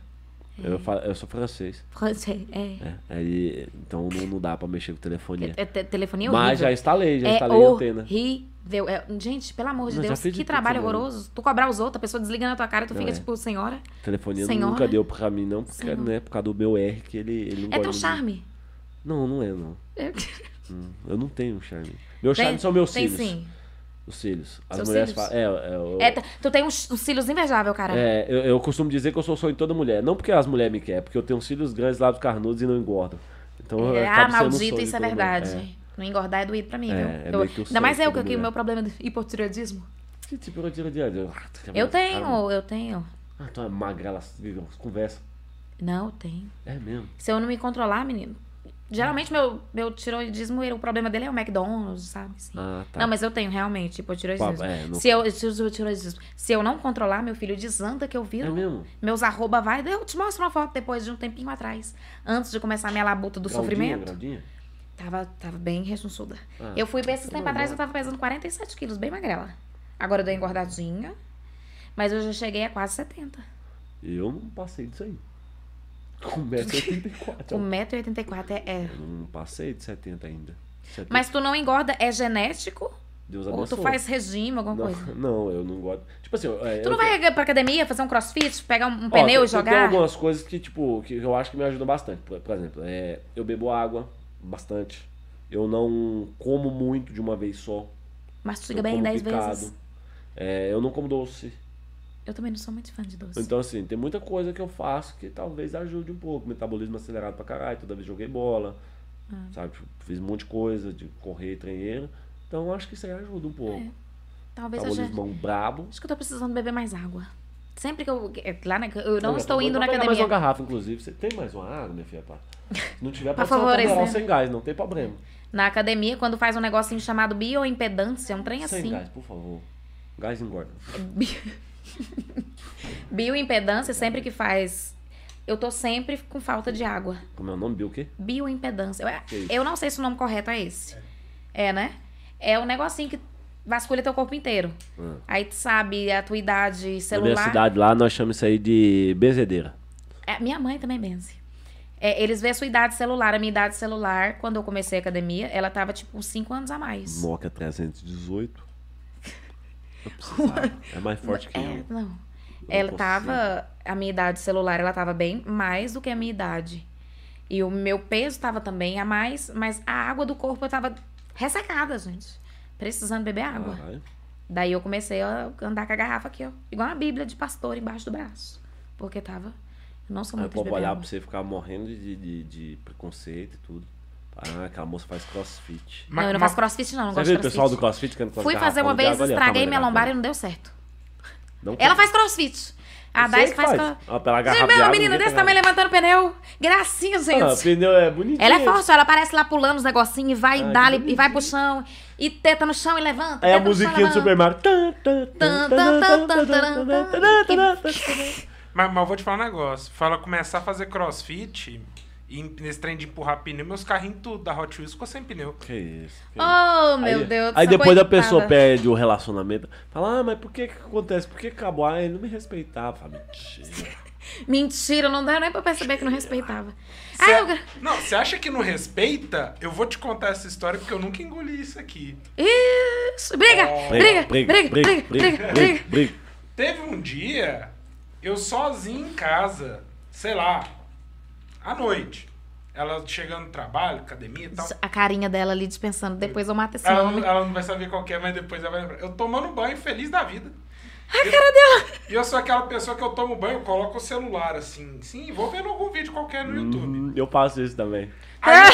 S3: Eu, fa- eu sou francês.
S1: Francês, é.
S3: né? Aí, então não, não dá pra mexer com telefonia.
S1: É, te- telefonia horrível.
S3: Mas já instalei, já
S1: é
S3: instalei a antena.
S1: horrível. É, gente, pelo amor de
S3: Não, já
S1: Deus,
S3: fiz de
S1: que
S3: tudo
S1: trabalho
S3: também.
S1: horroroso. Tu cobrar os outros, a pessoa desliga na tua cara e tu
S3: Não
S1: fica
S3: é.
S1: tipo, senhora.
S3: Telefonia
S1: Senhora?
S3: nunca deu pra mim, não, porque,
S1: Senhora.
S3: né, por causa do meu R que ele, ele não né?
S1: É
S3: gosta
S1: teu
S3: de mim.
S1: charme.
S3: Não, não é, não.
S1: É.
S3: Hum, Eu não tenho charme. Meu
S1: Tem-
S3: charme são meus
S1: tem
S3: cílios.
S1: sim.
S3: Os cílios. As
S1: Seus
S3: mulheres
S1: cílios?
S3: falam. É, é, eu,
S1: É, t- tu tem uns, uns cílios invejável, cara.
S3: é, eu, eu costumo dizer que eu sou sonho de toda mulher. Não porque as mulheres me querem, é porque eu tenho cílios grandes, lábios carnudos e não engordo. Então eu
S1: É, ah,
S3: acabo sendo o sonho
S1: maldito,
S3: de
S1: isso é
S3: toda mulher.
S1: verdade. Não engordar é doído pra mim,
S3: É,
S1: viu?
S3: é
S1: Eu-
S3: meio que o
S1: ainda mais
S3: sonho
S1: eu,
S3: de
S1: que
S3: toda
S1: aqui o meu
S3: mulher.
S1: problema de hipotireoidismo.
S3: É. Que tipo de- de- de- de-
S1: Eu
S3: Tá
S1: tenho, eu tenho.
S3: Ah, tu é magrela, conversa.
S1: Não, eu tenho.
S3: É mesmo.
S1: Se eu não me controlar, menino, Geralmente meu, meu tiroidismo, ele- o problema dele é o McDonald's, sabe? assim.
S3: Ah, tá.
S1: Não, mas eu tenho realmente hipotiroidismo.
S3: Pá, é, não-
S1: se, eu, se, eu- tiroidismo. se eu não controlar, meu filho desanda que eu viro.
S3: É mesmo?
S1: Meus arroba vai. Eu te mostro uma foto depois de um tempinho atrás. Antes de começar a minha labuta do
S3: Graldinha,
S1: sofrimento.
S3: Graldinha?
S1: Tava, tava bem rechonçuda.
S3: Ah.
S1: eu fui bem esses tempos
S3: normal.
S1: atrás, eu tava pesando 47 quilos, bem magrela. Agora eu dei engordadinha. Mas eu já cheguei a quase 70.
S3: Eu não passei disso aí. Com 1,84m.
S1: 1,84m é, é.
S3: Eu não passei de 70 ainda. 70.
S1: Mas tu não engorda, é genético?
S3: Deus
S1: Ou tu
S3: abençoe.
S1: faz regime, alguma
S3: não,
S1: coisa?
S3: não, eu não gosto. Tipo assim, é,
S1: Tu
S3: eu
S1: não vai pra academia fazer um crossfit, pegar um, um
S3: Ó,
S1: pneu
S3: tem-
S1: e jogar?
S3: Tem algumas coisas que, tipo, que eu acho que me ajudam bastante. Por, por exemplo, é, eu bebo água bastante. Eu não como muito de uma vez só.
S1: Mastiga
S3: eu
S1: bem
S3: como
S1: 10
S3: picado.
S1: vezes.
S3: É, eu não como doce.
S1: Eu também não sou muito fã de doce.
S3: Então, assim, tem muita coisa que eu faço que talvez ajude um pouco. Metabolismo acelerado pra caralho, toda vez joguei bola,
S1: Ah.
S3: sabe? Tipo, Fiz um monte de coisa, de correr, treineiro. Então, eu acho que isso aí ajuda um pouco.
S1: Talvez É, eu já.
S3: Metabolismão brabo.
S1: Acho que eu tô precisando beber mais água. Sempre que eu. é, Lá na... Eu não
S3: Olha,
S1: estou
S3: vou
S1: indo na
S3: pegar mais uma
S1: academia.
S3: garrafa, inclusive. Você tem mais uma água, minha filha? Pá? Se não tiver,
S1: Pra
S3: pode ser uma
S1: favorecer.
S3: Panderol sem gás, não tem problema.
S1: Na academia, quando faz um negocinho chamado bioimpedância, é um trem
S3: Sem
S1: assim.
S3: gás, por favor. Gás engorda.
S1: Bioimpedância, é sempre que faz. Eu tô sempre com falta de água.
S3: Como é o nome? Bill o quê?
S1: Bioimpedância.
S3: Que
S1: Eu,
S3: isso?
S1: eu não sei se o nome correto é esse. É, né? É um negocinho que vasculha teu corpo inteiro.
S3: Ah.
S1: Aí tu sabe a tua idade
S3: Na minha
S1: celular.
S3: cidade lá, nós chamamos isso aí de benzedeira.
S1: É, minha mãe também benze. É, eles vê a sua idade celular. A minha idade celular, quando eu comecei a academia, ela tava tipo uns 5 anos a mais.
S3: Nokia 318. Eu precisava. É mais forte que
S1: É,
S3: eu.
S1: não. Ela
S3: consigo.
S1: tava. A minha idade celular, ela tava bem mais do que a minha idade. E o meu peso tava também a mais, mas a água do corpo eu tava ressecada, gente. Precisando beber água.
S3: Caralho.
S1: Daí eu comecei a andar com a garrafa aqui, ó. Igual uma bíblia de pastor embaixo do braço. Porque tava. Eu não sou
S3: Aí
S1: muito
S3: o
S1: de
S3: povo
S1: beber
S3: olhava
S1: água.
S3: pra você e ficava morrendo de, de, de preconceito e tudo. Ah, aquela moça faz crossfit.
S1: Não, eu não
S2: Ma-
S1: faço crossfit, não. Não
S3: Você
S1: gosto de
S3: viu o pessoal
S1: crossfit.
S3: do crossfit que anda com as
S1: Fui fazer
S3: garrafas
S1: uma
S3: de
S1: vez,
S3: água? Olha a palma
S1: estraguei
S3: da
S1: minha
S3: garrafa.
S1: lombar e não deu certo.
S3: Não
S1: Ela
S3: tem.
S1: faz crossfit. A
S3: Eu sei
S1: Dais
S3: que
S1: faz.
S3: faz.
S1: crossfit.
S3: Ela pela garrafa
S1: Gente,
S3: de
S1: uma
S3: água,
S1: menina
S3: ninguém
S1: desse
S3: pega
S1: tamanho levantando pneu. Gracinha,
S3: Ah, o
S1: gente.
S3: pneu é bonitinho.
S1: Ela é forte, ela aparece lá pulando os negocinhos e vai
S3: Ah,
S1: e
S3: que
S1: dá e
S3: bonitinho.
S1: vai pro chão. E teta no chão e levanta.
S3: Aí a
S1: teta no chão e
S3: musiquinha
S1: levanta.
S3: do Super Mario. Tan, tan, tan, tan, tan, tan, tan, tan, tan, tan, tan.
S2: Mas, mas eu vou te falar um negócio. Fala começar a fazer crossfit e nesse trem de empurrar pneu, meus carrinhos tudo da Hot Wheels ficou sem pneu.
S3: Que isso. que isso.
S1: Oh, meu
S3: Aí-
S1: Deus do
S3: Aí
S1: céu,
S3: depois a
S1: coitada.
S3: pessoa perde o relacionamento. Fala, ah, mas por que que acontece? Por que que acabou? Ah, ele não me respeitava. Fala, mentira.
S1: Mentira, não dá nem pra perceber que não respeitava.
S2: Cê-
S1: Ai, Ah, eu... gra-
S2: Não, você acha que não respeita? Eu vou te contar essa história porque eu nunca engoli isso aqui.
S1: Ixi, briga, briga, briga, briga, briga, briga,
S3: briga.
S2: Teve um dia, eu sozinho em casa, sei lá, à noite. Ela chegando do trabalho, academia e tal.
S1: A carinha dela ali dispensando, depois eu mato
S3: Ah,
S1: esse
S2: Ela,
S1: homem.
S2: não- ela não vai saber qual que é, mas depois ela vai lembrar. Eu tomando banho, feliz da vida.
S1: A cara dela!
S2: E eu sou aquela pessoa que eu tomo banho, eu coloco o celular assim, sim, vou vendo algum vídeo qualquer no YouTube.
S3: Hum, Eu faço isso também.
S2: Aí,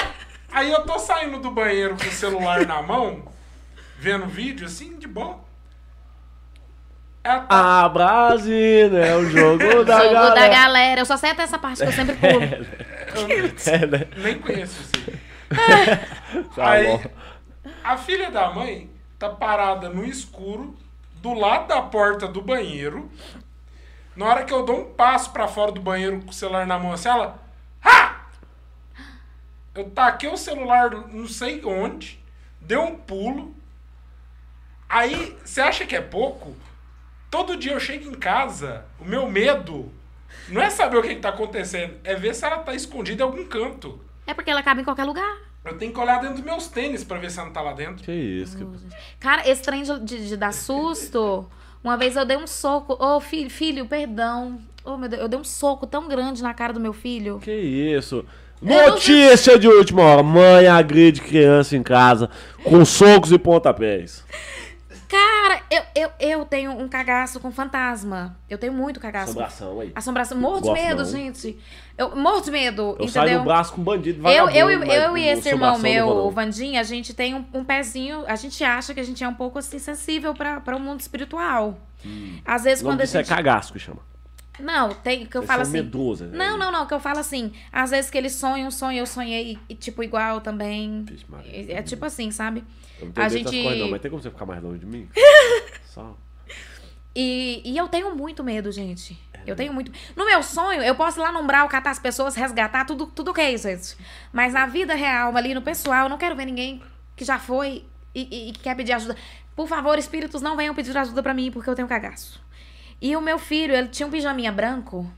S2: aí eu tô saindo do banheiro com o celular na mão, vendo vídeo assim, de boa. Ela tá-
S3: Ah, Brasil, é o jogo da
S1: Jogo da
S3: galera.
S1: galera. Eu só sei até essa parte que eu sempre pulo.
S2: eu
S3: É, né?
S2: nem conheço assim.
S3: Tá
S2: Aí,
S3: bom.
S2: a filha da mãe tá parada no escuro, do lado da porta do banheiro. Na hora que eu dou um passo pra fora do banheiro com o celular na mão, assim, ela. Ha! Eu taquei o celular não sei onde, deu um pulo. Aí, você acha que é pouco? Todo dia eu chego em casa, o meu medo não é saber o que, que tá acontecendo, é ver se ela tá escondida em algum canto.
S1: É porque ela cabe em qualquer lugar.
S2: Eu tenho que olhar dentro dos meus tênis pra ver se ela não tá lá dentro.
S3: Que isso. que-
S1: Cara, esse trem de, de- de dar susto. Uma vez eu dei um soco. Ô, filho, filho, perdão. Ô, meu Deus, eu dei um soco tão grande na cara do meu filho.
S3: Que isso?
S1: não
S3: Notícia de última hora. Mãe agride criança em casa com socos e pontapés.
S1: É Cara, eu, eu, eu tenho um cagaço com fantasma. Eu tenho muito cagaço.
S3: Assombração aí.
S1: Assombração. Morro de
S3: Gosto
S1: medo,
S3: não.
S1: gente. Eu morro de medo,
S3: Eu saio
S1: entendeu?
S3: do braço com bandido,
S1: Eu,
S3: vagabundo.
S1: eu, eu,
S3: mas
S1: eu e esse irmão
S3: assombração
S1: meu,
S3: eu não
S1: o
S3: vou, não.
S1: Vandinha, a gente tem um, um pezinho. A gente acha que a gente é um pouco assim sensível para o mundo um espiritual. Às vezes,
S3: O nome
S1: quando a
S3: disso é
S1: gente.
S3: cagasco, chama.
S1: Não, tem que eu
S3: Vocês
S1: falo
S3: são
S1: assim.
S3: medrosa, né?
S1: Não, não, não, que eu falo assim. Às vezes que ele sonha um sonho, eu sonhei, e, tipo, igual também.
S3: Vixe, Maria.
S1: É, é tipo assim, sabe?
S3: Eu não
S1: a
S3: tenho medo das
S1: gente-
S3: coisas, não, mas tem como você ficar mais longe de mim? Só.
S1: E, e eu tenho muito medo, gente. Eu tenho muito. No meu sonho, eu posso ir lá no umbral, catar as pessoas, resgatar, tudo, tudo que é isso, gente. Mas na vida real, ali no pessoal, eu não quero ver ninguém que já foi e, e- e que quer pedir ajuda. Por favor, espíritos, não venham pedir ajuda pra mim, porque eu tenho cagaço. E o meu filho, ele tinha um pijaminha branco.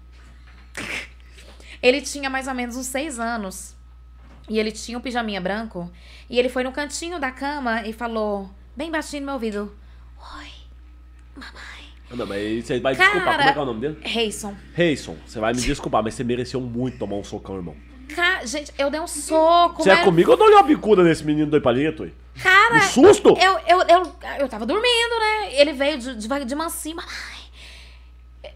S1: Ele tinha mais ou menos uns seis anos. E ele tinha um pijaminha branco. E ele foi no cantinho da cama e falou, bem baixinho no meu ouvido: Oi, mamãe.
S3: Ah, Não, mas aí você vai
S1: Cara-
S3: desculpar. Como é que é o nome dele?
S1: Reison.
S3: Reison, você vai me desculpar, mas você mereceu muito tomar um socão, irmão.
S1: Ca... Gente, eu dei um soco.
S3: Se é
S1: mas-
S3: comigo, eu dou-lhe uma bicuda nesse menino do palito. ué.
S1: Cara,
S3: Um susto!
S1: eu, eu, eu, eu tava dormindo, né? Ele veio de, de, de mansinho, mamãe.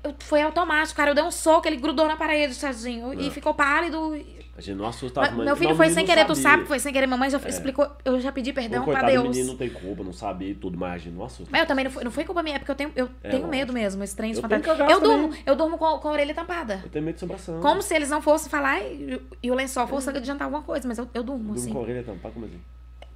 S1: Eu- Foi automático, cara. Eu dei um soco, ele grudou na parede, tadinho.
S3: Ah.
S1: E ficou pálido.
S3: A gente não assusta
S1: Mas
S3: as mães.
S1: meu filho
S3: Não, Tá, o
S1: foi
S3: menino
S1: sem
S3: não
S1: querer, tu
S3: sabia.
S1: sabe, foi sem querer. Mamãe já explicou. Eu já pedi
S3: O
S1: perdão pra
S3: coitado do
S1: Deus.
S3: menino não tem culpa, não sabia e tudo, mas a gente não assusta.
S1: Mas eu também não fui, não foi culpa minha, é porque eu tenho, eu
S3: É,
S1: tenho
S3: lógico.
S1: medo mesmo, esse trem de
S3: Eu
S1: fantasma.
S3: tenho cagaço
S1: Eu durmo, eu durmo com, com a orelha tampada.
S3: Eu tenho medo de sobração.
S1: Como se eles não fossem falar e, e o lençol fosse adiantar alguma coisa, mas eu, eu durmo,
S3: Dorme
S1: assim.
S3: com a orelha tampada, como assim?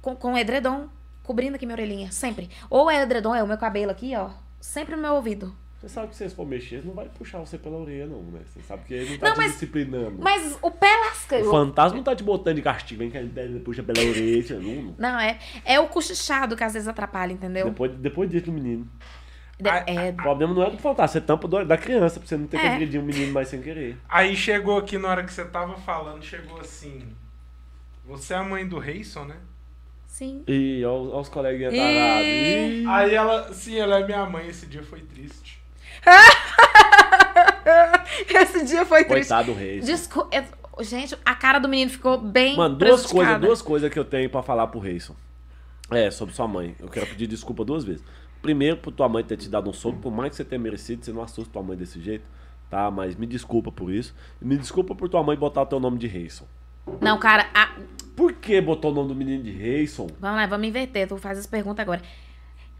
S1: com, com edredom cobrindo aqui minha orelhinha, sempre. Ou é edredom, é o meu cabelo aqui, ó, sempre no meu ouvido.
S3: Você sabe que se vocês for mexer, ele não vai puxar você pela orelha, não, né? Você sabe que ele não tá
S1: Não,
S3: te
S1: mas-
S3: disciplinando.
S1: Mas o pé lasca.
S3: O
S1: eu-
S3: fantasma não tá te botando de castigo, vem que ele puxa pela orelha, aluno.
S1: Não, é, é o cochichado que às vezes atrapalha, entendeu?
S3: Depois, depois disso do menino.
S1: De-
S2: Ai,
S1: é,
S3: O problema não é do fantasma, você tampa do- da criança, pra você não ter que
S1: É.
S3: agredir um menino mais sem querer.
S2: Aí chegou aqui na hora que você tava falando, chegou assim. Você é a mãe do Reison, né?
S3: ah.
S1: sim.
S3: Ih, ó, os- ó os coleguinhas
S1: Ih.
S3: tarados. Ih.
S2: Aí ela, sim, ela é minha mãe, esse dia foi triste.
S1: Esse dia foi triste.
S3: Coitado do rei.
S1: Descul- é- Gente, a cara do menino ficou bem
S3: Mano, duas
S1: prejudicada.
S3: coisas, duas coisas que eu tenho pra falar pro Reison. É, sobre sua mãe. Eu quero pedir desculpa duas vezes. Primeiro, por tua mãe ter te dado um soco, por mais que você tenha merecido, você não assusta tua mãe desse jeito, tá? Mas me desculpa por isso. E me desculpa por tua mãe botar o teu nome de Reison.
S1: Não, cara, a-
S3: Por que botou o nome do menino de Reison?
S1: vamos lá, vamos inverter, tu faz as perguntas agora.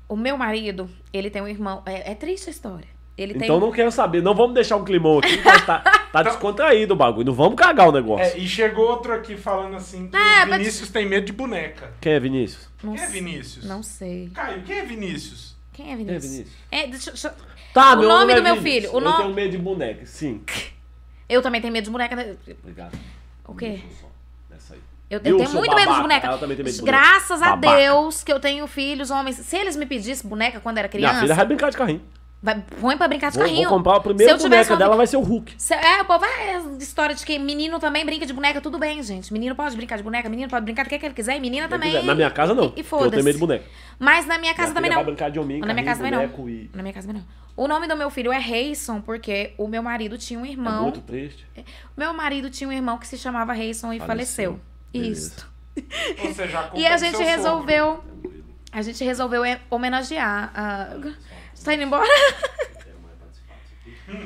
S1: O meu marido, ele tem um irmão, é, é triste a história. Ele tem Então
S3: Então não quero saber, não vamos deixar um climão aqui, mas tá, tá descontraído o bagulho, não vamos cagar o negócio.
S2: É, e chegou outro aqui falando assim que
S1: É, mas-
S2: Vinícius tem medo de boneca.
S3: Quem é Vinícius?
S1: não,
S2: Quem é
S1: um s-
S2: Vinícius?
S1: não sei.
S2: Caio, quem é Vinícius?
S1: Quem é
S3: Quem é
S1: Vinícius?
S3: Vinícius?
S1: É, deixa- deixa-
S3: Tá,
S1: O
S3: meu
S1: nome
S3: é
S1: do meu
S3: Vinícius.
S1: filho, o
S3: eu
S1: nome-
S3: tenho medo de boneca, sim.
S1: Eu também tenho medo de boneca. né?
S3: Obrigado.
S1: O quê?
S3: Wilson, Essa aí.
S1: Eu, eu tenho
S3: Wilson,
S1: muito medo de
S3: babaca.
S1: boneca.
S3: Ela também tem medo de boneca.
S1: Graças a
S3: Babaca.
S1: Deus que eu tenho filhos homens. Se eles me pedissem boneca quando era
S3: Minha filha
S1: criança,
S3: vai brincar de carrinho.
S1: vai, põe pra brincar de
S3: Vou,
S1: carrinho.
S3: vou comprar a primeira
S1: Se eu tivesse
S3: boneca
S1: uma-
S3: dela, vai ser o Hulk.
S1: Se- é, o povo, é história de que menino também brinca de boneca, tudo bem, gente. Menino pode brincar de boneca, menino pode brincar do que, que ele quiser, e menina
S3: Se eu
S1: também.
S3: quiser. Na minha casa, não.
S1: E- E,
S3: porque eu tenho medo de
S1: foda-se.
S3: boneca.
S1: Mas na minha casa
S3: Minha
S1: também
S3: filha
S1: não.
S3: Vai brincar de homem,
S1: Na minha casa
S3: carrinho,
S1: também não.
S3: boneco e... tá
S1: Na minha casa também não. O nome do meu filho é Reison, porque o meu marido tinha um
S3: É
S1: irmão.
S3: muito triste.
S1: Meu marido tinha um irmão que se chamava Reison e
S3: Faleceu.
S1: faleceu.
S3: Beleza. Então tá,
S1: Isso.
S2: Ou seja, a culpa
S1: E a
S2: é do seu
S1: gente
S2: sogro.
S1: resolveu. A gente resolveu é, homenagear a.
S3: Uhum.
S1: Você tá indo embora?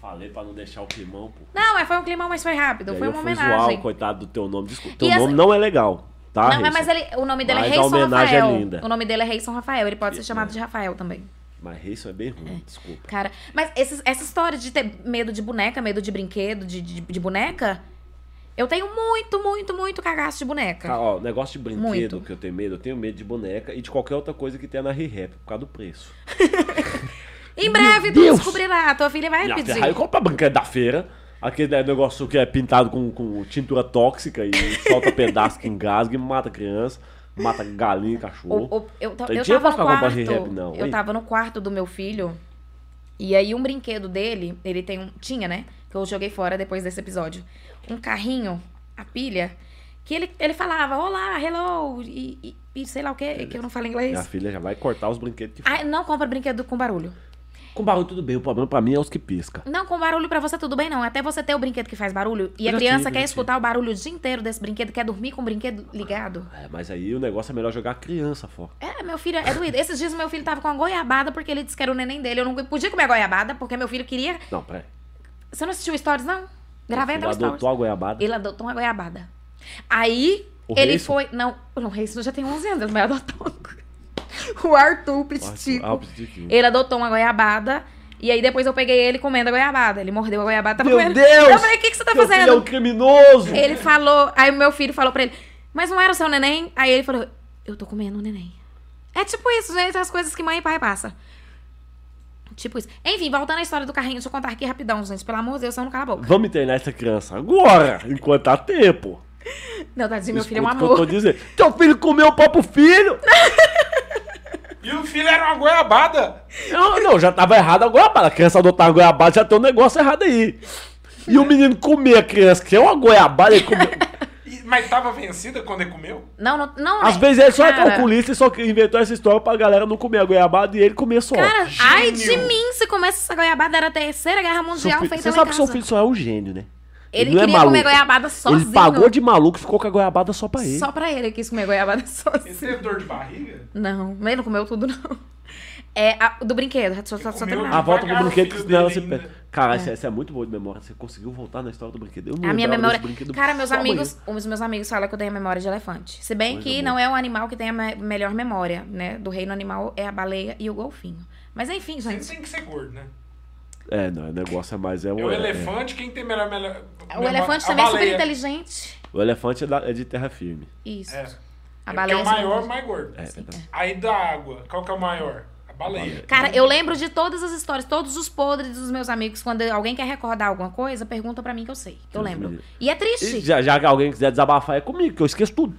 S3: Falei pra não deixar o climão, pô.
S1: Não, mas foi um clima, mas foi rápido.
S3: E aí
S1: Foi
S3: eu
S1: uma
S3: fui zoar
S1: homenagem.
S3: o coitado do teu nome. Desculpa, teu
S1: E essa-
S3: nome não é legal, tá,
S1: não, mas
S3: Reison?
S1: ele, o nome dele é
S3: Mas a
S1: Reison
S3: homenagem é
S1: Rafael.
S3: linda.
S1: O nome dele é Reison Rafael. Ele pode ser
S3: E-
S1: chamado
S3: é.
S1: de Rafael também.
S3: Mas Reison é bem ruim, desculpa.
S1: Cara, mas esses- essa história de ter medo de boneca, medo de brinquedo, de, de- de boneca, eu tenho muito, muito, muito cagaço de boneca.
S3: Cara, ó, negócio de brinquedo
S1: Muito.
S3: que eu tenho medo, eu tenho medo de boneca e de qualquer outra coisa que tenha na Re-Rap, por causa do preço.
S1: em breve tu
S3: Deus!
S1: descobrirá, tua filha vai
S3: Minha
S1: pedir.
S3: Ferrari compra brinquedo da feira. Aquele né, negócio que é pintado com, com tintura tóxica e solta pedaço que engasga e mata criança, mata galinha, cachorro.
S1: O- o- eu, ta-
S3: Tem
S1: eu
S3: dinheiro Então,
S1: tava no
S3: pra ficar com a
S1: quarto.
S3: barriga rap, não,
S1: eu
S3: hein?
S1: tava no quarto do meu filho. E aí um brinquedo dele, ele tem um. Tinha, né? Que eu joguei fora depois desse episódio. Um carrinho, a pilha, que ele, ele falava, olá, hello, e, e- e sei lá o que, que eu não falo
S3: Minha
S1: inglês.
S3: filha já vai cortar os brinquedos que
S1: Ah, não compra brinquedo com barulho.
S3: Com barulho tudo bem, o problema pra mim é os que pisca.
S1: Não, com barulho pra você tudo bem, não. Até você ter o brinquedo que faz barulho. E
S3: Eu já
S1: a criança
S3: tive, eu já
S1: quer
S3: tive.
S1: escutar o barulho o dia inteiro desse brinquedo, quer dormir com o brinquedo ligado.
S3: É, mas aí o negócio é melhor jogar a criança fora.
S1: É, meu filho é doido. Esses dias meu filho tava com uma goiabada porque ele disse que era o neném dele. Eu não podia comer a goiabada porque meu filho queria.
S3: Não, peraí.
S1: Você não assistiu stories, não? Gravei até
S3: Ele
S1: o
S3: adotou
S1: stories.
S3: a
S1: é
S3: goiabada.
S1: Ele adotou uma goiabada. Aí,
S3: O
S1: ele
S3: Reison?
S1: foi. Não, não, o Reis já tem 11 anos, ele não adotou. O Arthur, o
S3: Nossa,
S1: Plitico.
S3: ah, o pitiquinho.
S1: Ele adotou uma goiabada E aí depois eu peguei ele comendo a goiabada. Ele mordeu a goiabada, tava
S3: Meu
S1: tá comendo.
S3: Deus!
S1: Eu falei, o que, que você tá
S3: Meu filho é um
S1: fazendo? É,
S3: criminoso!
S1: Ele falou, aí o meu filho falou pra ele, mas não era o seu neném? Aí ele falou, eu tô comendo o neném. É tipo isso, gente, as coisas que mãe e pai passa. Tipo isso. Enfim, voltando à história do carrinho, deixa eu contar aqui rapidão, gente. Pelo amor de Deus, eu não cala a boca.
S3: Vamos internar essa criança agora, enquanto há tempo.
S1: Não, tadinho, meu filho é um
S3: Escuta o que eu
S1: amor.
S3: tô dizendo. Teu filho comeu o próprio filho!
S2: E o filho era uma goiabada.
S3: Não, não, já tava errado a goiabada. A criança adotar a goiabada já tem um negócio errado aí. E o menino comer a criança, que é uma goiabada, ele comeu.
S2: E- mas tava vencida quando ele comeu?
S1: Não, não, não.
S3: Às
S1: né?
S3: vezes ele só é
S1: Cara,
S3: calculista e só inventou essa história pra galera não comer a goiabada e ele comer só.
S1: Cara, ai de
S2: Gênio.
S1: mim se começa essa goiabada era a terceira guerra
S3: Seu
S1: mundial
S3: fi-
S1: feita
S3: Você
S1: lá em
S3: sabe que seu
S1: casa.
S3: filho só é um gênio, né?
S1: Ele
S3: não
S1: queria comer
S3: maluco.
S1: goiabada sozinho.
S3: Ele pagou de maluco e ficou com a goiabada só pra ele.
S1: Só pra ele, ele quis comer goiabada
S2: Ele
S1: sozinho.
S2: teve dor de barriga?
S1: Não, ele não comeu tudo, não. É, a- do brinquedo. Só, só, só
S2: comeu
S1: terminar.
S3: Ah, volta pro
S2: Pagaram o
S3: brinquedo que
S2: filho
S3: senão ela se
S2: dele né?
S3: perde.
S2: ainda.
S3: Cara, essa, essa é muito boa de memória. Você conseguiu voltar na história do brinquedo. Eu não
S1: A minha
S3: lembrava
S1: memória.
S3: desse brinquedo
S1: Cara, meus
S3: só
S1: amigos,
S3: amanhã.
S1: os meus amigos falam que eu tenho a memória de elefante. Se bem
S3: Coisa
S1: que
S3: boa.
S1: não é o animal que tem a me- melhor memória, né? Do reino animal é a baleia e o golfinho. Mas enfim,
S2: Sempre
S1: gente.
S2: tem que ser gordo, né?
S3: É, não, o negócio é mais. É,
S2: É
S3: um-
S2: o
S3: é-
S2: elefante, quem tem melhor, melhor
S1: O elefante também é super inteligente.
S3: O elefante é, da- é de terra firme.
S1: Isso.
S2: É.
S1: A
S2: A
S1: baleia.
S2: baleia. É o maior, mais gordo.
S3: É,
S1: Sim,
S3: verdade.
S2: Aí da água, qual que é o maior? A baleia.
S1: Cara, eu lembro de todas as histórias, todos os podres dos meus amigos. Quando alguém quer recordar alguma coisa, pergunta pra mim que eu sei. Que eu
S3: Deus me
S1: lembro.
S3: livre.
S1: E é
S3: E
S1: triste.
S3: já, já que alguém quiser desabafar, é comigo, que eu esqueço tudo.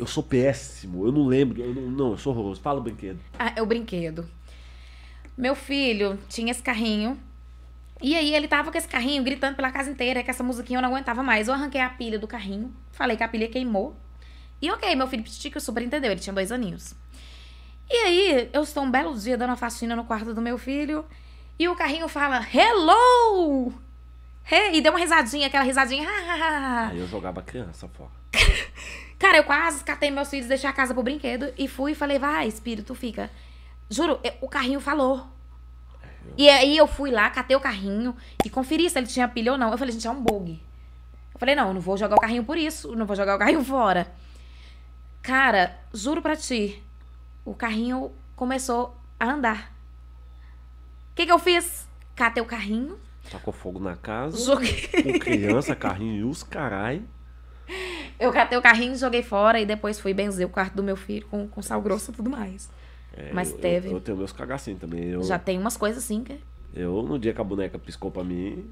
S3: eu sou péssimo, eu não lembro. Eu não, não, eu sou horroroso. Fala o brinquedo.
S1: Ah, é o brinquedo. Meu filho tinha esse carrinho. E aí ele tava com esse carrinho gritando pela casa inteira que essa musiquinha eu não aguentava mais. Eu arranquei a pilha do carrinho, falei que a pilha queimou. E ok, meu filho Pitico super entendeu, ele tinha dois aninhos. E aí, eu estou um belo dia dando uma faxina no quarto do meu filho e o carrinho fala, hello! Hey! E deu uma risadinha, aquela risadinha. "Ha, ha, ha, ha."
S3: Aí eu jogava criança fora.
S1: Cara, eu quase catei meus filhos, deixei a casa pro brinquedo e fui e falei, vai, espírito, fica. Juro, eu- o carrinho falou. E aí eu fui lá, catei o carrinho e conferi se ele tinha pilha ou não. Eu falei, gente, é um bug. Eu falei, não, eu não vou jogar o carrinho por isso, eu não vou jogar o carrinho fora. Cara, juro pra ti, o carrinho começou a andar. O que, que eu fiz? Catei o carrinho,
S3: Tacou fogo na casa,
S1: joguei.
S3: com criança, carrinho e os carai.
S1: Eu catei o carrinho, joguei fora e depois fui benzer o quarto do meu filho com, com sal grosso e tudo mais.
S3: É,
S1: Mas
S3: eu- eu-
S1: teve.
S3: Eu, tenho meus cagacinhos também. Eu,
S1: Já tem umas coisas assim que.
S3: eu, no dia que a boneca piscou pra mim,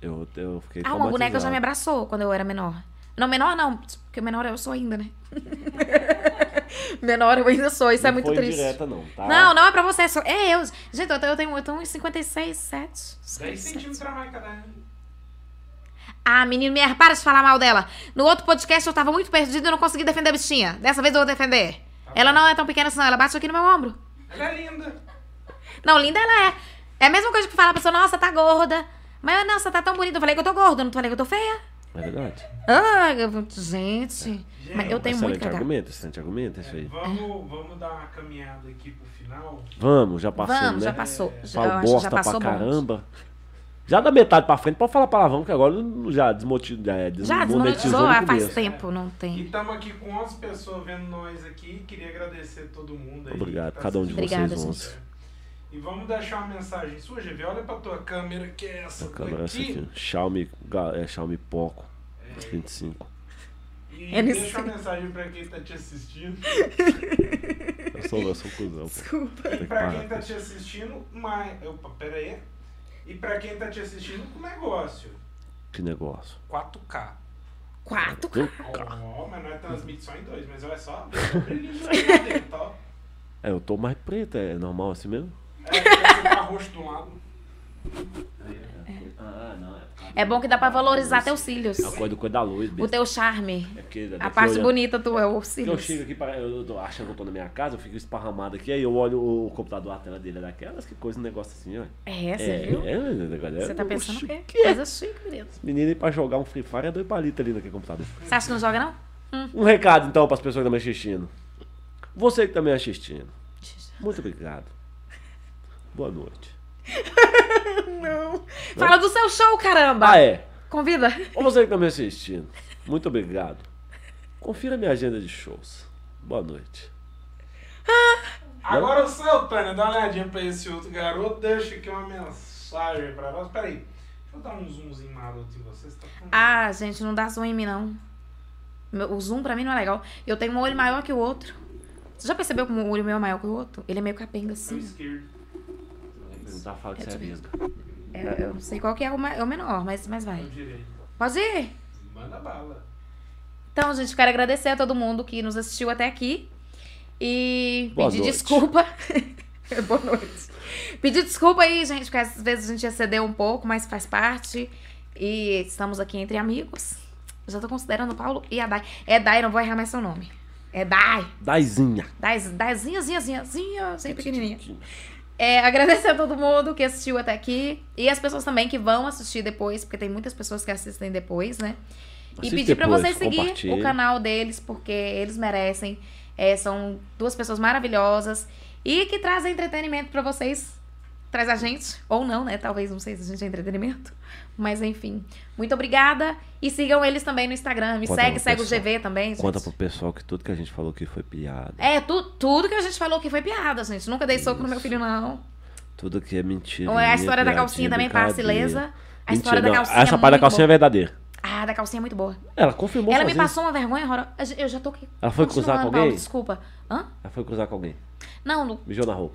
S3: eu, eu fiquei.
S1: Ah, uma boneca já me
S3: traumatizado.
S1: abraçou quando eu era menor. Não, menor não, porque menor eu sou ainda, né? menor eu ainda sou, isso é
S3: Não
S1: muito
S3: foi
S1: triste.
S3: direta, não, tá?
S1: Não, não é pra você, sou... é eu. Gente, eu tenho, eu tenho, eu tenho uns 56, 7.
S2: 10 centímetros pra mais cada ano.
S1: Ah, menino, me para de falar mal dela. No outro podcast eu tava muito perdida e não consegui defender a bichinha. Dessa vez eu vou defender. Ela não é tão pequena assim, não. Ela bate aqui no meu ombro.
S2: Ela é linda.
S1: Não, linda ela é. É a mesma coisa que falar pra pessoa, nossa, tá gorda. Mas, nossa, tá tão bonita. Eu falei que eu tô gorda, eu não falei que eu tô feia.
S3: É verdade.
S1: Ah, eu- gente. Mas eu tenho muito
S3: excelente
S1: que cagar.
S3: argumento, excelente argumento, é isso aí.
S2: Vamos, vamos dar uma caminhada aqui pro final.
S3: Vamos, já passamos,
S1: Vamos,
S3: né?
S1: já passou. Já, eu
S3: Falo
S1: acho que
S3: bosta
S1: já passou
S3: pra
S1: bom.
S3: caramba. Já da metade pra frente, pode falar palavrão, que agora não- já desmotiv... é,
S1: Já
S3: desmonetizou
S1: desmonetizou
S3: no
S1: há faz
S3: começo.
S1: tempo, não
S2: E
S1: tem.
S2: estamos aqui com 11 pessoas vendo nós aqui. Queria agradecer todo mundo aí.
S3: Obrigado,
S2: que tá
S3: cada um de
S1: Obrigada,
S3: vocês,
S1: gente.
S3: onze.
S2: E vamos deixar uma mensagem sua, GV. Olha pra tua câmera, que é essa
S3: Câmera essa
S2: daqui.
S3: aqui. Xiaomi, Ga- é, Xiaomi Poco. 25.
S2: E
S1: É nesse-
S2: deixa uma mensagem pra quem tá te assistindo.
S3: Eu sou, eu sou um cuzão. pô.
S1: Desculpa.
S3: Tem
S2: E
S3: que
S2: pra
S3: parar
S2: quem
S3: com
S2: tá
S3: isso.
S2: te assistindo, mais. Opa, pera aí. E pra quem tá te assistindo com negócio.
S3: Que negócio.
S2: 4K.
S1: Quatro.
S2: Ó, mas nós transmitimos só em dois, mas olha só, deixa o brilhinho aí lá dentro, ó.
S3: É, eu tô mais preto, é normal assim mesmo?
S2: É, parece que tá roxo de um lado.
S3: Ah, não. É,
S1: É bom que dá pra valorizar teus cílios.
S3: a É coisa do coisa da luz,
S1: O
S3: bicho.
S1: teu charme.
S3: É porque
S1: A
S3: daqui
S1: parte
S3: olha-
S1: bonita tua é o
S3: Porque Eu
S1: cílios.
S3: chego aqui, pra, eu tô achando que eu tô na minha casa, eu fico esparramado aqui, aí eu olho o computador, a tela dele é daquelas, que coisa, um negócio assim, ó.
S1: É,
S3: é,
S1: você viu?
S3: é, é, negócio- é,
S1: Você tá
S3: um
S1: pensando o
S3: chique.
S1: quê? Coisa chique, querido.
S3: Menino, aí pra jogar um Free Fire é dois palitos ali naquele computador.
S1: Você acha que não joga, não?
S3: Um recado, então, pras pessoas que estão me assistindo. Você que tá me assistindo, muito obrigado. Boa noite.
S1: Fala do seu show, caramba!
S3: Ah, é.
S1: Convida.
S3: Ou você que tá me assistindo, muito obrigado. Confira minha agenda de shows. Boa noite.
S2: Agora o seu, Tânia, dá uma olhadinha pra esse outro garoto, deixa aqui uma mensagem pra nós. Peraí, deixa eu dar um zoomzinho maroto em vocês. Tá com-
S1: Ah, gente, não dá zoom em mim, não. Meu- O zoom pra mim não é legal. Eu tenho um olho maior que o outro. Você já percebeu como o olho meu é maior que o outro? Ele é meio capenga
S2: Tô
S1: assim.
S2: esquerdo.
S3: Tá falando que
S1: É
S3: você é
S1: tipo
S3: vesga.
S1: Eu, eu não sei qual que é o, ma- é o menor, mas, mas
S2: tô
S1: vai.
S2: direito.
S1: Pode ir!
S2: Manda bala.
S1: Então, gente, quero agradecer a todo mundo que nos assistiu até aqui. E
S3: Boa
S1: pedir
S3: noite.
S1: desculpa. Boa noite. Pedir desculpa aí, gente, porque às vezes a gente excedeu um pouco, mas faz parte. E estamos aqui entre amigos. Já tô considerando o Paulo e a Dai. É Dai, não vou errar mais seu nome. É Dai.
S3: Daizinha.
S1: Dai, Daizinha, zinha, zinha, zinha, sem pequenininha. É, agradecer a todo mundo que assistiu até aqui. E as pessoas também que vão assistir depois, porque tem muitas pessoas que assistem depois, né?
S3: Assiste
S1: e pedir pra
S3: depois,
S1: vocês seguir
S3: compartilha.
S1: o canal deles, porque eles merecem. É, são duas pessoas maravilhosas e que trazem entretenimento pra vocês. Traz a gente, ou não, né? Talvez, não sei se a gente é entretenimento. Mas enfim. Muito obrigada. E sigam eles também no Instagram. Me
S3: Conta
S1: segue,
S3: pro
S1: segue o
S3: pessoal.
S1: GV também. Gente.
S3: Conta pro pessoal que tudo que a gente falou aqui foi piada.
S1: É, tu- tudo que a gente falou que foi piada, gente. Nunca dei soco no meu
S3: Isso.
S1: filho, não.
S3: Tudo que é mentira.
S1: Ou é a história da calcinha também, passa ilesa. A história da calcinha.
S3: Essa parte da
S1: muito
S3: calcinha é verdadeira.
S1: boa. Ah, da calcinha é muito boa.
S3: Ela confirmou
S1: Ela me
S3: sozinha.
S1: passou uma vergonha, Rora. Eu já tô aqui.
S3: Ela foi cruzar com
S1: continuando,
S3: alguém?
S1: Paulo, desculpa. Hã?
S3: Ela foi cruzar com alguém.
S1: Não, não.
S3: Mijou na roupa.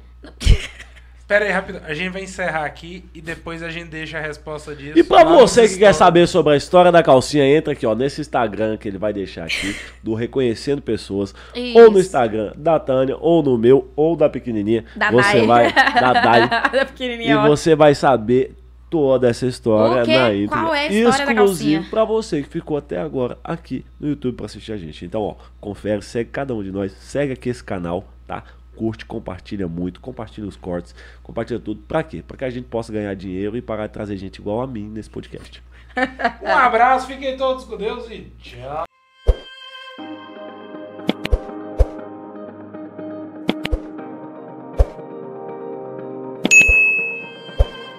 S2: Pera aí, rápido. A gente vai encerrar aqui e depois a gente deixa a resposta disso.
S3: E pra
S2: lá nos
S3: você que quer
S2: stories.
S3: saber sobre a história da calcinha, entra aqui, ó, nesse Instagram que ele vai deixar aqui, do Reconhecendo Pessoas. Ou no
S1: Isso.
S3: Instagram da Tânia, ou no meu, ou da pequenininha.
S1: Da
S3: você
S1: Dai.
S3: vai. Da Dai.
S1: da
S3: E
S1: pequenininha, ó.
S3: você vai saber toda essa história
S1: O quê?
S3: na íntegra.
S1: Qual é a história da
S3: exclusivo
S1: calcinha?
S3: pra você que ficou até agora aqui no YouTube pra assistir a gente. Então, ó, confere, segue cada um de nós, segue aqui esse canal, tá? Curte, compartilha muito, compartilha os cortes, compartilha tudo. Pra quê? Pra que a gente possa ganhar dinheiro e parar de trazer gente igual a mim nesse podcast.
S2: Um abraço, fiquem todos com Deus e tchau.